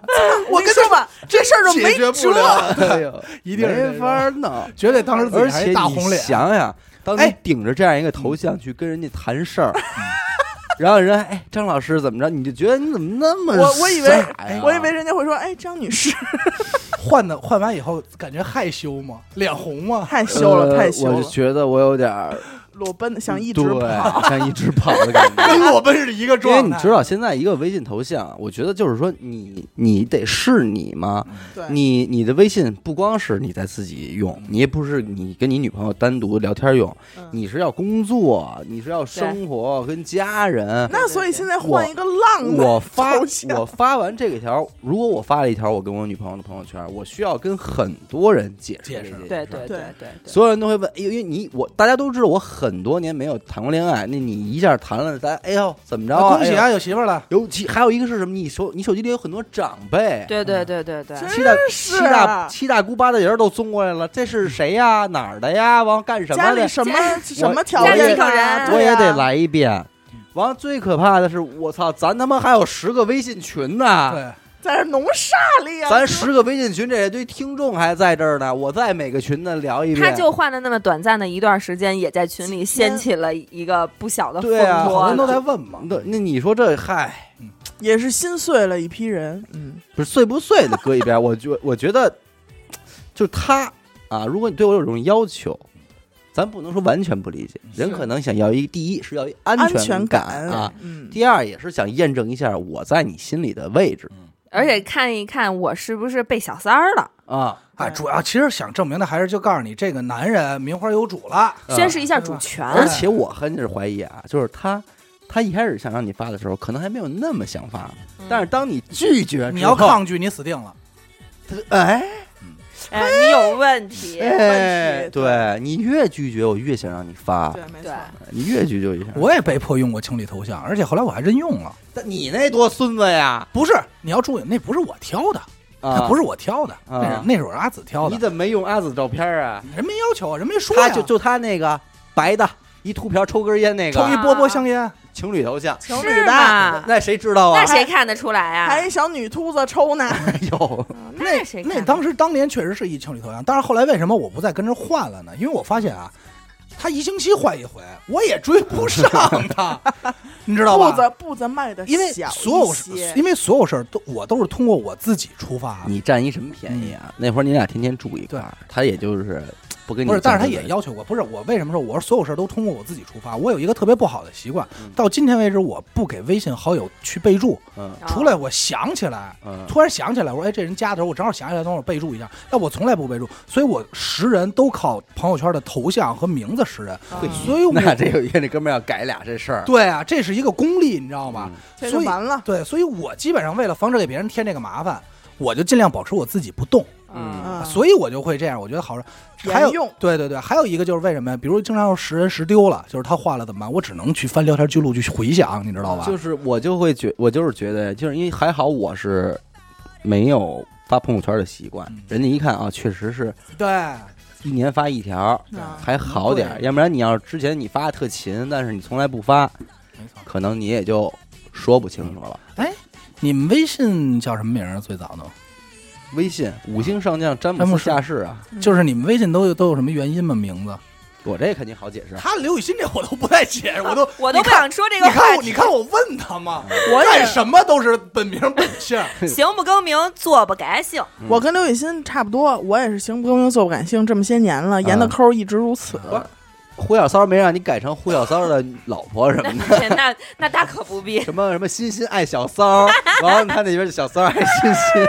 Speaker 1: 我 跟你说吧，这事儿就没
Speaker 4: 解决不
Speaker 1: 辙。
Speaker 4: 了，
Speaker 3: 哎呦，
Speaker 4: 一定是这
Speaker 3: 没
Speaker 4: 种
Speaker 3: 法弄。
Speaker 4: 绝对当时自
Speaker 3: 而
Speaker 4: 己还
Speaker 3: 且
Speaker 4: 是大红
Speaker 3: 你
Speaker 4: 脸，
Speaker 3: 想想，当你
Speaker 4: 哎
Speaker 3: 顶着这样一个头像去跟人家谈事儿，然后人家哎张老师怎么着，你就觉得你怎么那么
Speaker 1: 我我以为
Speaker 3: 傻呀
Speaker 1: 我以为人家会说：“哎，张女 士，
Speaker 4: 换的换完以后感觉害羞吗？脸红吗？
Speaker 1: 太羞了，
Speaker 3: 呃
Speaker 1: 太羞
Speaker 3: 我
Speaker 1: 了
Speaker 3: 就，觉得我有点儿
Speaker 1: 裸奔想一直跑。
Speaker 3: 对，像一直跑的感觉。
Speaker 4: 跟裸奔是 一个
Speaker 3: 因为
Speaker 4: 状态。
Speaker 3: 你知道现在一个微信头像，啊我觉得就是说你你得是你吗？”
Speaker 1: 对，
Speaker 3: 你你的微信不光是你在自己用，你也不是你跟你女朋友单独聊天用，
Speaker 1: 嗯
Speaker 3: 你是要工作，你是要生活跟家人，
Speaker 1: 那所以现在换一个浪的，
Speaker 3: 我发
Speaker 1: 头像
Speaker 3: 我发完这个条，如果我发了一条我跟我女朋友的朋友圈，我需要跟很多人解释
Speaker 4: 解
Speaker 3: 这
Speaker 4: 释
Speaker 3: 件事
Speaker 2: 对对
Speaker 1: 对
Speaker 2: 对对，
Speaker 3: 所有人都会问，哎呦因为你我大家都知道我很多年没有谈过恋爱，那你一下谈了，咱哎呦怎么着、
Speaker 4: 啊恭喜
Speaker 3: 啊！哎
Speaker 4: 啊，
Speaker 3: 呦
Speaker 4: 有媳妇儿了。
Speaker 3: 尤其还有一个是什么？你手你手机里有很多长辈，
Speaker 2: 对对对对对，
Speaker 1: 真
Speaker 3: 七大
Speaker 1: 是
Speaker 3: 七大七大姑八大姨儿都送过来了，这是谁呀？哪儿的呀？完了干什
Speaker 1: 家
Speaker 3: 么
Speaker 1: 里
Speaker 3: 的？
Speaker 1: 什么什么条
Speaker 2: 家里
Speaker 1: 件
Speaker 2: 几口
Speaker 1: 啊
Speaker 2: 人
Speaker 1: 对
Speaker 3: 我也得
Speaker 1: 呀
Speaker 3: 来一遍。完了，最可怕的是，我操，咱他妈还有十个微信群呢。
Speaker 4: 对，
Speaker 1: 在这弄啊啥里哎呀？
Speaker 3: 咱十个微信群，这一堆听众还在这儿呢，我在每个群呢聊一
Speaker 2: 他
Speaker 3: 遍。
Speaker 2: 就换了那么短暂的一段时间，也在群里掀起了一个不小的风
Speaker 3: 对啊
Speaker 4: 好多
Speaker 2: 波
Speaker 4: 人都。在问嘛。
Speaker 3: 那那你说这嗨，
Speaker 1: 也是心碎了一批人。嗯，
Speaker 3: 不是碎不碎的搁一边，我觉我觉得，就他啊，如果你对我有这种要求，咱不能说完全不理解，人
Speaker 2: 是
Speaker 3: 可能想要一第一是要一安
Speaker 1: 安
Speaker 3: 全
Speaker 1: 感
Speaker 3: 啊，，
Speaker 1: 嗯，
Speaker 3: 第二也是想验证一下我在你心里的位置
Speaker 2: 而且看一看我是不是被小三儿了，
Speaker 3: 啊，
Speaker 4: 哎，主要其实想证明的还是就告诉你，这个男人名花有主了。
Speaker 3: 啊
Speaker 2: 宣示一下主权。
Speaker 3: 而
Speaker 4: 嗯
Speaker 3: 且我很是怀疑啊，就是他。他一开始想让你发的时候，可能还没有那么想发，
Speaker 2: 嗯
Speaker 4: 嗯
Speaker 3: 但是当你拒绝之后，
Speaker 4: 你要抗拒，你死定了。
Speaker 3: 他就哎，
Speaker 2: 哎，你有问题。
Speaker 4: 哎
Speaker 1: 问题
Speaker 3: 对你越拒绝，我越想让你发；
Speaker 1: 对，没
Speaker 2: 对
Speaker 1: 错，，
Speaker 3: 你越拒绝，我越想。
Speaker 4: 我也被迫用过情侣头像，而且后来我还真用了。
Speaker 3: 但你那多孙子呀！
Speaker 4: 不是，你要注意，那不是我挑的，
Speaker 3: 啊
Speaker 4: 不是我挑的，
Speaker 3: 啊
Speaker 4: 那是那是我让阿紫挑
Speaker 3: 你
Speaker 4: 的，
Speaker 3: 怎么没用阿紫照片啊？
Speaker 4: 人没要求，人没说
Speaker 3: 他
Speaker 4: 呀，
Speaker 3: 就就他那个白的，一秃瓢抽根烟那
Speaker 4: 抽
Speaker 3: 个
Speaker 4: 一波波香
Speaker 1: 啊
Speaker 4: 烟，
Speaker 3: 情侣头像，
Speaker 1: 情侣
Speaker 2: 是
Speaker 1: 的，
Speaker 2: 吧？
Speaker 3: 那谁知道啊
Speaker 2: 那？ 谁看得出来
Speaker 1: 还
Speaker 2: 啊？
Speaker 1: 一小女秃子抽呢，
Speaker 3: 有
Speaker 2: 嗯
Speaker 4: 哎那
Speaker 2: 谁看
Speaker 4: 那
Speaker 2: 得
Speaker 4: 当时当年确实是一情侣头像，但是后来为什么我不再跟着换了呢？因为我发现啊，他一星期换一回，我也追不上 他，你知道
Speaker 1: 步
Speaker 4: 吧？
Speaker 1: 子步子迈的
Speaker 4: 因为
Speaker 1: 小
Speaker 4: 所有
Speaker 1: 一
Speaker 4: 事
Speaker 1: 些，
Speaker 4: 因为所有事儿都我都是通过我自己出发，
Speaker 3: 你占一什么便宜啊？那会儿你俩天天住一块儿，他也就是啊不跟你
Speaker 4: 不是，但是他
Speaker 3: 见面
Speaker 4: 也要求我，不是我为什么说我说所有事儿都通过我自己出发？我有一个特别不好的习惯
Speaker 3: 嗯，
Speaker 4: 到今天为止我不给微信好友去备注，
Speaker 3: 嗯
Speaker 1: 哦
Speaker 2: 啊
Speaker 4: 除了我想起来。
Speaker 3: 嗯，
Speaker 4: 突然想起来，我说哎，这人加的时候，我正好想起来，等会儿备注一下。但我从来不备注，所以我识人都靠朋友圈的头像和名字识人。
Speaker 1: 啊
Speaker 3: 会
Speaker 4: 所以我
Speaker 3: 嗯 那这有一天这哥们儿要改俩这事儿，
Speaker 4: 对啊，这是一个功力，你知道吗
Speaker 3: 嗯？
Speaker 1: 这就
Speaker 4: 所以
Speaker 1: 完了。
Speaker 4: 对，所以我基本上为了防止给别人添这个麻烦，我就尽量保持我自己不动。
Speaker 2: 嗯
Speaker 1: 嗯，
Speaker 4: 所以我就会这样，我觉得好着。
Speaker 1: 沿
Speaker 4: 还有
Speaker 1: 用
Speaker 4: 对对对，还有一个就是为什么呀？比如经常识人识丢了，就是他换了怎么办？我只能去翻聊天记录去回想，你知道吧？
Speaker 3: 就是我就会觉，我就是觉得，就是因为还好我是没有发朋友圈的习惯
Speaker 4: 嗯，
Speaker 3: 人家一看啊，确实是
Speaker 4: 对，
Speaker 3: 一年发一条，
Speaker 1: 啊
Speaker 3: 还好点儿，要不然你要是之前你发的特勤，但是你从来不发，
Speaker 4: 没错。
Speaker 3: 可能你也就说不清楚了。
Speaker 4: 你们微信叫什么名儿啊？最早都
Speaker 3: 微信五星上将詹
Speaker 4: 詹
Speaker 3: 姆
Speaker 4: 姆
Speaker 3: 斯
Speaker 4: 斯
Speaker 3: 下士啊，
Speaker 4: 就是你们微信都有都有什么原因吗？名字？
Speaker 3: 我这肯定好解释。啊
Speaker 4: 他刘雨欣这我都不太解释，我都
Speaker 2: 我都不想说这
Speaker 4: 你
Speaker 2: 个话
Speaker 4: 看我，
Speaker 2: 题。
Speaker 4: 你看我问他嘛，
Speaker 2: 我也
Speaker 4: 干什么都是本名本 姓。
Speaker 2: 行不更名，坐不改 姓。
Speaker 3: 嗯
Speaker 1: 我跟刘雨欣差不多，我也是行不更名，坐不改姓，这么些年
Speaker 4: 嗯
Speaker 1: 了，严的
Speaker 3: 啊
Speaker 1: 抠一直如此。
Speaker 3: 胡小呃骚没让你改成胡小骚的老婆什
Speaker 2: 那
Speaker 3: 么 的，
Speaker 2: 那那大可不必。
Speaker 3: 什么什么欣欣爱小骚， 然后他那边小骚爱欣欣，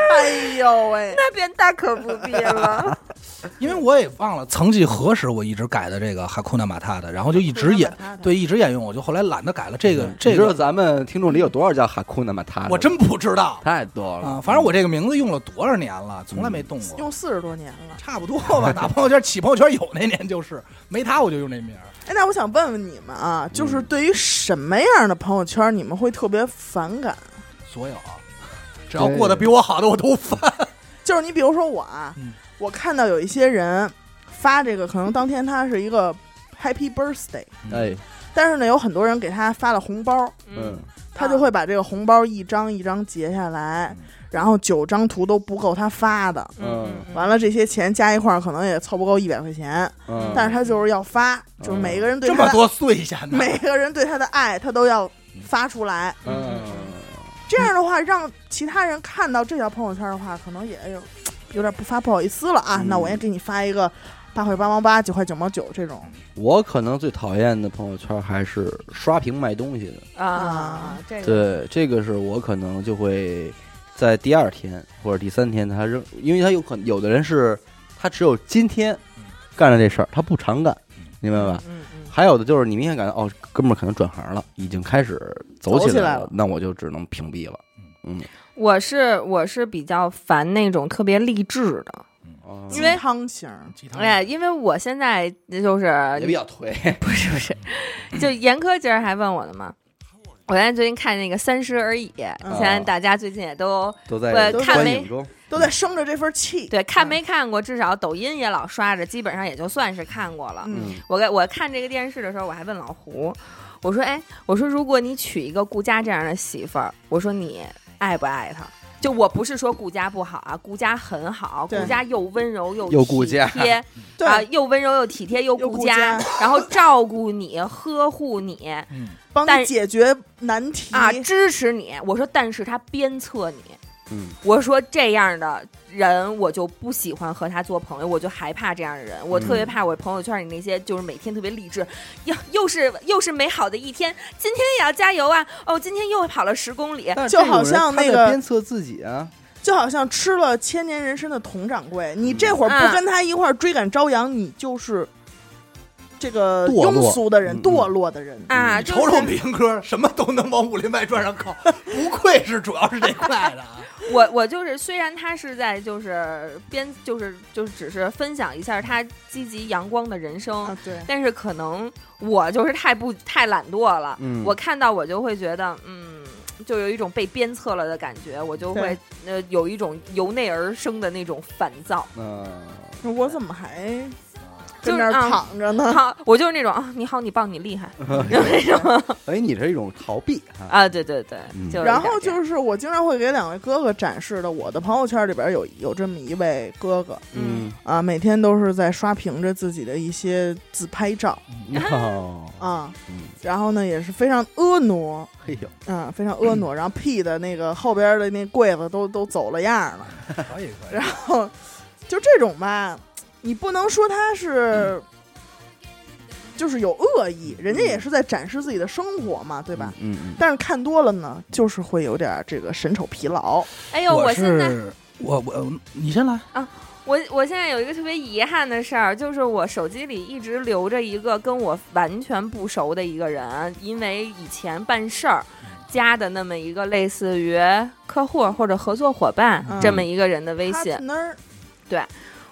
Speaker 1: 哎呦喂，
Speaker 2: 那便大可不必了。
Speaker 4: 因为我也忘了曾几何时我一直改的这个哈库纳马塔的，然后就一直演
Speaker 1: Hakuna Matata
Speaker 4: 对一直沿用，我就后来懒得改
Speaker 2: 嗯
Speaker 4: 了。这个这
Speaker 3: 你知道
Speaker 4: 个
Speaker 3: 咱们听众里有多少叫哈库那么他？
Speaker 4: 我真不知道
Speaker 3: 太多了
Speaker 4: 啊，反正我这个名字用了多少年了，从来没动过。
Speaker 1: 用四十多年了。
Speaker 4: 差不多吧，打朋友圈起朋友圈有那年就是， 没他我就用这名儿。
Speaker 1: 哎，那我想问问你们啊，
Speaker 4: 嗯
Speaker 1: 就是对于什么样的朋友圈你们会特别反感？
Speaker 4: 所有啊，只要过得比我好的我都烦。
Speaker 1: 就是你比如说我啊
Speaker 4: 嗯，
Speaker 1: 我看到有一些人发这个，可能当天他是一个 Happy Birthday，
Speaker 3: 哎，
Speaker 1: 但是呢，有很多人给他发了红包，
Speaker 3: 嗯，，
Speaker 1: 他就会把这个红包一张一张截下来
Speaker 4: 嗯，
Speaker 1: 然后九张图都不够他发的。
Speaker 3: 嗯
Speaker 1: 完了，这些钱加一块儿可能也凑不够一百块钱，
Speaker 3: 嗯，
Speaker 1: 但是他就是要发，
Speaker 2: 嗯
Speaker 1: 就是每个人对
Speaker 4: 这
Speaker 1: 他
Speaker 4: 么
Speaker 1: 的
Speaker 4: 多岁下呢，
Speaker 1: 每个人对他的爱，他都要发出来。
Speaker 3: 嗯，
Speaker 1: 这样的话，让其他人看到这条朋友圈的话，可能也哎呦有点不发不好意思了啊。
Speaker 3: 嗯
Speaker 1: 那我也给你发一个八块八毛八、九块九毛九这种。
Speaker 3: 我可能最讨厌的朋友圈还是刷屏卖东西 的。
Speaker 2: 啊，这个
Speaker 3: 对，这个是我可能就会在第二天或者第三天，他扔，因为他有可能有的人是他只有今天干了这事儿，他不常干，明白吧？
Speaker 2: 嗯嗯
Speaker 3: 还有的就是你明显感到哦，哥们儿可能转行了，已经开始走
Speaker 1: 走
Speaker 3: 起
Speaker 1: 起
Speaker 3: 来
Speaker 1: 来
Speaker 3: 了
Speaker 1: 了，
Speaker 3: 那我就只能屏蔽了。嗯，
Speaker 2: 我是我是比较烦那种特别励志的，
Speaker 3: 哦
Speaker 2: 因为
Speaker 1: 汤型儿，
Speaker 4: 其他人
Speaker 2: 哎，因为我现在就是
Speaker 3: 也比较颓，
Speaker 2: 不是不是，就严科今儿还问我呢嘛。我现在最近看那个《三十而已》，
Speaker 1: 嗯
Speaker 2: 现在大家最近也都
Speaker 3: 都
Speaker 2: 呃
Speaker 3: 在
Speaker 1: 看
Speaker 3: 观
Speaker 2: 没
Speaker 3: 影中。
Speaker 1: 都在生着这份气。
Speaker 2: 对看没看过，至少抖音也老刷着，基本上也就算是看过了。
Speaker 1: 嗯，
Speaker 2: 我给我看这个电视的时候，我还问老胡，我说：“哎，我说如果你娶一个顾佳这样的媳妇儿，我说你爱不爱她？”就我不是说顾佳不好啊，顾佳很好，顾
Speaker 1: 对
Speaker 2: 佳又温柔又
Speaker 3: 又顾
Speaker 2: 体
Speaker 3: 家
Speaker 2: 贴
Speaker 1: 对，
Speaker 2: 啊，又温柔又体贴又
Speaker 1: 又
Speaker 2: 顾
Speaker 1: 顾
Speaker 2: 家，
Speaker 1: 家
Speaker 2: 然后照顾你、呵 护你
Speaker 4: 嗯，
Speaker 1: 帮
Speaker 2: 但
Speaker 1: 你解决难题
Speaker 2: 啊，支持你。我说，但是她鞭策你，
Speaker 3: 嗯，
Speaker 2: 我说这样的人，我就不喜欢和他做朋友，我就害怕这样的人。我特别怕我朋友圈里那些就是每天特别励志，又又是又是美好的一天，今天也要加油啊！哦，今天又跑了十公里。
Speaker 3: 但是
Speaker 1: 就
Speaker 3: 这种
Speaker 1: 好
Speaker 3: 人
Speaker 1: 像
Speaker 3: 他
Speaker 1: 那
Speaker 3: 在
Speaker 1: 个
Speaker 3: 鞭策自己啊，
Speaker 1: 就好像吃了千年人参的佟掌柜，你这会儿
Speaker 2: 嗯
Speaker 1: 不跟他一块儿追赶朝阳，你就是这个
Speaker 3: 堕落
Speaker 1: 庸俗的人、
Speaker 3: 嗯
Speaker 1: 堕落的人。
Speaker 2: 啊，
Speaker 3: 嗯
Speaker 2: 就
Speaker 4: 瞅瞅
Speaker 2: 是
Speaker 4: 明哥，什么都能往《武林外传》上靠，不愧是主要是这块的啊。
Speaker 2: 我，我就是虽然他是在就是编，就是就是只是分享一下他积极阳光的人生，
Speaker 1: 啊，对，
Speaker 2: 但是可能我就是太不太懒惰了，
Speaker 3: 嗯
Speaker 2: 我看到我就会觉得，嗯，就有一种被鞭策了的感觉，我就
Speaker 1: 对
Speaker 2: 会呃有一种由内而生的那种烦躁。
Speaker 3: 嗯，
Speaker 1: 我怎么还
Speaker 2: 就
Speaker 1: 跟那儿
Speaker 2: 是啊
Speaker 1: 躺着呢？
Speaker 2: 好，我就是那种啊，你好，你棒，你厉害
Speaker 3: 嗯哎，你这是一种逃避啊，
Speaker 2: 啊！对对对
Speaker 3: 嗯，
Speaker 2: 就是
Speaker 1: 然后
Speaker 2: 这样
Speaker 1: 就是我经常会给两位哥哥展示的，我的朋友圈里边有有这么一位哥哥
Speaker 3: 嗯，
Speaker 1: 啊，每天都是在刷屏着自己的一些自拍照
Speaker 3: 哦，
Speaker 1: 啊，
Speaker 3: 嗯，
Speaker 1: 然后呢也是非常婀娜，
Speaker 3: 嘿呦，
Speaker 1: 嗯，非常婀娜，然后 P 的那个后边的那柜子都都走了样了，
Speaker 4: 可以可以
Speaker 1: 然后就这种吧，你不能说他是。就是有恶意，人家也是在展示自己的生活嘛，对吧？
Speaker 3: 嗯？嗯嗯，
Speaker 1: 但是看多了呢，就是会有点这个审丑疲劳。
Speaker 2: 哎呦，
Speaker 4: 我
Speaker 2: 现在
Speaker 4: 是我我你先来，
Speaker 2: 我我现在有一个特别遗憾的事儿，就是我手机里一直留着一个跟我完全不熟的一个人，因为以前办事儿加的那么一个类似于客户或者合作伙伴
Speaker 1: 嗯
Speaker 2: 这么一个人的微信，
Speaker 1: partner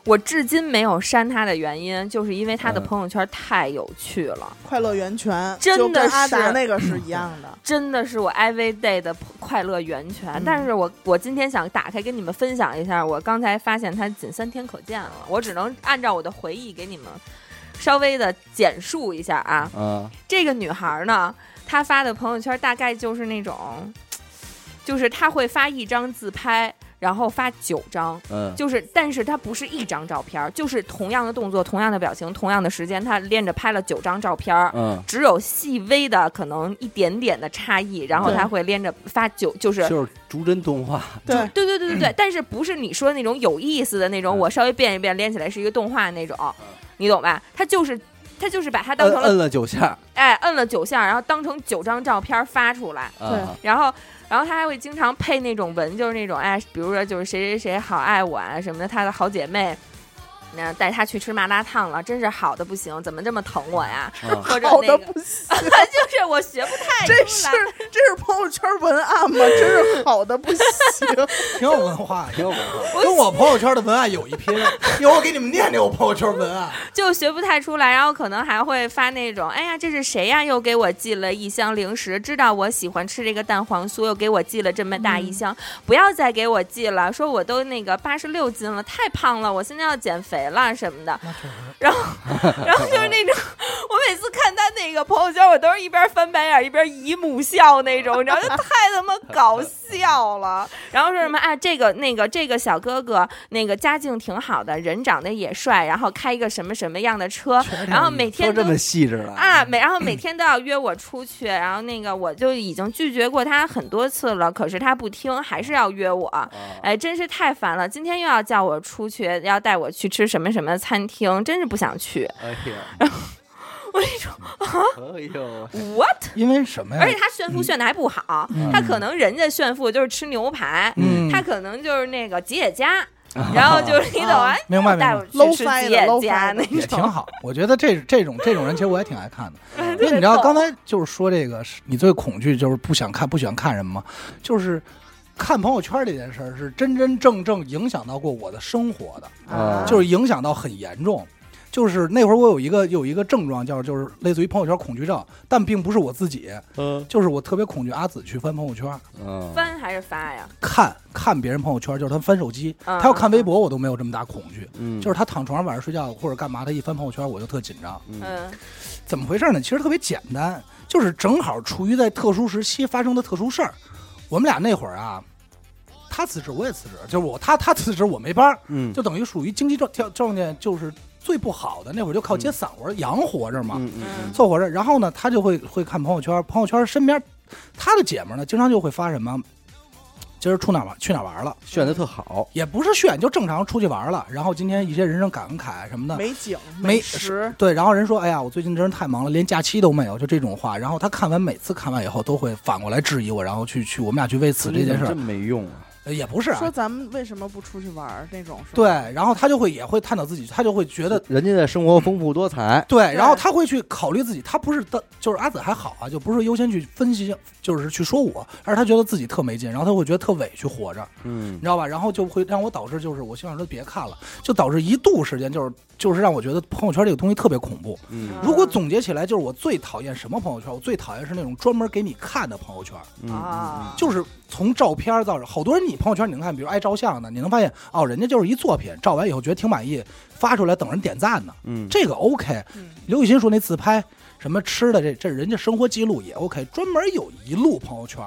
Speaker 2: 我至今没有删他的原因，就是因为他的
Speaker 3: 嗯
Speaker 2: 朋友圈太有趣了，
Speaker 1: 快乐源泉，
Speaker 2: 真的
Speaker 1: 就跟阿达
Speaker 2: 是
Speaker 1: 那个是一样的。
Speaker 2: 真的是我 every day 的快乐源泉。
Speaker 1: 嗯
Speaker 2: 但是我我今天想打开跟你们分享一下，我刚才发现它仅三天可见了，我只能按照我的回忆给你们稍微的简述一下啊。
Speaker 3: 啊，
Speaker 2: 这个女孩呢，她发的朋友圈大概就是那种，就是她会发一张自拍，然后发九张。
Speaker 3: 嗯，
Speaker 2: 就是，但是她不是一张照片儿，就是同样的动作、同样的表情、同样的时间，她连着拍了九张照片儿，
Speaker 3: 嗯，
Speaker 2: 只有细微的可能一点点的差异，然后
Speaker 1: 对
Speaker 2: 他会连着发九，就是。
Speaker 3: 就是逐帧动画，
Speaker 1: 对，
Speaker 2: 对对对 对对，但是不是你说那种有意思的那种，
Speaker 3: 嗯
Speaker 2: 我稍微变一变连起来是一个动画那种，你懂吧？他就是他就是把它当
Speaker 3: 摁
Speaker 2: 成了
Speaker 3: 摁了九下
Speaker 2: 哎摁了九下，然后当成九张照片发出来，
Speaker 3: 啊，
Speaker 2: 然后然后他还会经常配那种文，就是那种哎，比如说就是谁谁谁好爱我啊什么的，她的好姐妹，那带她去吃麻辣烫了，真是好的不行，怎么这么疼我呀？
Speaker 3: 嗯
Speaker 2: 或者
Speaker 1: 好
Speaker 2: 那
Speaker 1: 的
Speaker 2: 个
Speaker 1: 不行，
Speaker 2: 就是我学不太
Speaker 1: 这
Speaker 2: 出
Speaker 1: 是
Speaker 2: 来。
Speaker 1: 这是朋友圈文案吗？真是好的不行。
Speaker 4: 挺有文化，
Speaker 3: 挺有文化，
Speaker 2: 我
Speaker 4: 跟我朋友圈的文案 有一拼，一会儿我给你们念念我朋友圈文案。
Speaker 2: 就学不太出来，然后可能还会发那种，哎呀，这是谁呀？又给我寄了一箱零食，知道我喜欢吃这个蛋黄酥，又给我寄了这么
Speaker 1: 嗯
Speaker 2: 大一箱，不要再给我寄了，说我都那个八十六斤了，太胖了，我现在要减肥了什么的。然后， 然后就是那种， 我每次看他那个朋友圈，我都是一边翻白眼一边姨母笑那种，你知道，就太他妈搞笑 了。然后说什么啊，这个那个这个小哥哥，那个家境挺好的，人长得也帅，然后开一个什么什么样的车
Speaker 4: 全是，
Speaker 2: 然后每
Speaker 3: 说
Speaker 2: 天
Speaker 3: 这
Speaker 2: 都
Speaker 3: 么细致了，
Speaker 2: 啊，每然后
Speaker 4: 嗯
Speaker 2: 每天都要约我出去，然后那个我就已经拒绝过他很多次了，可是他不听，还是要约
Speaker 4: 啊
Speaker 2: 我。哎，真是太烦了！今天又要叫我出去，要带我去吃什么什么餐厅，真是不想去。
Speaker 3: 哎呀，
Speaker 2: 我那种
Speaker 3: 哎呦，
Speaker 2: what？
Speaker 4: 因为什么呀
Speaker 2: 而且？他炫
Speaker 4: 嗯
Speaker 2: 富炫的还不好，他可能人家炫富就是吃牛排，
Speaker 4: 嗯
Speaker 2: 他可能就是那个吉野家，然后就是你懂啊，
Speaker 4: 明白明
Speaker 2: 带
Speaker 4: 白
Speaker 2: 我去吃
Speaker 1: Low-fi
Speaker 2: 吉
Speaker 1: 的
Speaker 2: 野
Speaker 1: low-fi
Speaker 2: 家
Speaker 1: 的
Speaker 2: 那
Speaker 4: 也挺
Speaker 2: 种。
Speaker 4: 好，我觉得这这种这种人，其实我也挺爱看的。 因为
Speaker 2: 特别
Speaker 4: 你知道，
Speaker 2: 逗
Speaker 4: 刚才就是说这个，是你最恐惧就是不想看，不喜欢看什么吗？就是看朋友圈这件事儿，是真真正正影响到过我的生活的，
Speaker 3: 啊
Speaker 4: 就是影响到很严重。就是那会儿我有一个有一个症状叫就是类似于朋友圈恐惧症，但并不是我自己，
Speaker 3: 嗯
Speaker 4: 就是我特别恐惧阿紫去翻朋友圈，
Speaker 3: 嗯，
Speaker 2: 翻还是发呀？
Speaker 4: 看看别人朋友圈，就是他翻手机，
Speaker 2: 嗯
Speaker 4: 他要看微博我都没有这么大恐惧，
Speaker 3: 嗯，
Speaker 4: 就是他躺床上晚上睡觉或者干嘛，他一翻朋友圈我就特紧张。
Speaker 2: 嗯
Speaker 4: 怎么回事呢？其实特别简单，就是正好处于在特殊时期发生的特殊事儿。我们俩那会儿啊，他辞职我也辞职，就是我他他辞职我没班儿，
Speaker 3: 嗯，
Speaker 4: 就等于属于经济状条条件就是最不好的那会儿，就靠接散活儿养活着嘛，
Speaker 3: 嗯嗯
Speaker 4: 凑合着。然后呢，他就会会看朋友圈，朋友圈身边他的姐们儿呢，经常就会发什么。今儿出哪玩去哪玩了，
Speaker 3: 炫的特好，
Speaker 4: 也不是炫，就正常出去玩了。然后今天一些人生感慨什么的，
Speaker 1: 美景、
Speaker 4: 没
Speaker 1: 美食，
Speaker 4: 对，然后人说：“哎呀，我最近真是太忙了，连假期都没有。”就这种话。然后他看完，每次看完以后都会反过来质疑我，然后去去我们俩去为此这件事
Speaker 3: 真
Speaker 4: 儿。
Speaker 3: 没用啊，
Speaker 4: 呃也不是啊
Speaker 1: 说，咱们为什么不出去玩儿那种？是吧
Speaker 4: 对，，然后他就会也会探讨自己，他就会觉得
Speaker 3: 人家的生活丰富多彩，
Speaker 4: 对，然后他会去考虑自己，他不是的，就是阿紫还好啊，就不是优先去分析，就是去说我，而是他觉得自己特没劲，然后他会觉得特委屈活着，
Speaker 3: 嗯
Speaker 4: 你知道吧？然后就会让我导致就是我希望他别看了，就导致一度时间就是就是让我觉得朋友圈这个东西特别恐怖。
Speaker 3: 嗯
Speaker 4: 如果总结起来，就是我最讨厌什么朋友圈？我最讨厌是那种专门给你看的朋友圈，
Speaker 3: 嗯
Speaker 1: 嗯
Speaker 2: 啊，
Speaker 4: 就是从照片到好多人，你朋友圈你能看，比如爱照相的，你能发现哦，人家就是一作品，照完以后觉得挺满意，发出来等人点赞呢，
Speaker 3: 嗯，
Speaker 4: 这个 OK。
Speaker 1: 嗯
Speaker 4: 刘雨欣说那自拍什么吃的这这人家生活记录也 OK，专门有一路朋友圈，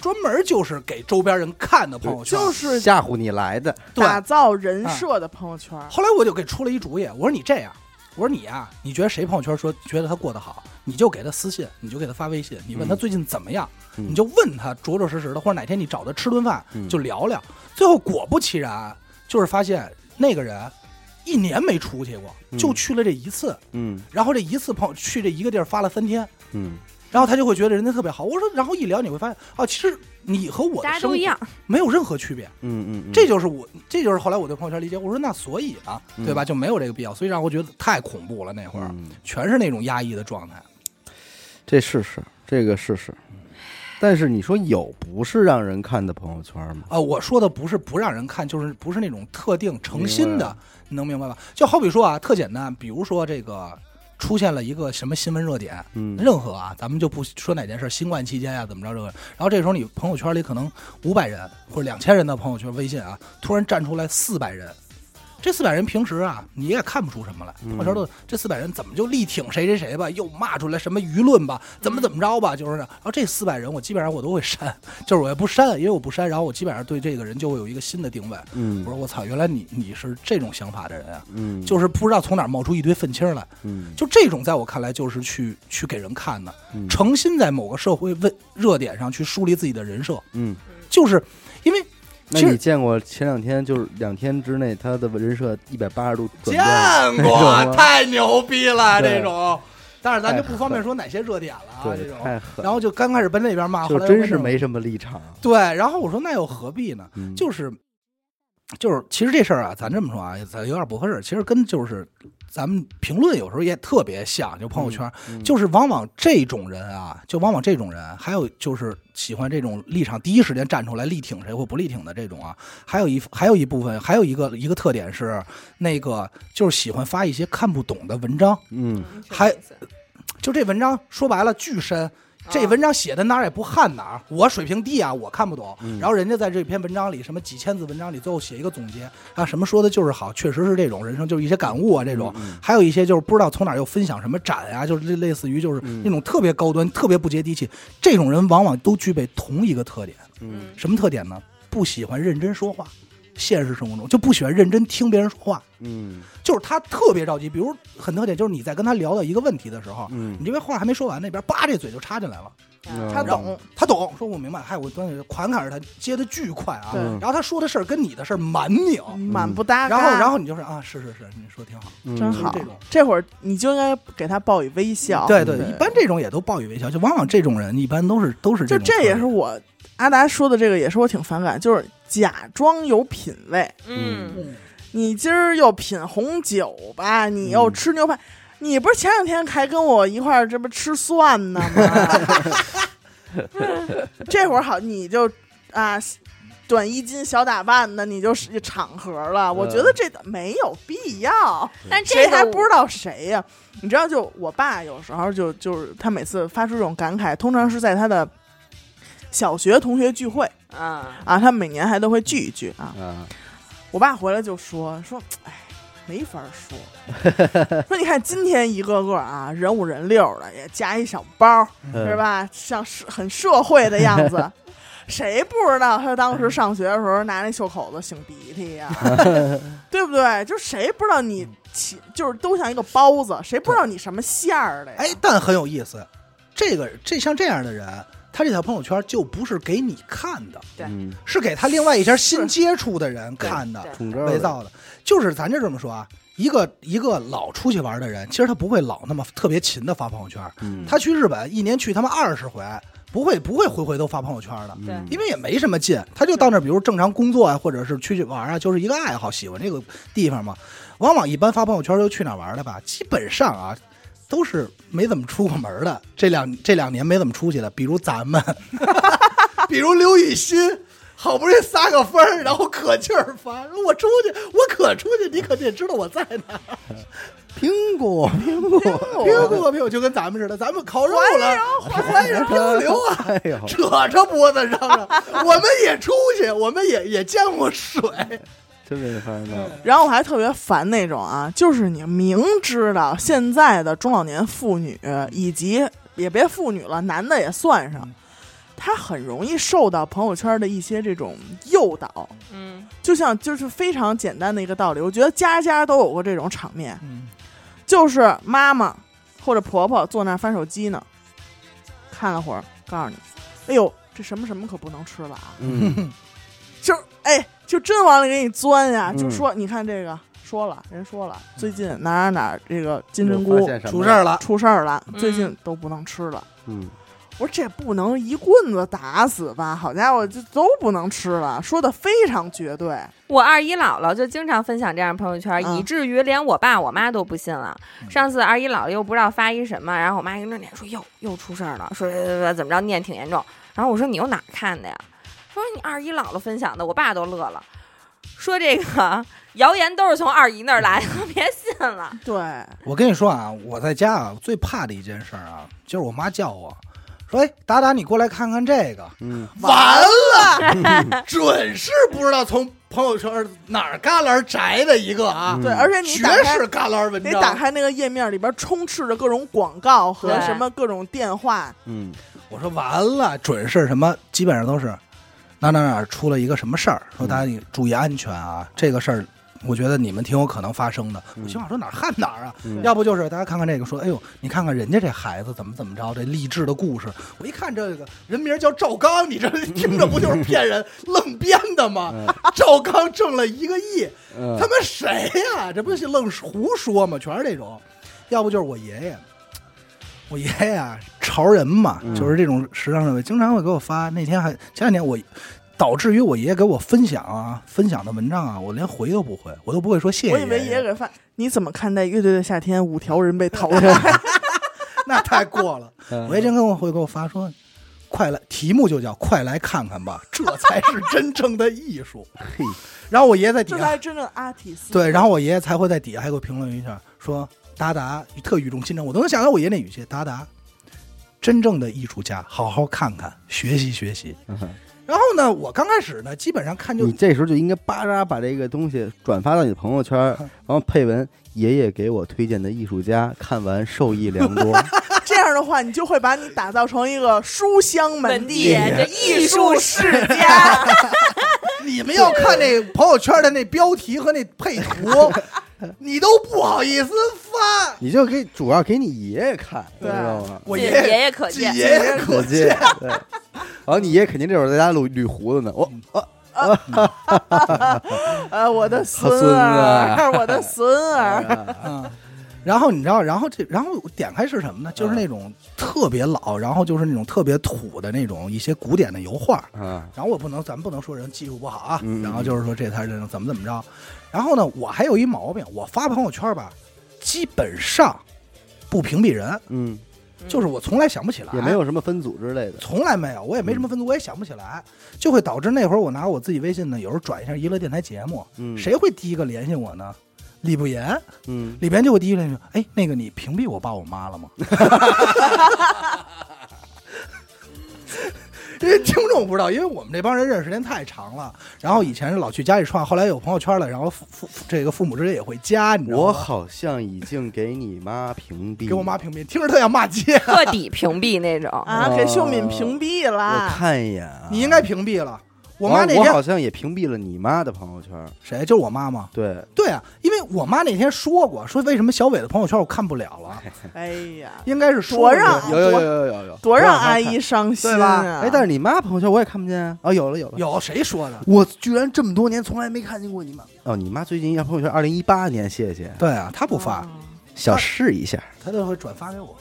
Speaker 4: 专门就是给周边人看的朋友圈。
Speaker 1: 就是
Speaker 3: 吓唬你来的，
Speaker 4: 对，
Speaker 1: 打造人设的朋友圈儿。
Speaker 4: 后来我就给出了一主意，我说你这样，我说你呀、你觉得谁朋友圈说觉得他过得好，你就给他私信，你就给他发微信，你问他
Speaker 3: 嗯
Speaker 4: 最近怎么样，
Speaker 3: 嗯
Speaker 4: 你就问他着着实实的，或者哪天你找他吃顿饭、
Speaker 3: 嗯
Speaker 4: 就聊聊。最后果不其然，就是发现那个人一年没出去过，
Speaker 3: 嗯
Speaker 4: 就去了这一次，
Speaker 3: 嗯
Speaker 4: 然后这一次朋友去这一个地儿发了三天。
Speaker 3: 嗯，
Speaker 4: 然后他就会觉得人家特别好。我说，然后一聊你会发现，哦，其实你和我的
Speaker 2: 大家
Speaker 4: 生
Speaker 2: 都
Speaker 4: 活
Speaker 2: 一样，
Speaker 4: 没有任何区别。
Speaker 3: 嗯嗯，
Speaker 4: 这就是我，这就是后来我对朋友圈理解。我说，那所以啊呢，
Speaker 3: 嗯
Speaker 4: 对吧？就没有这个必要，所以让我觉得太恐怖了。那会儿、
Speaker 3: 嗯
Speaker 4: 全是那种压抑的状态。
Speaker 3: 这是是这个是是，但是你说有不是让人看的朋友圈吗？
Speaker 4: 啊，我说的不是不让人看，就是不是那种特定诚心
Speaker 3: 明白
Speaker 4: 的，你能明白吧？就好比说啊，特简单，比如说这个出现了一个什么新闻热点，
Speaker 3: 嗯
Speaker 4: 任何啊，咱们就不说哪件事，新冠期间啊呀、怎么着这个，然后这时候你朋友圈里可能五百人或者两千人的朋友圈微信啊，突然站出来四百人。这四百人平时啊，你也看不出什么来。
Speaker 3: 嗯
Speaker 4: 朋友圈都这四百人怎么就力挺谁谁谁吧，又骂出来什么舆论吧，怎么怎么着吧，就是这样。然后这四百人我基本上我都会删， 就是我也不删，因为我不删，然后我基本上对这个人就会有一个新的定位。我
Speaker 3: 嗯
Speaker 4: 说我操，原来你你是这种想法的人啊，
Speaker 3: 嗯，
Speaker 4: 就是不知道从哪儿冒出一堆愤青来。
Speaker 3: 嗯
Speaker 4: 就这种，在我看来就是去去给人看的，
Speaker 3: 嗯
Speaker 4: 诚心在某个社会问热点上去树立自己的人设，
Speaker 3: 嗯，
Speaker 4: 就是因为
Speaker 3: 那
Speaker 4: 其
Speaker 3: 你
Speaker 4: 实
Speaker 3: 见过前两天就是两天之内他的人设一百八十度转
Speaker 4: 见
Speaker 3: 变？ 那种
Speaker 4: 过
Speaker 3: 啊
Speaker 4: 太牛逼了
Speaker 3: 对
Speaker 4: 这种，但是咱就
Speaker 3: 太
Speaker 4: 不方便说哪些热点了啊这
Speaker 3: 对，
Speaker 4: 种，
Speaker 3: 太狠
Speaker 4: 然
Speaker 3: 了，
Speaker 4: 后就刚开始奔那边骂，后
Speaker 3: 就
Speaker 4: 来又
Speaker 3: 真
Speaker 4: 奔
Speaker 3: 是
Speaker 4: 这
Speaker 3: 没什么立场，
Speaker 4: 对，然后我说那又何必呢？
Speaker 3: 嗯
Speaker 4: 就是就是，其实这事儿啊，咱这么说啊，咱有点不合适。其实跟就是咱们评论有时候也特别像，就朋友圈，
Speaker 3: 嗯
Speaker 4: 就是往往这种人啊，就往往这种人，还有就是喜欢这种立场第一时间站出来力挺谁或不力挺的这种啊，还有一还有一部分，还有一个一个特点是，那个就是喜欢发一些看不懂的文章，
Speaker 3: 嗯
Speaker 4: 还就这文章说白了巨深，
Speaker 3: 啊
Speaker 4: 这文章写的哪儿也不看哪儿，我水平低啊，我看不懂。
Speaker 3: 嗯
Speaker 4: 然后人家在这篇文章里，什么几千字文章里，最后写一个总结啊，什么说的就是好，确实是这种人生就是一些感悟啊，这种。
Speaker 3: 嗯
Speaker 4: 还有一些就是不知道从哪儿又分享什么展啊，就是类类似于就是
Speaker 3: 嗯
Speaker 4: 那种特别高端、特别不接地气，这种人往往都具备同一个特点，
Speaker 3: 嗯
Speaker 4: 什么特点呢？不喜欢认真说话，现实生活中就不喜欢认真听别人说话，
Speaker 3: 嗯
Speaker 4: 就是他特别着急。比如很特点就是你在跟他聊到一个问题的时候，你
Speaker 3: 嗯，
Speaker 4: 这边话还没说完，那边叭这嘴就插进来了。
Speaker 1: 他
Speaker 4: 然
Speaker 1: 懂
Speaker 4: 后他懂，说我明白，嗨，我端着款侃着他，接的巨快啊。
Speaker 1: 对嗯
Speaker 4: 然后他说的事儿跟你的事儿蛮拧，
Speaker 1: 满不搭嘎。
Speaker 4: 然后然后你就是啊，是是是，你说挺好，
Speaker 3: 嗯
Speaker 1: 真
Speaker 4: 就是
Speaker 1: 好
Speaker 4: 这种。
Speaker 1: 这会儿你就应该给他报以微笑。
Speaker 4: 对对，
Speaker 1: 对
Speaker 4: 一般这种也都报以微笑，就往往这种人一般都是都是
Speaker 1: 就
Speaker 4: 种
Speaker 1: 这也
Speaker 4: 特
Speaker 1: 是
Speaker 4: 点
Speaker 1: 我阿达说的这个，也是我挺反感，就是假装有品位。
Speaker 2: 嗯，
Speaker 1: 你今儿又品红酒吧，你又
Speaker 3: 嗯
Speaker 1: 吃牛排，你不是前两天还跟我一块儿这不吃蒜呢吗？ 这会儿好，你就啊，短衣襟小打扮的，你就是场合了。我觉得这没有必要，
Speaker 2: 但这
Speaker 1: 谁
Speaker 2: 个
Speaker 1: 还
Speaker 2: 我
Speaker 1: 不知道谁呀、你知道，就我爸有时候就就是他每次发出这种感慨，通常是在他的小学同学聚会
Speaker 2: 啊，
Speaker 1: 啊，他每年还都会聚一聚啊。
Speaker 3: 啊，
Speaker 1: 我爸回来就说说，哎，没法说， 说你看今天一个个啊，人五人六的，也夹一小包，是
Speaker 3: 是？
Speaker 1: 吧？像是很社会的样子。谁不知道他当时上学的时候拿那袖口子擤鼻涕呀、对不对？就谁不知道你起就是都像一个包子，谁不知道你什么馅儿的呀？
Speaker 4: 哎，但很有意思。这个这像这样的人，他这条朋友圈就不是给你看的，
Speaker 3: 嗯，
Speaker 4: 是给他另外一家新
Speaker 1: 是
Speaker 4: 接触的人看的
Speaker 2: 对。
Speaker 3: 中招
Speaker 4: 伪造的，就是咱就这么说啊。一个一个老出去玩的人，其实他不会老那么特别勤的发朋友圈。
Speaker 3: 嗯
Speaker 4: 他去日本一年去他妈二十回，不会不会回回都发朋友圈的，
Speaker 2: 对
Speaker 3: 嗯
Speaker 4: 因为也没什么劲，他就到那儿，比如正常工作啊，或者是出去玩啊，就是一个爱好，喜欢这个地方嘛。往往一般发朋友圈都去哪儿玩了吧？基本上啊，都是没怎么出过门的。 这两这两年没怎么出去的，比如咱们， 比如刘雨欣，好不容易撒个分儿，然后可劲儿发，说我出去，我可出去，你可得知道我在哪儿。
Speaker 3: 苹果，苹果，
Speaker 4: 苹果苹果就跟咱们似的，咱们烤肉了，还是漂流啊。
Speaker 3: 哎呦，
Speaker 4: 扯着脖子嚷 嚷，我们也出去，我们也也见过水，
Speaker 3: 真没法弄。
Speaker 1: 然后我还特别烦那种啊，就是你明知道现在的中老年妇女以及也别妇女了，男的也算上，他很容易受到朋友圈的一些这种诱导。
Speaker 2: 嗯，
Speaker 1: 就像就是非常简单的一个道理，我觉得家家都有过这种场面，
Speaker 4: 嗯
Speaker 1: 就是妈妈或者婆婆坐那儿翻手机呢，看了会儿，告诉你，哎呦，这什么什么可不能吃了啊，
Speaker 3: 嗯，
Speaker 1: 就哎，就真往里给你钻呀，
Speaker 3: 嗯
Speaker 1: 就说你看这个说了，人说了，最近哪儿哪儿哪儿这个金针
Speaker 3: 我发
Speaker 1: 菇
Speaker 3: 现什么
Speaker 4: 出事儿，了。
Speaker 1: 出事儿了，
Speaker 2: 嗯
Speaker 1: 最近都不能吃了。
Speaker 3: 嗯，
Speaker 1: 我说这不能一棍子打死吧？好家伙，这都不能吃了，说的非常绝对。
Speaker 2: 我二姨姥姥就经常分享这样朋友
Speaker 4: 啊
Speaker 2: 圈，
Speaker 1: 嗯
Speaker 2: 以至于连我爸我妈都不信了。
Speaker 4: 嗯
Speaker 2: 上次二姨姥姥又不知道发一什么，然后我妈跟着念说又又出事儿了，说说怎么着念挺严重。然后我说你又哪儿看的呀？说你二姨姥姥分享的，我爸都乐了。说这个谣言都是从二姨那儿来的，别信了。
Speaker 1: 对，
Speaker 3: 嗯
Speaker 4: 我跟你说啊，我在家啊最怕的一件事儿啊，就是我妈叫我说：“哎，达达，你过来看看这个。
Speaker 3: 嗯，”
Speaker 4: 完 了，准是不知道从朋友圈哪儿旮旯摘的一个啊
Speaker 3: 嗯
Speaker 1: 对，而且你打开
Speaker 4: 旮旯文
Speaker 1: 得打开那个页面，里边充斥着各种广告和
Speaker 2: 对
Speaker 1: 什么各种电话。
Speaker 3: 嗯，
Speaker 4: 我说完了，准是什么，基本上都是哪哪哪儿出了一个什么事儿，说大家你注意安全啊，这个事儿。我觉得你们挺有可能发生的。我心想说哪儿旱哪儿啊，
Speaker 3: 嗯
Speaker 4: 要不就是大家看看这个，说哎呦，你看看人家这孩子怎么怎么着，这励志的故事。我一看这个人名叫赵刚，你这 听着不就是骗人愣编的吗？赵刚挣了一个亿，
Speaker 3: 嗯
Speaker 4: 他妈谁呀、这不是愣胡说吗？全是这种，要不就是我爷爷，我爷爷啊，潮人嘛，
Speaker 3: 嗯
Speaker 4: 就是这种时尚社会，经常会给我发。那天还前两天我，导致于我爷爷给我分享啊，分享的文章啊，我连回都不回，我都不会说谢谢。
Speaker 1: 我以为爷爷给发，你怎么看待乐队的夏天五条人被淘 汰？
Speaker 4: 那太过了，
Speaker 3: 嗯
Speaker 4: 我爷真跟我会给我发说。快来，题目就叫“快来看看吧”，这才是真正的艺 术。
Speaker 3: 嘿，
Speaker 4: 然后我爷爷在底
Speaker 1: 这
Speaker 4: 下
Speaker 1: 才是真正的阿提斯。
Speaker 4: 对，然后我爷爷才会在底下还给我评论一下，说达达特语重心长，我都能想到我爷爷那语气，达达真正的艺术家，好好看看，学习学习。
Speaker 3: 嗯
Speaker 4: 然后呢，我刚开始呢，基本上看就
Speaker 3: 你这时候就应该巴扎把这个东西转发到你的朋友圈， 然后配文“爷爷给我推荐的艺术家”，看完受益良多。
Speaker 1: 这样的话，你就会把你打造成一个书香门第。
Speaker 2: 这艺术世家，
Speaker 4: 你们要看那朋友圈的那标题和那配图，你都不好意思发。
Speaker 3: 你就给主要给你爷爷看，你
Speaker 1: 对
Speaker 3: 知道吗？
Speaker 4: 我
Speaker 2: 这
Speaker 4: 爷爷
Speaker 2: 爷爷可
Speaker 4: 这
Speaker 2: 见。
Speaker 4: 爷爷可
Speaker 3: 见。对，然后你爷爷肯定这会儿在家捋捋胡 子呢。我啊，
Speaker 1: 呃，我的孙
Speaker 3: 孙
Speaker 1: 儿，
Speaker 3: 儿
Speaker 1: 我的孙 儿，
Speaker 4: 嗯，然后你知道，然后这，然后我点开是什么呢？就是那种特别老，然后就是那种特别土的那种一些古典的油画。
Speaker 3: 啊，
Speaker 4: 然后我不能，咱们不能说人技术不好啊。
Speaker 3: 嗯嗯
Speaker 4: 然后就是说这才是怎么怎么着。然后呢，我还有一毛病，我发朋友圈吧，基本上不屏蔽人，
Speaker 3: 嗯，
Speaker 4: 就是我从来想不起来，
Speaker 3: 也没有什么分组之类的。
Speaker 4: 从来没有，我也没什么分组，我也想不起来，就会导致那会儿我拿我自己微信呢，有时候转一下娱乐电台节目，
Speaker 3: 嗯，？
Speaker 4: 谁会第一个联系我呢？李不言，
Speaker 3: 嗯，
Speaker 4: 里边就会第一个联系我，哎，那个你屏蔽我爸我妈 了吗？因为听众不知道，因为我们这帮人认识时间太长了，然后以前是老去家里串，后来有朋友圈了，然后父父这个父母之间也会加，你知道
Speaker 3: 我
Speaker 4: 吗？
Speaker 3: 好像已经给你妈屏蔽，
Speaker 4: 给我妈屏蔽，听着特想骂街，
Speaker 2: 彻底屏蔽那种，
Speaker 1: 啊，给秀敏屏蔽
Speaker 3: 我
Speaker 1: 啦。
Speaker 3: 看一眼啊，
Speaker 4: 你应该屏蔽了。我
Speaker 3: 完
Speaker 4: 妈
Speaker 3: 了
Speaker 4: 那
Speaker 3: 我
Speaker 4: 天
Speaker 3: 好像也屏蔽了你妈的朋友圈。
Speaker 4: 谁？就是我妈吗？
Speaker 3: 对，
Speaker 4: 对啊，因为我妈那天说过，说为什么小伟的朋友圈我看不了了，
Speaker 1: 哎呀，
Speaker 4: 应该是说
Speaker 1: 多让
Speaker 3: 有有有有有有，
Speaker 1: 多 让
Speaker 3: 我好像
Speaker 1: 阿姨伤心
Speaker 4: 对吧
Speaker 1: 啊！
Speaker 3: 哎，但是你妈朋友圈我也看不见啊。哦，有了有了，
Speaker 4: 有谁说的？
Speaker 3: 我居然这么多年从来没看见过你妈。哦，你妈最近一条朋友圈，二零一八年，谢谢，
Speaker 4: 对啊，她不发，
Speaker 1: 哦
Speaker 3: 小试一下。
Speaker 4: 她就会转发给我。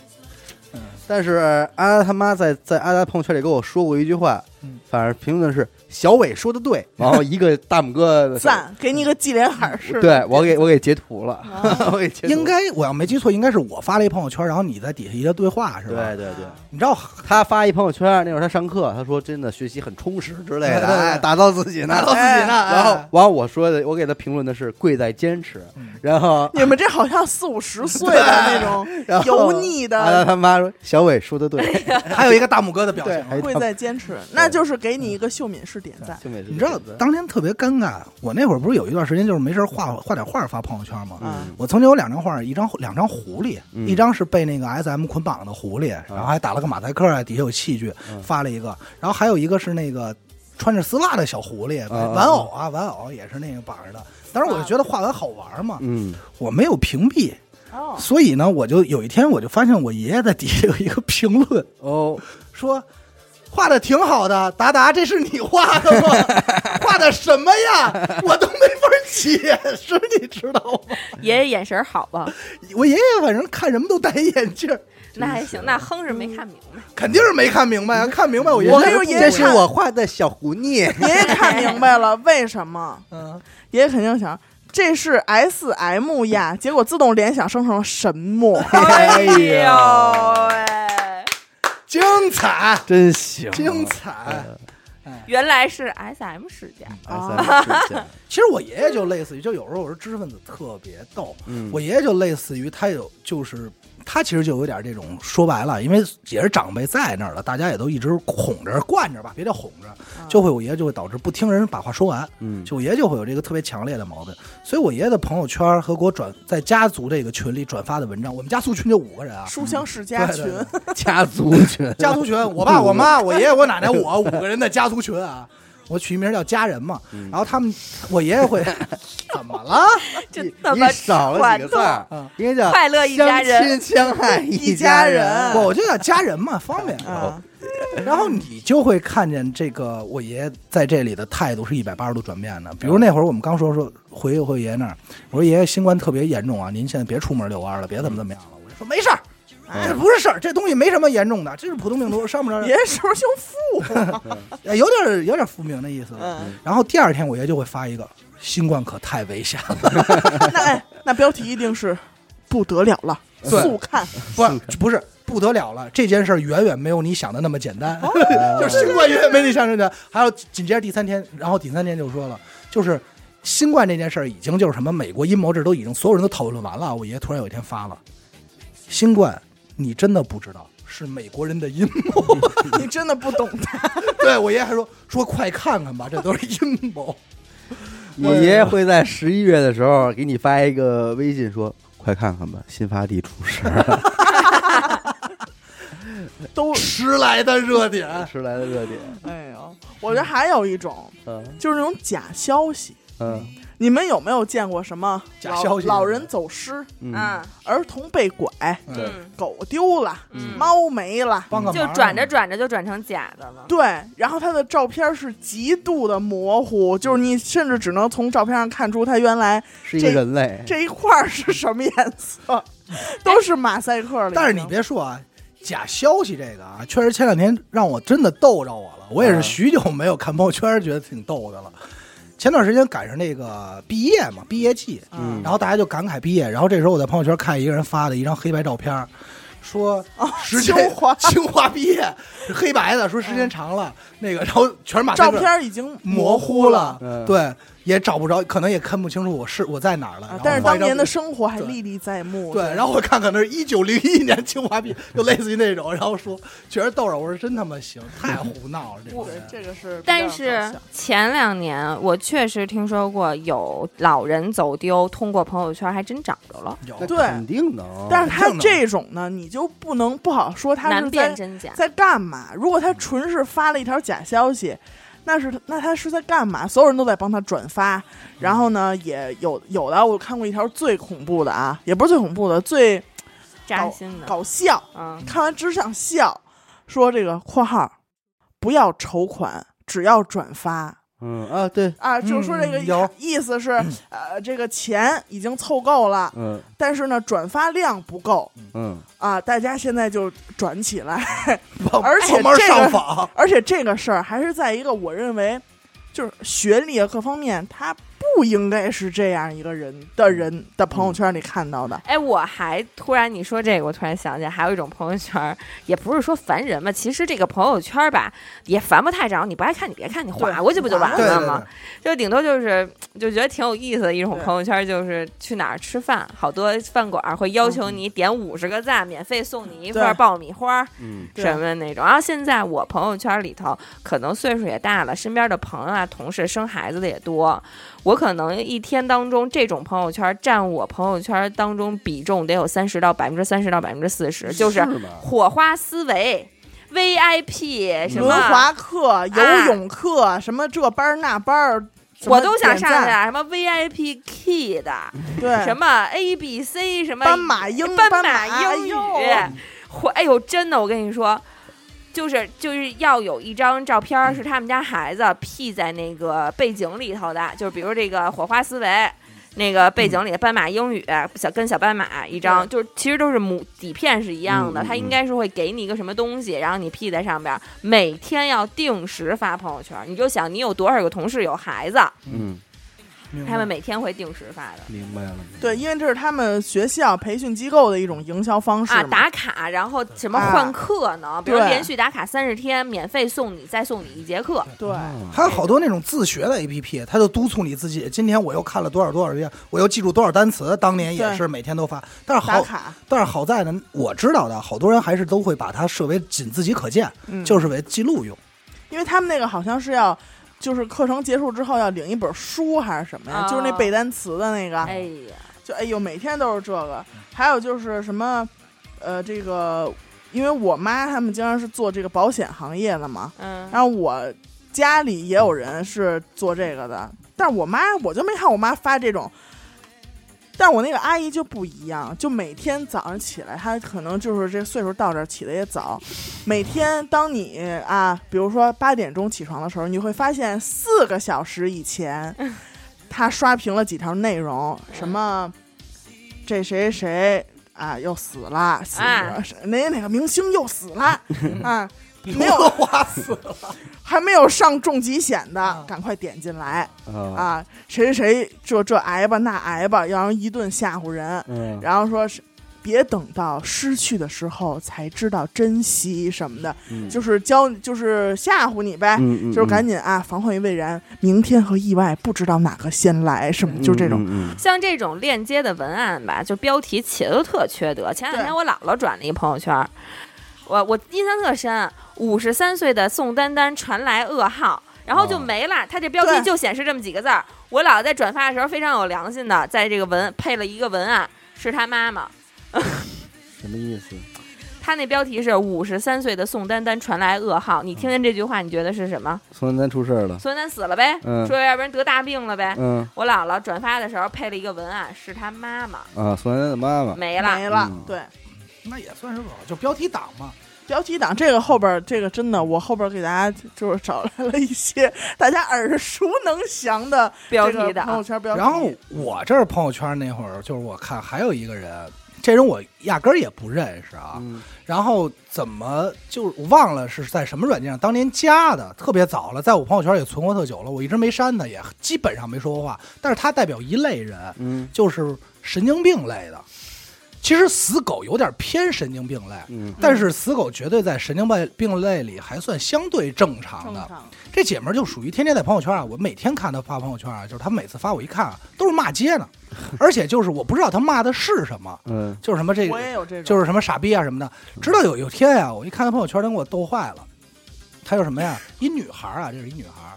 Speaker 4: 嗯
Speaker 3: 但是阿达他妈在在阿达朋友圈里跟我说过一句话，
Speaker 4: 嗯
Speaker 3: 反正评论是小伟说的对，然后一个大拇哥的手，
Speaker 1: 赞，给你个纪连海儿似的。
Speaker 3: 对我给我给截图了， 我给截图了
Speaker 4: 应该我要没记错，应该是我发了一朋友圈，然后你在底下一个对话是吧？
Speaker 3: 对对对。
Speaker 4: 你知道
Speaker 3: 他发一朋友圈，那会儿他上课，他说真的学习很充实之类
Speaker 4: 对
Speaker 3: 的，
Speaker 4: 对对
Speaker 3: 哎，打造自己呢，
Speaker 4: 打造自己呢
Speaker 3: 哎然后
Speaker 4: 哎，
Speaker 3: 完了我说的，我给他评论的是贵在坚持
Speaker 4: 嗯，
Speaker 3: 然后
Speaker 1: 你们这好像四五十岁的那种
Speaker 3: 然后
Speaker 1: 油腻的
Speaker 3: 阿达他妈说小伟说的对，
Speaker 4: 还有一个大拇哥的 表
Speaker 3: 对，
Speaker 4: 情，
Speaker 3: 还
Speaker 1: 贵
Speaker 3: 他妈
Speaker 1: 在坚持，那就是给你一个秀敏式点赞。
Speaker 3: 就每次
Speaker 4: 你知道当天特别尴尬。我那会儿不是有一段时间就是没事儿画画点画发朋友圈吗？
Speaker 1: 嗯
Speaker 4: 我曾经有两张画，一张两张狐狸，
Speaker 3: 嗯
Speaker 4: 一张是被那个 S M 捆绑的狐狸，然后还打了个马赛克啊，底下有器具，
Speaker 3: 嗯
Speaker 4: 发了一个，然后还有一个是那个穿着丝袜的小狐狸，
Speaker 3: 啊
Speaker 4: 玩偶啊，玩偶也是那个绑着的。当时我就觉得画完好玩嘛，
Speaker 3: 嗯，
Speaker 4: 我没有屏蔽，
Speaker 1: 哦，
Speaker 4: 所以呢，我就有一天我就发现我爷爷在底下有一个评论
Speaker 3: 哦，
Speaker 4: 说。画的挺好的，达达，这是你画的 吗？画的什么呀？我都没法解释，你知道吗？
Speaker 2: 爷爷眼神儿好吧？
Speaker 4: 我爷爷反正看什么都戴眼镜儿，
Speaker 2: 那还行，那哼是没看明白。
Speaker 4: 肯定是没看明白啊！看明白我爷
Speaker 1: 我
Speaker 4: 爷
Speaker 1: 跟你说
Speaker 4: 是
Speaker 1: 爷
Speaker 3: 这
Speaker 1: 爷
Speaker 3: 是
Speaker 1: 看
Speaker 3: 我画的小狐狸，
Speaker 1: 爷爷看明白了，为什么？
Speaker 4: 嗯，
Speaker 1: 爷爷肯定想，这是 S M 呀，结果自动联想生成了神 木。
Speaker 2: 哎呦哎喂！
Speaker 4: 精彩，
Speaker 3: 真 行，
Speaker 4: 精彩！
Speaker 2: 原来是 S M 世家，
Speaker 3: 啊，
Speaker 4: 其实我爷爷就类似于，就有时候我是知识分子特别逗，
Speaker 3: 嗯
Speaker 4: 我爷爷就类似于他有就是。他其实就有点这种，说白了，因为也是长辈在那儿了，大家也都一直哄着、惯着吧，别叫哄着，就会我爷爷就会导致不听人把话说完，
Speaker 3: 嗯
Speaker 4: 就我爷爷就会有这个特别强烈的矛盾。所以我爷爷的朋友圈和给我转在家族这个群里转发的文章，我们家族群就五个人啊，
Speaker 1: 书香世家
Speaker 4: 对对
Speaker 1: 群，
Speaker 3: 家族群，
Speaker 4: 家族群，我爸、我妈、我爷爷、我奶奶、我五个人的家族群啊。我取名叫家人嘛，
Speaker 3: 嗯
Speaker 4: 然后他们，我爷爷会 怎么了？
Speaker 2: 这
Speaker 3: 你
Speaker 2: 怎
Speaker 3: 你
Speaker 2: 么
Speaker 3: 少了
Speaker 2: 管
Speaker 3: 几个字
Speaker 2: 动
Speaker 3: 儿
Speaker 4: 嗯，
Speaker 3: 应该叫
Speaker 2: 快乐一家人
Speaker 3: 相亲相爱一
Speaker 1: 家
Speaker 3: 人
Speaker 1: 人。
Speaker 4: 我我就叫家人嘛，方便。
Speaker 1: 啊，
Speaker 4: 然后你就会看见这个我爷爷在这里的态度是一百八十度转变的。比如那会儿我们刚说说回回爷爷那儿，我说爷爷新冠特别严重啊，您现在别出门遛弯了，别怎么怎么样了。我就说没事儿，这不是事儿，这东西没什么严重的，这是普通病毒，上不了
Speaker 1: 爷爷是不是姓傅？
Speaker 4: 呃有点儿有点儿复明的意思。
Speaker 1: 嗯，
Speaker 4: 然后第二天我爷就会发一个新冠可太危险了，
Speaker 1: 那哎那标题一定是不得了了，
Speaker 4: 对
Speaker 1: 速 看。
Speaker 4: 不不是不得了了，这件事儿远远没有你想的那么简单， 就是新冠远远没你想的那么简单。还有紧接着第三天，然后第三天就说了，就是新冠这件事儿已经就是什么美国阴谋这都已经所有人都讨论完了，我爷突然有一天发了，新冠你真的不知道。是美国人的阴谋，
Speaker 1: 你真的不懂他，
Speaker 4: 对我爷还说说快看看吧，这都是阴 谋。
Speaker 3: 你爷爷会在十一月的时候给你发一个微信说：“快看看吧，新发地出事儿 了，
Speaker 1: 都
Speaker 4: 迟来的热点，
Speaker 3: 迟来的热 点。
Speaker 1: 哎呦，我觉得还有一种
Speaker 3: 嗯
Speaker 1: 就是那种假消息。”
Speaker 3: 嗯
Speaker 1: 你们有没有见过什么
Speaker 4: 假
Speaker 1: 老
Speaker 4: 消息
Speaker 1: 老人走失、
Speaker 3: 嗯
Speaker 2: 啊，
Speaker 1: 儿童被拐、
Speaker 4: 对
Speaker 2: 嗯，
Speaker 1: 狗丢了、
Speaker 2: 嗯
Speaker 1: 猫没了？
Speaker 4: 帮个忙
Speaker 2: 就
Speaker 4: 啊
Speaker 2: 转着转着就转成假的了。
Speaker 1: 对，然后他的照片是极度的模糊，就是你甚至只能从照片上看出他原来
Speaker 3: 是一个
Speaker 1: 这
Speaker 3: 人类。
Speaker 1: 这一块儿是什么颜 色，都是马赛克了已经。
Speaker 4: 但是你别说啊，假消息这个啊，确实前两天让我真的逗着我了。
Speaker 1: 嗯
Speaker 4: 我也是许久没有看朋友圈，觉得挺逗的了。前段时间赶上那个毕业嘛，毕业季，
Speaker 1: 嗯
Speaker 4: 然后大家就感慨毕业。然后这时候我在朋友圈看一个人发的一张黑白照片儿，说时间、
Speaker 1: 哦清华 嗯
Speaker 4: 清华毕业，黑白的，说时间长了，那个然后全是马赛
Speaker 1: 照
Speaker 4: 克
Speaker 1: 片儿已经
Speaker 4: 模糊了，
Speaker 1: 啊
Speaker 3: 嗯
Speaker 4: 对，也找不着，可能也看不清楚我是我在哪儿了。然
Speaker 1: 啊
Speaker 4: 后
Speaker 1: 但是
Speaker 4: 发
Speaker 1: 当
Speaker 4: 一张
Speaker 1: 年的生活还
Speaker 4: 对
Speaker 1: 历历在目。
Speaker 4: 对，然后我看看那是一九零一年清华毕业，就类似于那种，然后说觉得逗着，我说真他妈行，太胡闹了，这种
Speaker 1: 对
Speaker 4: 人
Speaker 1: 这个啊是比较搞笑，
Speaker 2: 但是
Speaker 4: 哦
Speaker 2: 前两年我确实听说过有老人走丢，通过朋友圈还真找着了，
Speaker 4: 有
Speaker 3: 那
Speaker 1: 对
Speaker 3: 肯定能。
Speaker 1: 但是他
Speaker 4: 正常
Speaker 1: 这种呢，你就不能不好说他
Speaker 2: 难
Speaker 1: 是
Speaker 2: 辨
Speaker 1: 在
Speaker 2: 真假。
Speaker 1: 在干嘛。如
Speaker 4: 嗯
Speaker 1: 果他纯是发了一条假消息，那是那他是在干嘛？所有人都在帮他转
Speaker 4: 嗯
Speaker 1: 发，然后呢，也有有的我看过一条最恐怖的啊，也不是最恐怖的，最
Speaker 2: 扎心的，
Speaker 1: 搞笑，
Speaker 2: 嗯，
Speaker 1: 看完只想笑，说这个（括号）不要筹款，只要转发。
Speaker 3: 嗯啊，对，
Speaker 1: 啊，就说这个
Speaker 4: 嗯有嗯
Speaker 1: 意思是，呃，这个钱已经凑够了，
Speaker 3: 嗯
Speaker 1: 但是呢，转发量不够
Speaker 3: 嗯，
Speaker 1: 啊，大家现在就转起来，
Speaker 4: 帮
Speaker 1: 而且
Speaker 4: 帮忙
Speaker 1: 这个
Speaker 4: 上访，
Speaker 1: 而且这个事儿还是在一个我认为就是学历啊各方面，他不应该是这样一个人的人的朋友圈里看到的。
Speaker 2: 哎，我还突然你说这个，我突然想起来，还有一种朋友圈儿，也不是说烦人吧，其实这个朋友圈儿吧，也烦不太着，你不爱看你别看，你划
Speaker 1: 对
Speaker 2: 过去不就完
Speaker 1: 划
Speaker 4: 对
Speaker 2: 了
Speaker 4: 对
Speaker 2: 吗？
Speaker 4: 对，
Speaker 2: 就顶多就是就觉得挺有意思的一种
Speaker 1: 对
Speaker 2: 朋友圈儿，就是去哪儿吃饭，好多饭馆儿会要求你点五十个赞，免费送你一
Speaker 1: 对
Speaker 2: 份儿爆米花儿
Speaker 3: 嗯
Speaker 1: 对
Speaker 2: 什么的那种。然后现在我朋友圈里头，可能岁数也大了，身边的朋友啊、同事生孩子的也多，我可能一天当中这种朋友圈占我朋友圈当中比重得有三十到百分之三十到百分之四
Speaker 3: 嗯
Speaker 2: 十，就是
Speaker 3: 吗？
Speaker 2: 火花思维、VIP 什
Speaker 1: 轮
Speaker 2: 么。啊
Speaker 1: 滑课、游泳课，什么这班儿那班儿，什么
Speaker 2: 我都想
Speaker 1: 点
Speaker 2: 上
Speaker 1: 赞
Speaker 2: 去啊！什么 VIP Key 的，
Speaker 1: 对
Speaker 2: 什么 A B C 什么
Speaker 1: 嗯斑马英
Speaker 2: 斑
Speaker 1: 斑
Speaker 2: 马
Speaker 1: 马
Speaker 2: 英语
Speaker 1: 哎呦，
Speaker 2: 嚯，哎呦，真的，我跟你说，就是就是要有一张照片儿是他们家孩子 P 在那个背景里头的，就是比如这个火花思维。那个背景里的斑马英语，小跟小斑马一张，就是其实都是母底片是一样的，
Speaker 3: 嗯嗯
Speaker 2: 它应
Speaker 3: 嗯
Speaker 2: 该是会给你一个什么东西，然后你 P 在上边儿，每天要定时发朋友圈儿。你就想你有多少个同事有孩子，
Speaker 3: 嗯，
Speaker 4: 明白
Speaker 2: 他们每天会定时发的。
Speaker 3: 明白了。
Speaker 1: 对，因为这是他们学校培训机构的一种营销方式
Speaker 2: 啊，
Speaker 1: 嘛
Speaker 2: 打卡，然后什么
Speaker 1: 啊
Speaker 2: 换课呢？比如
Speaker 1: 对
Speaker 2: 连续打卡三十天，免费送你再送你一节课。
Speaker 1: 对，
Speaker 3: 啊
Speaker 4: 还有好多那种自学的 APP，它就督促你自己。今天我又看了多少多少遍，我又记住多少单词。当年也
Speaker 1: 对
Speaker 4: 是每天都发，但是
Speaker 1: 打
Speaker 4: 好，
Speaker 1: 卡，
Speaker 4: 但是好在呢，我知道的好多人还是都会把它设为仅自己可见，
Speaker 1: 嗯，
Speaker 4: 就是为记录用。
Speaker 1: 因为他们那个好像是要，就是课程结束之后要领一本书还是什么呀？
Speaker 2: 啊
Speaker 1: 就是那背单词的那个，
Speaker 2: 哎呀，
Speaker 1: 就哎呦，每天都是这个。还有就是什么，呃，这个，因为我妈他们经常是做这个保险行业的嘛，
Speaker 2: 嗯，
Speaker 1: 然后我家里也有人是做这个的，但是我妈我就没看我妈发这种。但我那个阿姨就不一样，就每天早上起来，她可能就是这岁数到这儿起的也早。每天当你啊，比如说八点钟起床的时候，你会发现四个小时以前，她刷屏了几条内容，什么这谁谁啊又死了，死了，哪哪个明星又死了啊，没 有
Speaker 4: 花死了，
Speaker 1: 还没有上重疾险的，
Speaker 2: 嗯
Speaker 4: 啊
Speaker 1: 赶快点进来
Speaker 3: 啊
Speaker 1: 啊！谁谁谁这这癌吧那癌吧，然后一顿吓唬人，
Speaker 3: 嗯，
Speaker 1: 然后说是别等到失去的时候才知道珍惜什么的，
Speaker 3: 嗯
Speaker 1: 就是教就是吓唬你呗，
Speaker 3: 嗯
Speaker 1: 就是赶紧啊，防患于未然，明天和意外不知道哪个先来，什么就这种。，
Speaker 3: 嗯嗯
Speaker 2: 像这种链接的文案吧，就标题起的都特缺德。前两天
Speaker 1: 对
Speaker 2: 我姥姥转了一朋友圈儿，我我印象特深，五十三岁的宋丹丹传来噩耗。然后就
Speaker 3: 哦
Speaker 2: 没了，她这标题
Speaker 1: 对
Speaker 2: 就显示这么几个字儿。我姥姥在转发的时候非常有良心的，在这个文配了一个文案，是她妈妈。
Speaker 3: 嗯什么意思？
Speaker 2: 他那标题是“五十三岁的宋丹丹传来噩耗”，你
Speaker 1: 嗯
Speaker 2: 听见这句话，你觉得是什么？
Speaker 3: 宋丹丹出事儿了。
Speaker 2: 宋丹丹死了呗，
Speaker 3: 嗯
Speaker 2: 说要不然得大病了呗。
Speaker 3: 嗯
Speaker 2: 我姥姥转发的时候配了一个文案，是她妈妈
Speaker 3: 啊，宋丹丹的妈妈。
Speaker 2: 没了。
Speaker 1: 没了，
Speaker 3: 嗯
Speaker 1: 对
Speaker 4: 那也算是个就标题党嘛。
Speaker 1: 标题党这个后边儿这个真的，我后边儿给大家就是找来了一些大家耳熟能详的
Speaker 2: 标
Speaker 1: 这个
Speaker 2: 题党
Speaker 1: 朋友圈标题。
Speaker 4: 然后我这儿朋友圈那会儿，就是我看还有一个人，这人我压根儿也不认识啊。
Speaker 3: 嗯
Speaker 4: 然后怎么就我忘了是在什么软件上当年加的，特别早了，在我朋友圈也存活特久了，我一直没删他，也基本上没说过话。但是他代表一类人，
Speaker 3: 嗯
Speaker 4: 就是神经病类的。其实死狗有点偏神经病类，
Speaker 3: 嗯
Speaker 4: 但是死狗绝对在神经病病类里还算相对正常
Speaker 1: 正
Speaker 4: 的。
Speaker 1: 常，
Speaker 4: 这姐们儿就属于天天在朋友圈啊，我每天看她发朋友圈啊，就是她每次发我一看啊，都是骂街呢，而且就是我不知道她骂的是什么，
Speaker 3: 嗯
Speaker 4: 就是什么这个
Speaker 1: 我也有这种，
Speaker 4: 就是什么傻逼啊什么的。直到有有天呀、我一看她朋友圈，她给我逗坏了。她有什么呀？一女孩儿啊，这是一女孩儿，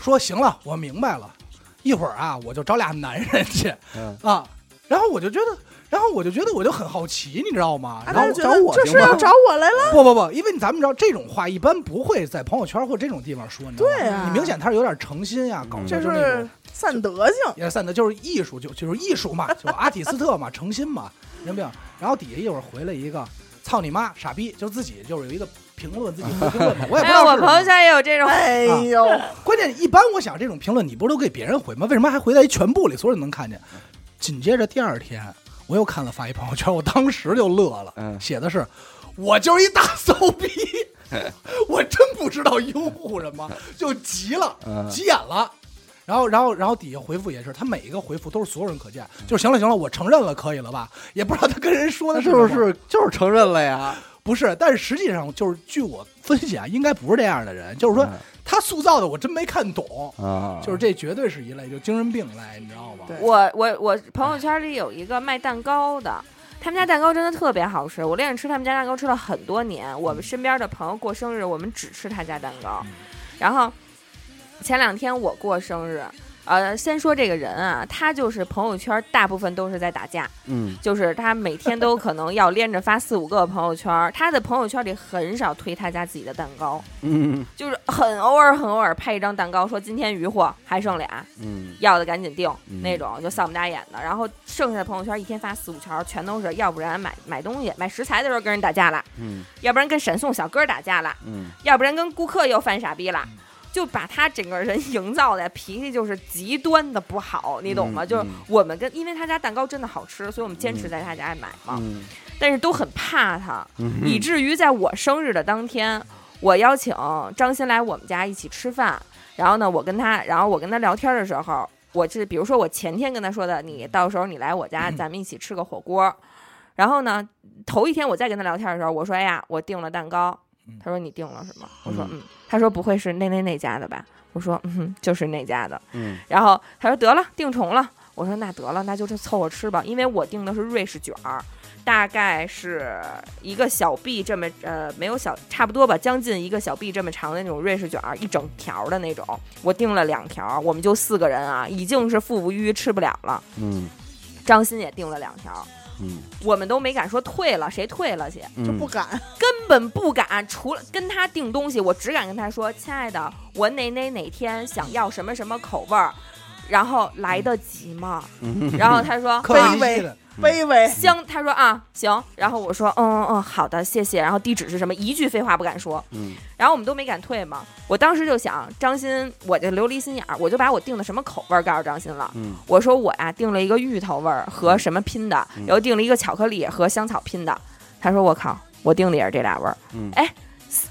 Speaker 4: 说行了，我明白了，一会儿啊，我就找俩男人去
Speaker 3: 嗯，
Speaker 4: 啊。然后我就觉得，然后我就觉得我就很好奇，你知道吗？
Speaker 1: 啊
Speaker 4: 然
Speaker 1: 他
Speaker 4: 后
Speaker 1: 就觉
Speaker 4: 找
Speaker 1: 得
Speaker 4: 我
Speaker 1: 这
Speaker 4: 行
Speaker 1: 是
Speaker 4: 吗
Speaker 1: 要找我来了，
Speaker 4: 不不不，因为咱们知道这种话一般不会在朋友圈或这种地方说，你知道吗？
Speaker 1: 对啊
Speaker 4: 你明显他是有点诚心呀、搞
Speaker 1: 这
Speaker 4: 的 就是那
Speaker 1: 是
Speaker 4: 种
Speaker 1: 散德性。
Speaker 4: 也是散的，就是艺 术，就就是艺术嘛，就阿体斯特嘛，诚心嘛，明白？然后底下一会儿回了一个，操你妈，傻逼，就自己就是有一个评论，自己评论嘛，我也
Speaker 2: 哎
Speaker 4: 不知
Speaker 2: 呀，
Speaker 4: 道
Speaker 2: 我
Speaker 4: 是什
Speaker 2: 朋友
Speaker 4: 么。
Speaker 2: 圈也有这种，
Speaker 1: 哎
Speaker 4: 啊
Speaker 1: 呦，
Speaker 4: 关键一般我想这种评论你不是都给别人回吗？为什么还回在一全部里，所有人能看见？紧接着第二天我又看了发一朋友圈，我当时就乐了，
Speaker 3: 嗯
Speaker 4: 写的是我就是一大骚 逼，我真不知道拥护什么，就急了，
Speaker 3: 嗯
Speaker 4: 急眼了。然后，然后，然后底下回复也是，他每一个回复都是所有人可见，就是行了，行了，我承认了，可以了吧？也不知道他跟人说的
Speaker 3: 嗯那
Speaker 4: 是
Speaker 3: 是不
Speaker 4: 什么
Speaker 3: 是就是承认了呀？
Speaker 4: 不是，但是实际上就是据我分析啊，应该不是这样的人，就是
Speaker 3: 我
Speaker 4: 说他塑造的我真没看懂，
Speaker 3: 啊，
Speaker 4: 就是这绝对是一类，就精神病一类，你知道吗？
Speaker 1: 对
Speaker 2: 我我我朋友圈里有一个卖蛋糕的，他们家蛋糕真的特别好吃，我连着吃他们家蛋糕吃了很多年。我们身边的朋友过生日，我们只吃他家蛋糕。然后前两天我过生日，呃，先说这个人啊，他就是朋友圈大部分都是在打架，
Speaker 3: 嗯
Speaker 2: 就是他每天都可能要连着发四五个朋友圈，他的朋友圈里很少推他家自己的蛋糕，
Speaker 3: 嗯
Speaker 2: 就是很偶尔很偶尔拍一张蛋糕，说今天余货还剩俩，
Speaker 3: 嗯
Speaker 2: 要的赶紧订
Speaker 3: 嗯
Speaker 2: 那种，就扫不打眼的。然后剩下的朋友圈一天发四五条，全都是要不然买买东西、买食材的时候跟人打架了，
Speaker 3: 嗯
Speaker 2: 要不然跟闪送小哥打架了，
Speaker 3: 嗯
Speaker 2: 要不然跟顾客又犯傻逼了。就把他整个人 营造的脾气就是极端的不好，你懂吗？
Speaker 3: 嗯
Speaker 2: 就是
Speaker 3: 嗯
Speaker 2: 我们跟因为他家蛋糕真的好吃，所以我们坚持在他家买嘛，
Speaker 3: 嗯
Speaker 2: 但是都很怕他，
Speaker 3: 嗯，
Speaker 2: 以至于在我生日的当天，我邀请张鑫来我们家一起吃饭。然后呢，我跟他，然后我跟他聊天的时候，我是比如说我前天跟他说的，你到时候你来我家，咱们一起吃个火锅。然后呢，头一天我再跟他聊天的时候，我说：“哎呀，我订了蛋糕。”他说：“你订了是吗？”我说：“嗯。”他说：“不会是那那那家的吧？”我说：“嗯哼，就是那家的。”
Speaker 3: 嗯
Speaker 2: 然后他说得了，定重了。我说那得了，那就这凑合吃吧，因为我订的是瑞士卷儿，大概是一个小臂这么呃没有小差不多吧，将近一个小臂这么长的那种瑞士卷儿，一整条儿的那种。我订了两条儿，我们就四个人啊，已经是腹不逾吃不了了。
Speaker 3: 嗯
Speaker 2: 张鑫也订了两条儿，
Speaker 3: 嗯
Speaker 2: 我们都没敢说退了，谁退了去？
Speaker 3: 嗯，
Speaker 1: 就不敢，
Speaker 2: 根本不敢，除了跟他订东西，我只敢跟他说：“亲爱的，我哪哪哪天想要什么什么口味儿，然后来得及吗？”然后他说：“
Speaker 4: 嗯 可
Speaker 1: 卑
Speaker 2: 啊
Speaker 1: 微
Speaker 4: 以的，
Speaker 1: 卑微。
Speaker 2: 行。”他说：“啊，行。”然后我说：“嗯嗯嗯，好的，谢谢。”然后地址是什么？一句废话不敢说。
Speaker 3: 嗯
Speaker 2: 然后我们都没敢退嘛。我当时就想，张鑫，我这琉璃心眼儿，我就把我订的什么口味儿告诉张鑫了。
Speaker 3: 嗯
Speaker 2: 我说我呀、订了一个芋头味儿和什么拼的，
Speaker 3: 嗯
Speaker 2: 然后订了一个巧克力和香草拼的。他说我靠，我订的也是这俩味儿。
Speaker 3: 嗯
Speaker 2: 哎，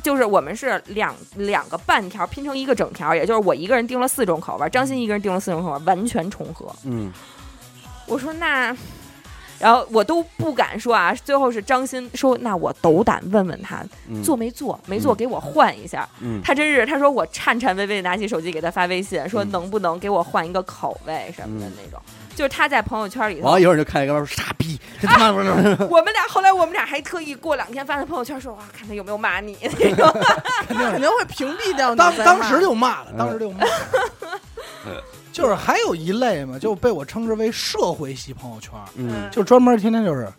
Speaker 2: 就是我们是两两个半条拼成一个整条，也就是我一个人订了四种口味儿，张鑫一个人订了四种口味儿，完全重合。
Speaker 3: 嗯
Speaker 2: 我说那。然后我都不敢说啊，最后是张鑫说：“那我斗胆问问他
Speaker 3: 嗯
Speaker 2: 做没做，没做
Speaker 3: 嗯
Speaker 2: 给我换一下。
Speaker 3: 嗯
Speaker 2: 他真是，他说我颤颤巍巍地拿起手机给他发微信，说
Speaker 3: 嗯
Speaker 2: 能不能给我换一个口味什么的那种。就是他在朋友圈里头，
Speaker 3: 完了一会儿就看一哥们儿说傻逼，这他妈不是
Speaker 2: 我们俩后来我们俩还特意过两天发在朋友圈说，哇，看他有没有骂你那种。
Speaker 4: 肯定
Speaker 1: 肯
Speaker 4: 是
Speaker 1: 定会屏蔽掉你
Speaker 4: 当
Speaker 1: 在骂。
Speaker 4: 当时就骂了，当时就 骂了。
Speaker 3: 嗯
Speaker 4: 就是还有一类嘛，就被我称之为社会系朋友圈，
Speaker 3: 嗯
Speaker 4: 就专门天天就是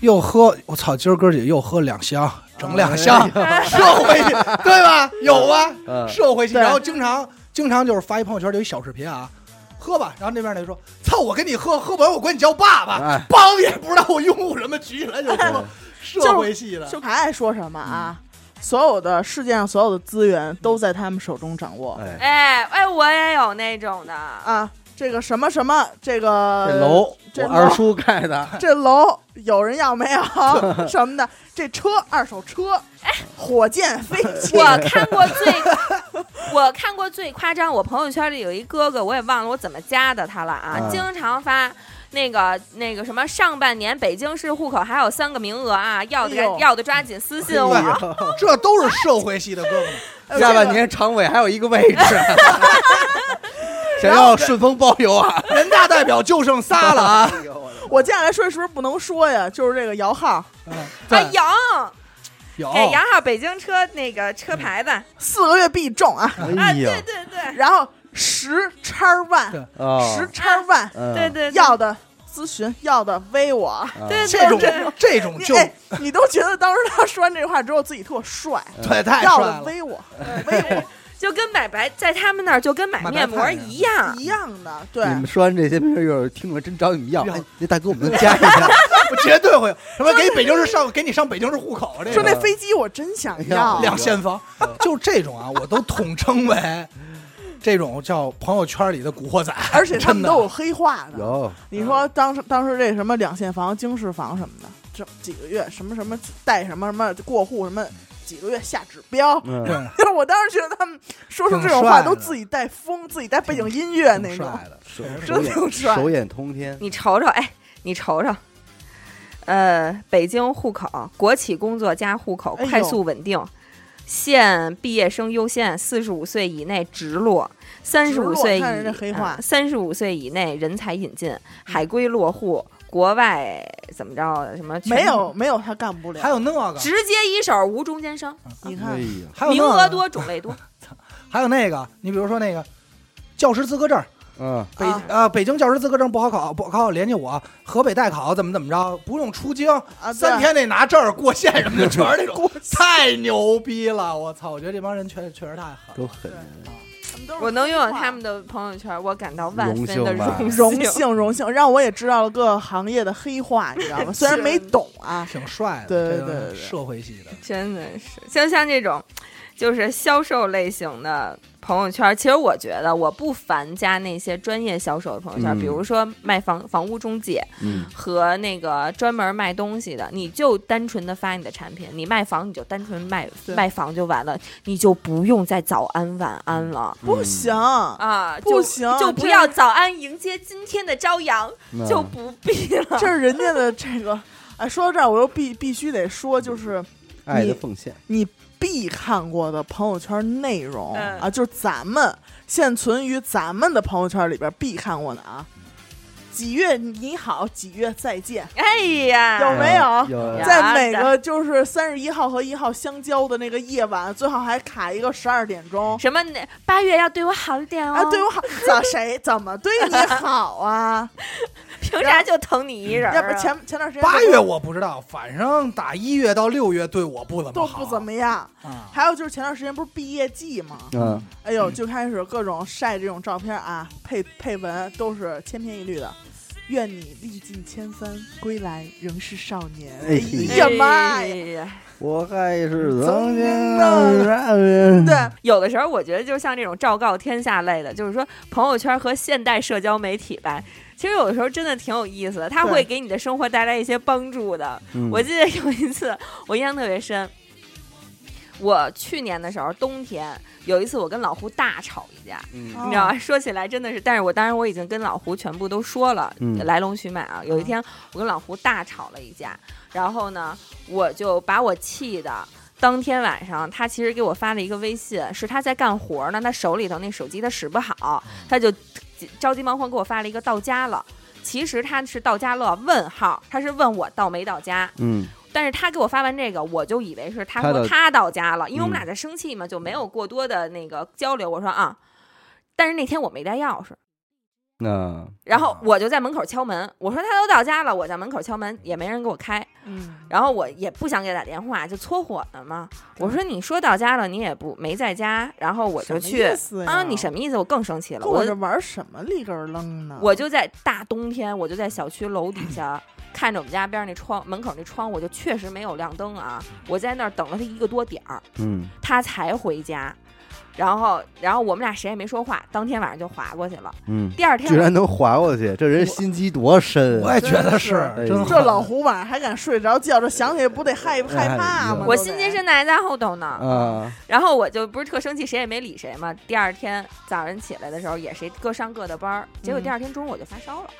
Speaker 4: 又喝，我操，今儿哥几个又喝两箱，整两箱，
Speaker 1: 哎
Speaker 4: 社会系对吧？有啊，
Speaker 3: 嗯
Speaker 4: 社会系，
Speaker 1: 对
Speaker 4: 然后经常经常就是发一朋友圈，就一小视频啊，喝吧，然后那边那说，操，我跟你喝，喝不完我管你叫爸爸
Speaker 3: 哎，
Speaker 4: 梆也不知道我拥护什么，举起来就说社会系 的，
Speaker 1: 就还爱说什么
Speaker 4: 嗯
Speaker 1: 啊？所有的世界上所有的资源都在他们手中掌握
Speaker 3: 哎
Speaker 2: 哎哎，我也有那种的，
Speaker 1: 啊！这个什么什么，这个
Speaker 3: 哎这楼
Speaker 1: 这
Speaker 3: 我
Speaker 1: 楼
Speaker 3: 二叔盖的，
Speaker 1: 这楼有人要没有 什么的，这车二手车，
Speaker 4: 哎
Speaker 1: 火箭飞机，
Speaker 2: 我看过最， 我看过最夸张。我朋友圈里有一哥哥，我也忘了我怎么加的他了啊，
Speaker 3: 嗯
Speaker 2: 经常发。那个那个什么，上半年北京市户口还有三个名额啊，要的
Speaker 1: 哎呦
Speaker 2: 要的抓紧私
Speaker 4: 哎
Speaker 2: 信我。
Speaker 4: 这都是社会系的哥哥们。
Speaker 1: 哎
Speaker 3: 下半年常委还有一个位置，想要顺丰包邮啊？
Speaker 4: 人大代表就剩仨了啊！
Speaker 1: 这个我接下来说是不是不能说呀？就是这个摇号，
Speaker 2: 哎
Speaker 4: 对，
Speaker 2: 有
Speaker 4: 有
Speaker 2: 给杨浩北京车那个车牌子、
Speaker 1: 四个月必中啊，
Speaker 2: 啊，
Speaker 3: 哎
Speaker 2: 对
Speaker 3: 呦，
Speaker 2: 对对
Speaker 1: 然后十叉万，
Speaker 4: 对
Speaker 3: 啊
Speaker 1: 十叉万，
Speaker 3: 嗯
Speaker 2: 对对，
Speaker 1: 要的咨询，要的微我。
Speaker 3: 啊
Speaker 2: 对
Speaker 4: 这种
Speaker 2: 对对
Speaker 4: 这种
Speaker 1: 你
Speaker 4: 就
Speaker 1: 哎，你都觉得当时他说完这话之后自己特帅，
Speaker 4: 对太
Speaker 1: 要
Speaker 4: 帅
Speaker 1: 的
Speaker 4: 哎了，
Speaker 1: 威我，
Speaker 2: 对对 就跟买白在他们那儿就跟买
Speaker 4: 买白
Speaker 2: 面膜
Speaker 4: 菜
Speaker 2: 一样
Speaker 1: 一。样的，对
Speaker 3: 你，们说完这些没事，一会儿听众真找你们要，
Speaker 4: 要
Speaker 3: 哎那大哥我们能加 一下？
Speaker 4: 我 绝对会有什么给北京市上给你上北京市户口啊这
Speaker 1: 说
Speaker 4: 个
Speaker 1: 那飞机我真想
Speaker 3: 要
Speaker 1: 要，
Speaker 4: 两现 房，就这种啊，我都统称为这种叫朋友圈里的古惑仔，
Speaker 1: 而且他们
Speaker 4: 真的
Speaker 1: 都有黑化的。
Speaker 3: 有，
Speaker 1: 你说当时当时这什么两现房、经适房什么的，这几个月什么什么带什么什么过户什么几个月下指标。
Speaker 4: 这
Speaker 3: 嗯，
Speaker 4: 种
Speaker 1: 就是我当时觉得他们说出这种
Speaker 4: 挺
Speaker 1: 话
Speaker 4: 帅的
Speaker 1: 都自己带风，自己带背景音乐那
Speaker 4: 挺帅
Speaker 1: 种，
Speaker 4: 的，
Speaker 3: 手
Speaker 1: 真
Speaker 3: 手
Speaker 4: 真
Speaker 1: 挺
Speaker 3: 眼
Speaker 1: 帅
Speaker 3: 手眼通天，
Speaker 2: 你瞅瞅，哎，你瞅瞅，呃，北京户口，国企工作加户口，
Speaker 1: 哎呦
Speaker 2: 快速稳定，现毕业生优先，四十五岁以内直落，三十
Speaker 1: 直
Speaker 2: 五
Speaker 1: 落
Speaker 2: 岁
Speaker 1: 看人家黑
Speaker 2: 以呃
Speaker 1: 话
Speaker 2: 三十五岁以内人才引进，海归落户，国外怎么着什么全
Speaker 1: 没有没有他干不
Speaker 4: 还
Speaker 1: 了。
Speaker 4: 有那个，
Speaker 2: 直接一手无中间商，
Speaker 1: 你
Speaker 3: 哎
Speaker 1: 看，啊
Speaker 3: 呀，
Speaker 4: 还有
Speaker 2: 名
Speaker 4: 那
Speaker 2: 额
Speaker 4: 个，
Speaker 2: 多种类多，
Speaker 4: 还有那个，你比如说那个教师资格证，
Speaker 3: 嗯，
Speaker 4: 北
Speaker 1: 啊
Speaker 4: 呃北京教师资格证不好考，不好考联系我，河北代考怎么怎么着，不用出京，
Speaker 1: 啊，对
Speaker 4: 三天内拿证儿过线什么的，全是那种，太牛逼了！我操，我觉得这帮人确实确实太狠了。
Speaker 3: 都狠，
Speaker 1: 他们都是
Speaker 2: 我能拥有
Speaker 1: 黑化
Speaker 2: 他们的朋友圈，我感到万
Speaker 3: 荣
Speaker 2: 分
Speaker 3: 幸
Speaker 2: 的
Speaker 3: 吧
Speaker 2: 荣
Speaker 1: 荣幸荣幸，让我也知道了各行业的黑话，你知 道吗？虽然没懂啊，
Speaker 4: 挺帅的，
Speaker 1: 对
Speaker 4: 这个
Speaker 1: 对对
Speaker 4: 社会系的，
Speaker 2: 真的是，像像这种，就是销售类型的朋友圈，其实我觉得我不烦加那些专业销售的朋友圈，
Speaker 3: 嗯
Speaker 2: 比如说卖房房屋中介
Speaker 3: 嗯，
Speaker 2: 和那个专门卖东西的，你就单纯的发你的产品，你卖房你就单纯卖
Speaker 1: 对
Speaker 2: 卖房就完了，你就不用再早安晚安了。
Speaker 1: 不
Speaker 3: 嗯
Speaker 1: 行，
Speaker 2: 啊，
Speaker 1: 不
Speaker 2: 就
Speaker 1: 行
Speaker 2: 就
Speaker 1: 这
Speaker 2: 不要早安迎接今天的朝阳，
Speaker 3: 那
Speaker 2: 就不必了。
Speaker 1: 这是人家的这个。哎，说到这儿，我又必必须得说，就是
Speaker 3: 爱的
Speaker 1: 你
Speaker 3: 奉献，
Speaker 1: 你必看过的朋友圈内容、
Speaker 2: 嗯
Speaker 1: 啊，就是咱们现存于咱们的朋友圈里边必看过的啊。几月你好，几月再见，
Speaker 2: 哎呀，
Speaker 1: 有没有
Speaker 3: 嗯有
Speaker 2: 呀
Speaker 1: 在每个就是三十一号和一号相交的那个夜晚，最好还卡一个十二点钟。
Speaker 2: 什么？八月要对我好一点哦。
Speaker 1: 啊，对我好，咋谁怎么对你好 啊？
Speaker 2: 凭啥就疼你一人儿啊？
Speaker 1: 要不前前段时间
Speaker 4: 八月我不知道，反正打一月到六月对我不怎
Speaker 1: 都
Speaker 4: 么好，
Speaker 1: 不怎么样。
Speaker 4: 啊。
Speaker 1: 还有就是前段时间不是毕业季吗？
Speaker 3: 嗯，
Speaker 1: 哎呦，就开始各种晒这种照片啊，配配文都是千篇一律的。愿你历尽千帆归来仍是少年。
Speaker 3: 哎
Speaker 1: 哎呀妈哎呀！
Speaker 2: 哎呀！
Speaker 3: 我还是
Speaker 1: 曾
Speaker 3: 曾
Speaker 1: 经
Speaker 3: 经
Speaker 1: 的
Speaker 3: 的男人，
Speaker 1: 对，
Speaker 2: 有的时候我觉得，就像这种昭告天下类的，就是说朋友圈和现代社交媒体吧，其实有的时候真的挺有意思的，它
Speaker 1: 对
Speaker 2: 会给你的生活带来一些帮助的。
Speaker 3: 嗯
Speaker 2: 我记得有一次，我印象特别深。我去年的时候，冬天有一次我跟老胡大吵一架，
Speaker 3: 嗯
Speaker 2: 你知道吗？ 说起来真的是，但是我当然我已经跟老胡全部都说了、
Speaker 3: 嗯
Speaker 2: 来龙去脉啊。有一天我跟老胡大吵了一架，然后呢，我就把我气的。当天晚上，他其实给我发了一个微信，是他在干活呢，他手里头那手机他使不好，他就着急忙慌给我发了一个到家了。其实他是到家了，问号，他是问我到没到家。
Speaker 3: 嗯，
Speaker 2: 但是他给我发完这个，我就以为是他
Speaker 3: 他
Speaker 2: 说
Speaker 3: 的
Speaker 2: 他到家了，因为我们
Speaker 1: 嗯
Speaker 2: 俩在生气嘛，就没有过多的那个交流。我说啊，但是那天我没带钥匙，
Speaker 3: 那
Speaker 2: 然
Speaker 1: 啊
Speaker 2: 后我就在门口敲门，我说他都到家了，我在门口敲门也没人给我开，
Speaker 1: 嗯，
Speaker 2: 然后我也不想给他打电话，就搓火了嘛。我说你说到家了，你也不没在家，然后我就去啊，你什
Speaker 1: 么
Speaker 2: 么意思？我更生气
Speaker 1: 意思呀？
Speaker 2: 了，
Speaker 1: 跟我
Speaker 2: 我
Speaker 1: 这玩什么立根儿楞呢？
Speaker 2: 我就在大冬天，我就在小区楼底下看着我们家边儿那窗门口那窗，我就确实没有亮灯啊，我在那儿等了他一个多点儿，
Speaker 3: 嗯
Speaker 2: 他才回家。然后，然后我们俩谁也没说话，当天晚上就划过去了。
Speaker 3: 嗯，
Speaker 2: 第二
Speaker 3: 居
Speaker 2: 天，
Speaker 3: 然能滑过去，这人心机多深
Speaker 4: 我
Speaker 3: 啊！
Speaker 4: 也觉得是
Speaker 1: 真， 这
Speaker 4: 真狠
Speaker 1: 老胡晚上还敢睡着觉，这想起来不得害害怕吗？
Speaker 3: 哎
Speaker 1: 都得
Speaker 2: 我心接身的还在嗯后头呢。
Speaker 3: 啊，
Speaker 2: 然后我就不是特生气，谁也没理谁嘛。第二天早上起来的时候，也谁各上各的班儿。结果
Speaker 1: 嗯
Speaker 2: 第二天中午我就发烧了，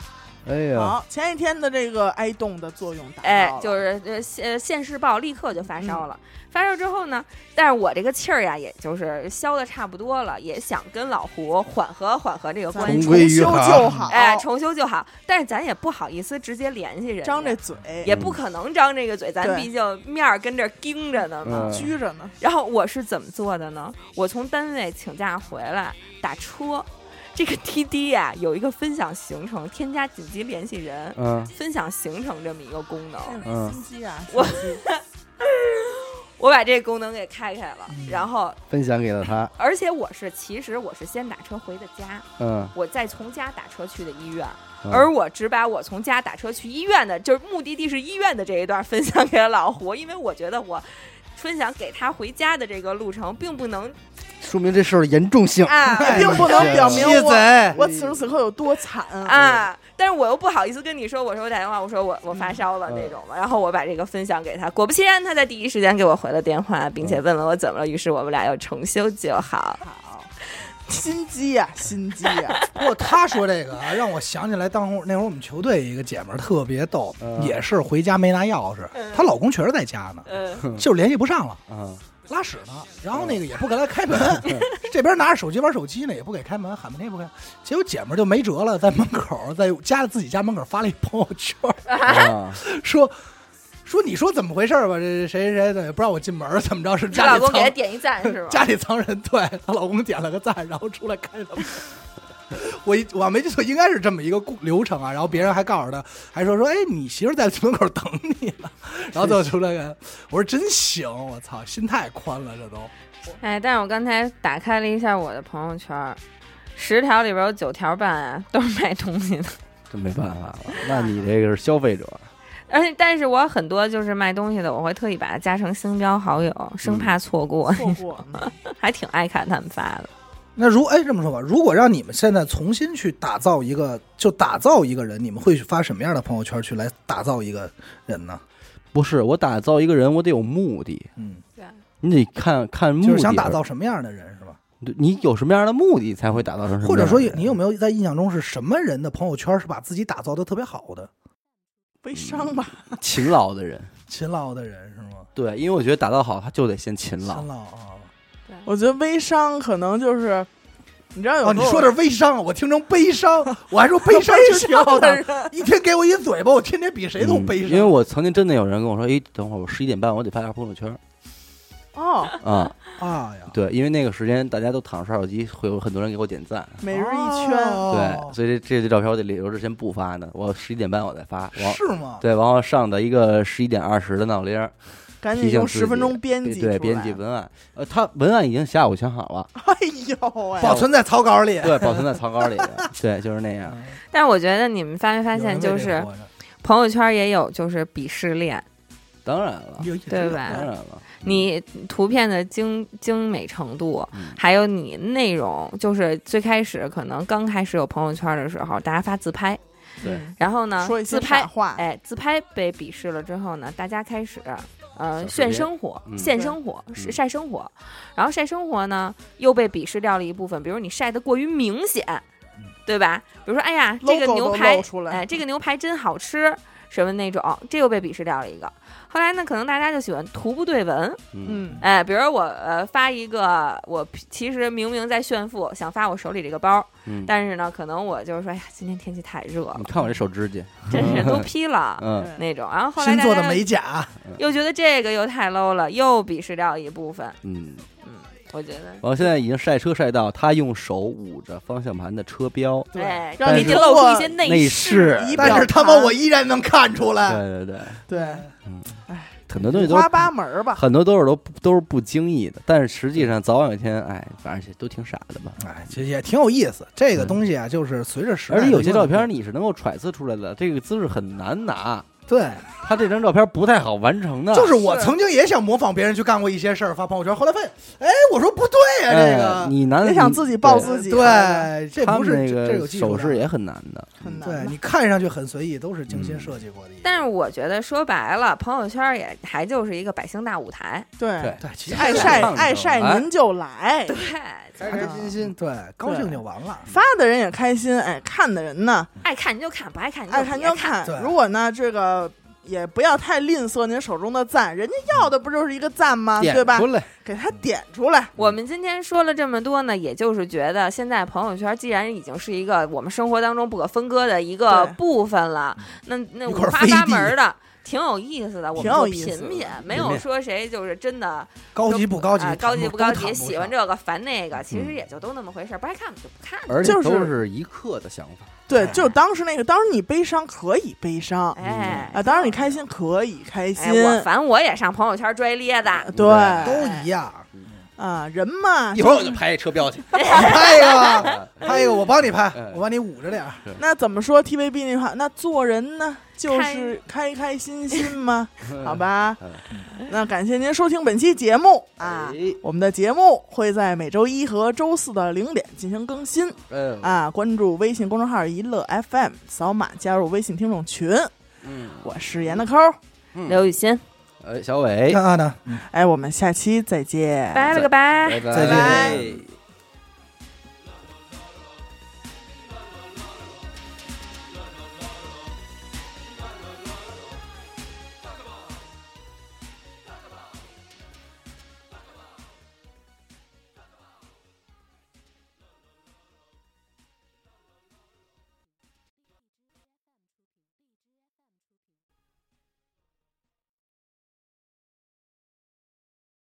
Speaker 3: 哎呀，
Speaker 1: 好，前一天的这个挨冻的作用达到
Speaker 2: 哎
Speaker 1: 了，
Speaker 2: 就是呃现现世报立刻就发烧了。嗯发烧之后呢，但是我这个气儿呀，也就是消的差不多了，也想跟老胡缓和缓和这个
Speaker 1: 咱
Speaker 2: 关
Speaker 1: 们
Speaker 3: 同
Speaker 2: 系，
Speaker 3: 归于
Speaker 1: 重修
Speaker 3: 好
Speaker 1: 就好，
Speaker 2: 哎，重修就好。但是咱也不好意思直接联系人家，
Speaker 1: 张这嘴
Speaker 2: 也不可能张这个嘴，咱
Speaker 1: 对
Speaker 2: 毕竟面儿跟这儿盯着呢嘛。
Speaker 3: 嗯
Speaker 1: 拘着呢，
Speaker 2: 然后我是怎么做的呢？我从单位请假回来打车，这个滴滴呀、有一个分享行程、添加紧急联系人、
Speaker 3: 嗯
Speaker 1: 啊
Speaker 2: 分享行程这么一个功能。
Speaker 1: 这
Speaker 3: 嗯
Speaker 1: 心机啊，
Speaker 2: 我
Speaker 1: 心机
Speaker 2: 我把这个功能给开开了，然后
Speaker 3: 分享给了他，
Speaker 2: 而且我是其实我是先打车回的家，
Speaker 3: 嗯，
Speaker 2: 我再从家打车去的医院，
Speaker 3: 嗯
Speaker 2: 而我只把我从家打车去医院的，就是目的地是医院的这一段分享给了老胡，因为我觉得我分享给他回家的这个路程并不能
Speaker 3: 说明这事儿的严重性。
Speaker 2: 啊
Speaker 1: 哎并不能表
Speaker 3: 哎
Speaker 1: 明
Speaker 4: 鸡
Speaker 1: 我
Speaker 4: 贼，
Speaker 1: 我此时此刻有多惨！
Speaker 2: 啊，但是我又不好意思跟你说，我说我打电话，我说我我发烧了
Speaker 3: 嗯
Speaker 2: 那种嘛，然后我把这个分享给他，果不其然，他在第一时间给我回了电话，并且问了我怎么了，于是我们俩又重修旧 好。
Speaker 1: 好，心机呀、心机啊呀、
Speaker 4: 不过他说这个啊，让我想起来当会儿那会儿我们球队一个姐们儿特别逗，
Speaker 3: 嗯
Speaker 4: 也是回家没拿钥匙，
Speaker 1: 嗯
Speaker 4: 她老公确实在家呢，
Speaker 2: 嗯，
Speaker 4: 就是联系不上了，
Speaker 3: 嗯，
Speaker 4: 拉屎呢，然后那个也不给她开门，
Speaker 2: 嗯
Speaker 4: 这边拿着手机玩手机呢，也不给开门，喊半天也不开，结果姐们儿就没辙了，在门口在家自己家门口发了一朋友圈儿，
Speaker 3: 啊，
Speaker 4: 说。说你说怎么回事儿吧？这谁谁谁的也不让我进门儿，怎么着是
Speaker 2: 她
Speaker 4: 家
Speaker 2: 老
Speaker 4: 里
Speaker 2: 公给
Speaker 4: 藏
Speaker 2: 她点一赞是吗？
Speaker 4: 家里藏人，对她老公点了个赞，然后出来开的门。我一我没记错，应该是这么一个故流程啊。然后别人还告诉她，还说说，哎，你媳妇在门口等你呢。 然后最后出来个，我说真行，我操，心太宽了，这都。
Speaker 2: 哎，但是我刚才打开了一下我的朋友圈儿，十条里边有九条半啊都是卖东西的，
Speaker 3: 这没办法了。那你这个是消费者，
Speaker 2: 而且哎但是我很多就是卖东西的，我会特意把它加成星标好友，生
Speaker 1: 嗯
Speaker 2: 怕错过，
Speaker 1: 错过，
Speaker 2: 还挺爱看他们发的。
Speaker 4: 那如哎这么说吧，如果让你们现在重新去打造一个，就打造一个人，你们会发什么样的朋友圈去来打造一个人呢？
Speaker 3: 不是我打造一个人，我得有目的，
Speaker 4: 嗯，
Speaker 2: 对，
Speaker 3: 你得看看目的，
Speaker 4: 就是想打造什么样的人是吧？
Speaker 3: 对你有什么样的目的才会打造成什么样的人。
Speaker 4: 或者说你有没有在印象中是什么人的朋友圈是把自己打造的特别好的？
Speaker 1: 悲伤吧。
Speaker 3: 勤劳的人？
Speaker 4: 勤劳的人是吗？
Speaker 3: 对，因为我觉得打造好，他就得先勤劳
Speaker 4: 勤。劳啊！
Speaker 1: 我觉得微商可能就是，你知道有时
Speaker 4: 哦，
Speaker 1: 候
Speaker 4: 你说的是微商，我听成悲伤，我还说悲伤其实挺好 的。一天给我一嘴巴，我天天比谁都悲
Speaker 3: 嗯
Speaker 4: 伤。
Speaker 3: 因为我曾经真的有人跟我说：“哎，等会儿我十一点半我得发条朋友圈
Speaker 1: 哦，
Speaker 3: 啊。
Speaker 4: 啊呀”，
Speaker 3: 对，因为那个时间大家都躺着刷手机，会有很多人给我点赞。
Speaker 1: 每日一圈，
Speaker 4: 哦
Speaker 3: 对，所以这这些照片我得留着先不发呢，我十一点半我再发。往
Speaker 4: 是吗？
Speaker 3: 对，然后上的一个十一点二十的闹铃儿，
Speaker 1: 赶
Speaker 3: 提
Speaker 1: 紧
Speaker 3: 醒
Speaker 1: 用
Speaker 3: 自
Speaker 1: 十分
Speaker 3: 己
Speaker 1: 钟编
Speaker 3: 对
Speaker 1: 辑
Speaker 3: 对
Speaker 1: 出
Speaker 3: 编
Speaker 1: 来
Speaker 3: 辑文案，呃，他文案已经下午想好了，
Speaker 1: 哎呦喂、
Speaker 4: 保存在草稿里。
Speaker 3: 对，保存在草稿里的，对，就是那样。
Speaker 2: 但是我觉得你们发没发现，就是朋友圈也有就是鄙视链，
Speaker 3: 当然了，
Speaker 2: 对
Speaker 3: 当
Speaker 2: 吧
Speaker 3: 然了，
Speaker 2: 你图片的精精美程度
Speaker 3: 嗯，
Speaker 2: 还有你内容，就是最开始可能刚开始有朋友圈的时候，大家发自拍，
Speaker 3: 对
Speaker 2: 然后呢
Speaker 1: 说一，些
Speaker 2: 啊自
Speaker 1: 傻
Speaker 2: 拍，
Speaker 1: 话，
Speaker 2: 哎，自拍被鄙视了之后呢，大家开始。呃，
Speaker 3: 小视
Speaker 2: 炫
Speaker 3: 频
Speaker 2: 生活、
Speaker 3: 嗯
Speaker 2: 现生活、是
Speaker 3: 嗯
Speaker 2: 晒生活，然后晒生活呢又被鄙视掉了一部分，比如你晒的过于明显，
Speaker 3: 嗯
Speaker 2: 对吧？比如说，哎呀，这
Speaker 1: Logo
Speaker 2: 个
Speaker 1: 都
Speaker 2: 牛排
Speaker 1: 露出，来
Speaker 2: 哎，这个牛排真好吃，什么那种，这又被鄙视掉了一个。后来呢，可能大家就喜欢图不对文，
Speaker 3: 嗯，
Speaker 1: 嗯，
Speaker 2: 哎，比如我呃发一个，我其实明明在炫富，想发我手里这个包，
Speaker 3: 嗯
Speaker 2: 但是呢，可能我就是说，哎呀，今天天气太热了
Speaker 3: 你，看我这手指甲，
Speaker 2: 真是 都劈了。
Speaker 3: 嗯，
Speaker 1: 对
Speaker 2: 那种，然后后来
Speaker 4: 新
Speaker 2: 大
Speaker 4: 做的
Speaker 2: 家
Speaker 4: 美甲，
Speaker 2: 又觉得这个又太 low 了，又鄙视掉一部分。
Speaker 3: 嗯，
Speaker 2: 我觉得，
Speaker 3: 我现在已经晒车晒到他用手捂着方向盘的车标，
Speaker 1: 对
Speaker 2: 哎，
Speaker 1: 让
Speaker 2: 你
Speaker 3: 你
Speaker 2: 露出一些
Speaker 3: 内
Speaker 2: 饰。
Speaker 3: 饰
Speaker 1: 仪表
Speaker 4: 但是他妈
Speaker 1: 盘
Speaker 4: 我依然能看出来。
Speaker 3: 对对对，
Speaker 1: 对
Speaker 3: 很多东西
Speaker 1: 五
Speaker 3: 都是
Speaker 1: 花八门儿吧，
Speaker 3: 很多都是都不都是不经意的，但是实际上早晚有一天，哎，反正都挺傻的吧。
Speaker 4: 哎，其实也挺有意思。这个东西啊，就是随着时代
Speaker 3: 而
Speaker 4: 的
Speaker 3: 且
Speaker 4: 变化，
Speaker 3: 有些照片你是能够揣测出来的，这个姿势很难拿，
Speaker 4: 对，
Speaker 3: 他这张照片不太好完成的。
Speaker 4: 就是我
Speaker 1: 是
Speaker 4: 曾经也想模仿别人去干过一些事儿，发朋友圈，后来发现，哎，我说不对呀、
Speaker 3: 哎
Speaker 4: 这个
Speaker 3: 你难，
Speaker 1: 也想自己抱
Speaker 3: 对
Speaker 1: 自己
Speaker 4: 对，这
Speaker 3: 他
Speaker 4: 不
Speaker 3: 们
Speaker 4: 是
Speaker 3: 那
Speaker 4: 这这
Speaker 3: 个
Speaker 4: 有技术
Speaker 3: 手
Speaker 4: 的
Speaker 3: 势也嗯很难的，
Speaker 1: 很难
Speaker 4: 对
Speaker 1: 吧。
Speaker 4: 你看上去很随意，都是精心设计过的。
Speaker 2: 但是我觉得说白了，朋友圈也还就是一个百姓大舞台。
Speaker 1: 对，
Speaker 4: 对，其实
Speaker 1: 爱
Speaker 4: 就是啊
Speaker 1: 晒
Speaker 3: 看着
Speaker 1: 爱晒
Speaker 3: 哎
Speaker 1: 您就来，
Speaker 2: 对，
Speaker 4: 开开心心，对，高兴就完了。
Speaker 1: 发的人也开心，哎，看的人呢
Speaker 2: 爱看你就看，不爱看你
Speaker 1: 爱看
Speaker 2: 别
Speaker 1: 就
Speaker 2: 看。
Speaker 1: 看
Speaker 4: 对。
Speaker 1: 如果呢这个。也不要太吝啬您手中的赞，人家要的不就是一个赞吗？
Speaker 3: 点
Speaker 1: 啊对吧
Speaker 3: 出？来
Speaker 1: 给他点出来，
Speaker 2: 我们今天说了这么多呢，也就是觉得现在朋友圈既然已经是一个我们生活当中不可分割的一个
Speaker 1: 对嗯
Speaker 2: 部分了，那那
Speaker 4: 一
Speaker 2: 五
Speaker 4: 块
Speaker 2: 花
Speaker 4: 飞地
Speaker 2: 八门的。挺有意思的，我们
Speaker 1: 挺有
Speaker 2: 就
Speaker 1: 意思
Speaker 2: 品
Speaker 1: 的
Speaker 2: 品，没
Speaker 3: 品
Speaker 2: 有
Speaker 3: 品
Speaker 2: 说谁就是真的
Speaker 4: 高级不高级
Speaker 2: 啊，高级不高级，喜欢
Speaker 4: 这
Speaker 2: 这个烦那个，其实
Speaker 3: 嗯
Speaker 2: 也就都那么回事儿，不爱看就不看。
Speaker 3: 而且
Speaker 1: 就是
Speaker 3: 都是一刻的想法，
Speaker 1: 对，就当时那个，当时你悲伤可以悲伤
Speaker 2: 哎，
Speaker 1: 啊，当时你开心可以开心
Speaker 2: 哎，，我反正我也上朋友圈拽咧子，
Speaker 1: 对
Speaker 4: 都
Speaker 2: 哎
Speaker 4: 一样。
Speaker 1: 啊，人嘛，
Speaker 4: 一会儿 我就
Speaker 3: 拍一车标去。
Speaker 4: 拍一个，拍一个，我帮你拍
Speaker 3: 哎，
Speaker 4: 我帮你捂着点儿。
Speaker 1: 那怎么说 TVB 那句话？那做人呢，就是开开心心嘛，好吧
Speaker 3: 嗯。
Speaker 1: 那感谢您收听本期节目啊
Speaker 3: 哎，
Speaker 1: 我们的节目会在每周一和周四的零点进行更新
Speaker 3: 嗯
Speaker 1: 啊。关注微信公众号“一乐 FM”，扫码加入微信听众群。
Speaker 3: 嗯，
Speaker 1: 我是严的抠儿，嗯
Speaker 2: 刘雨欣，
Speaker 3: 哎，小伟，
Speaker 4: 啊看看呢，
Speaker 1: 哎，我们下期再见，
Speaker 2: 拜了个拜。
Speaker 3: 拜
Speaker 4: 再
Speaker 1: 见
Speaker 3: 拜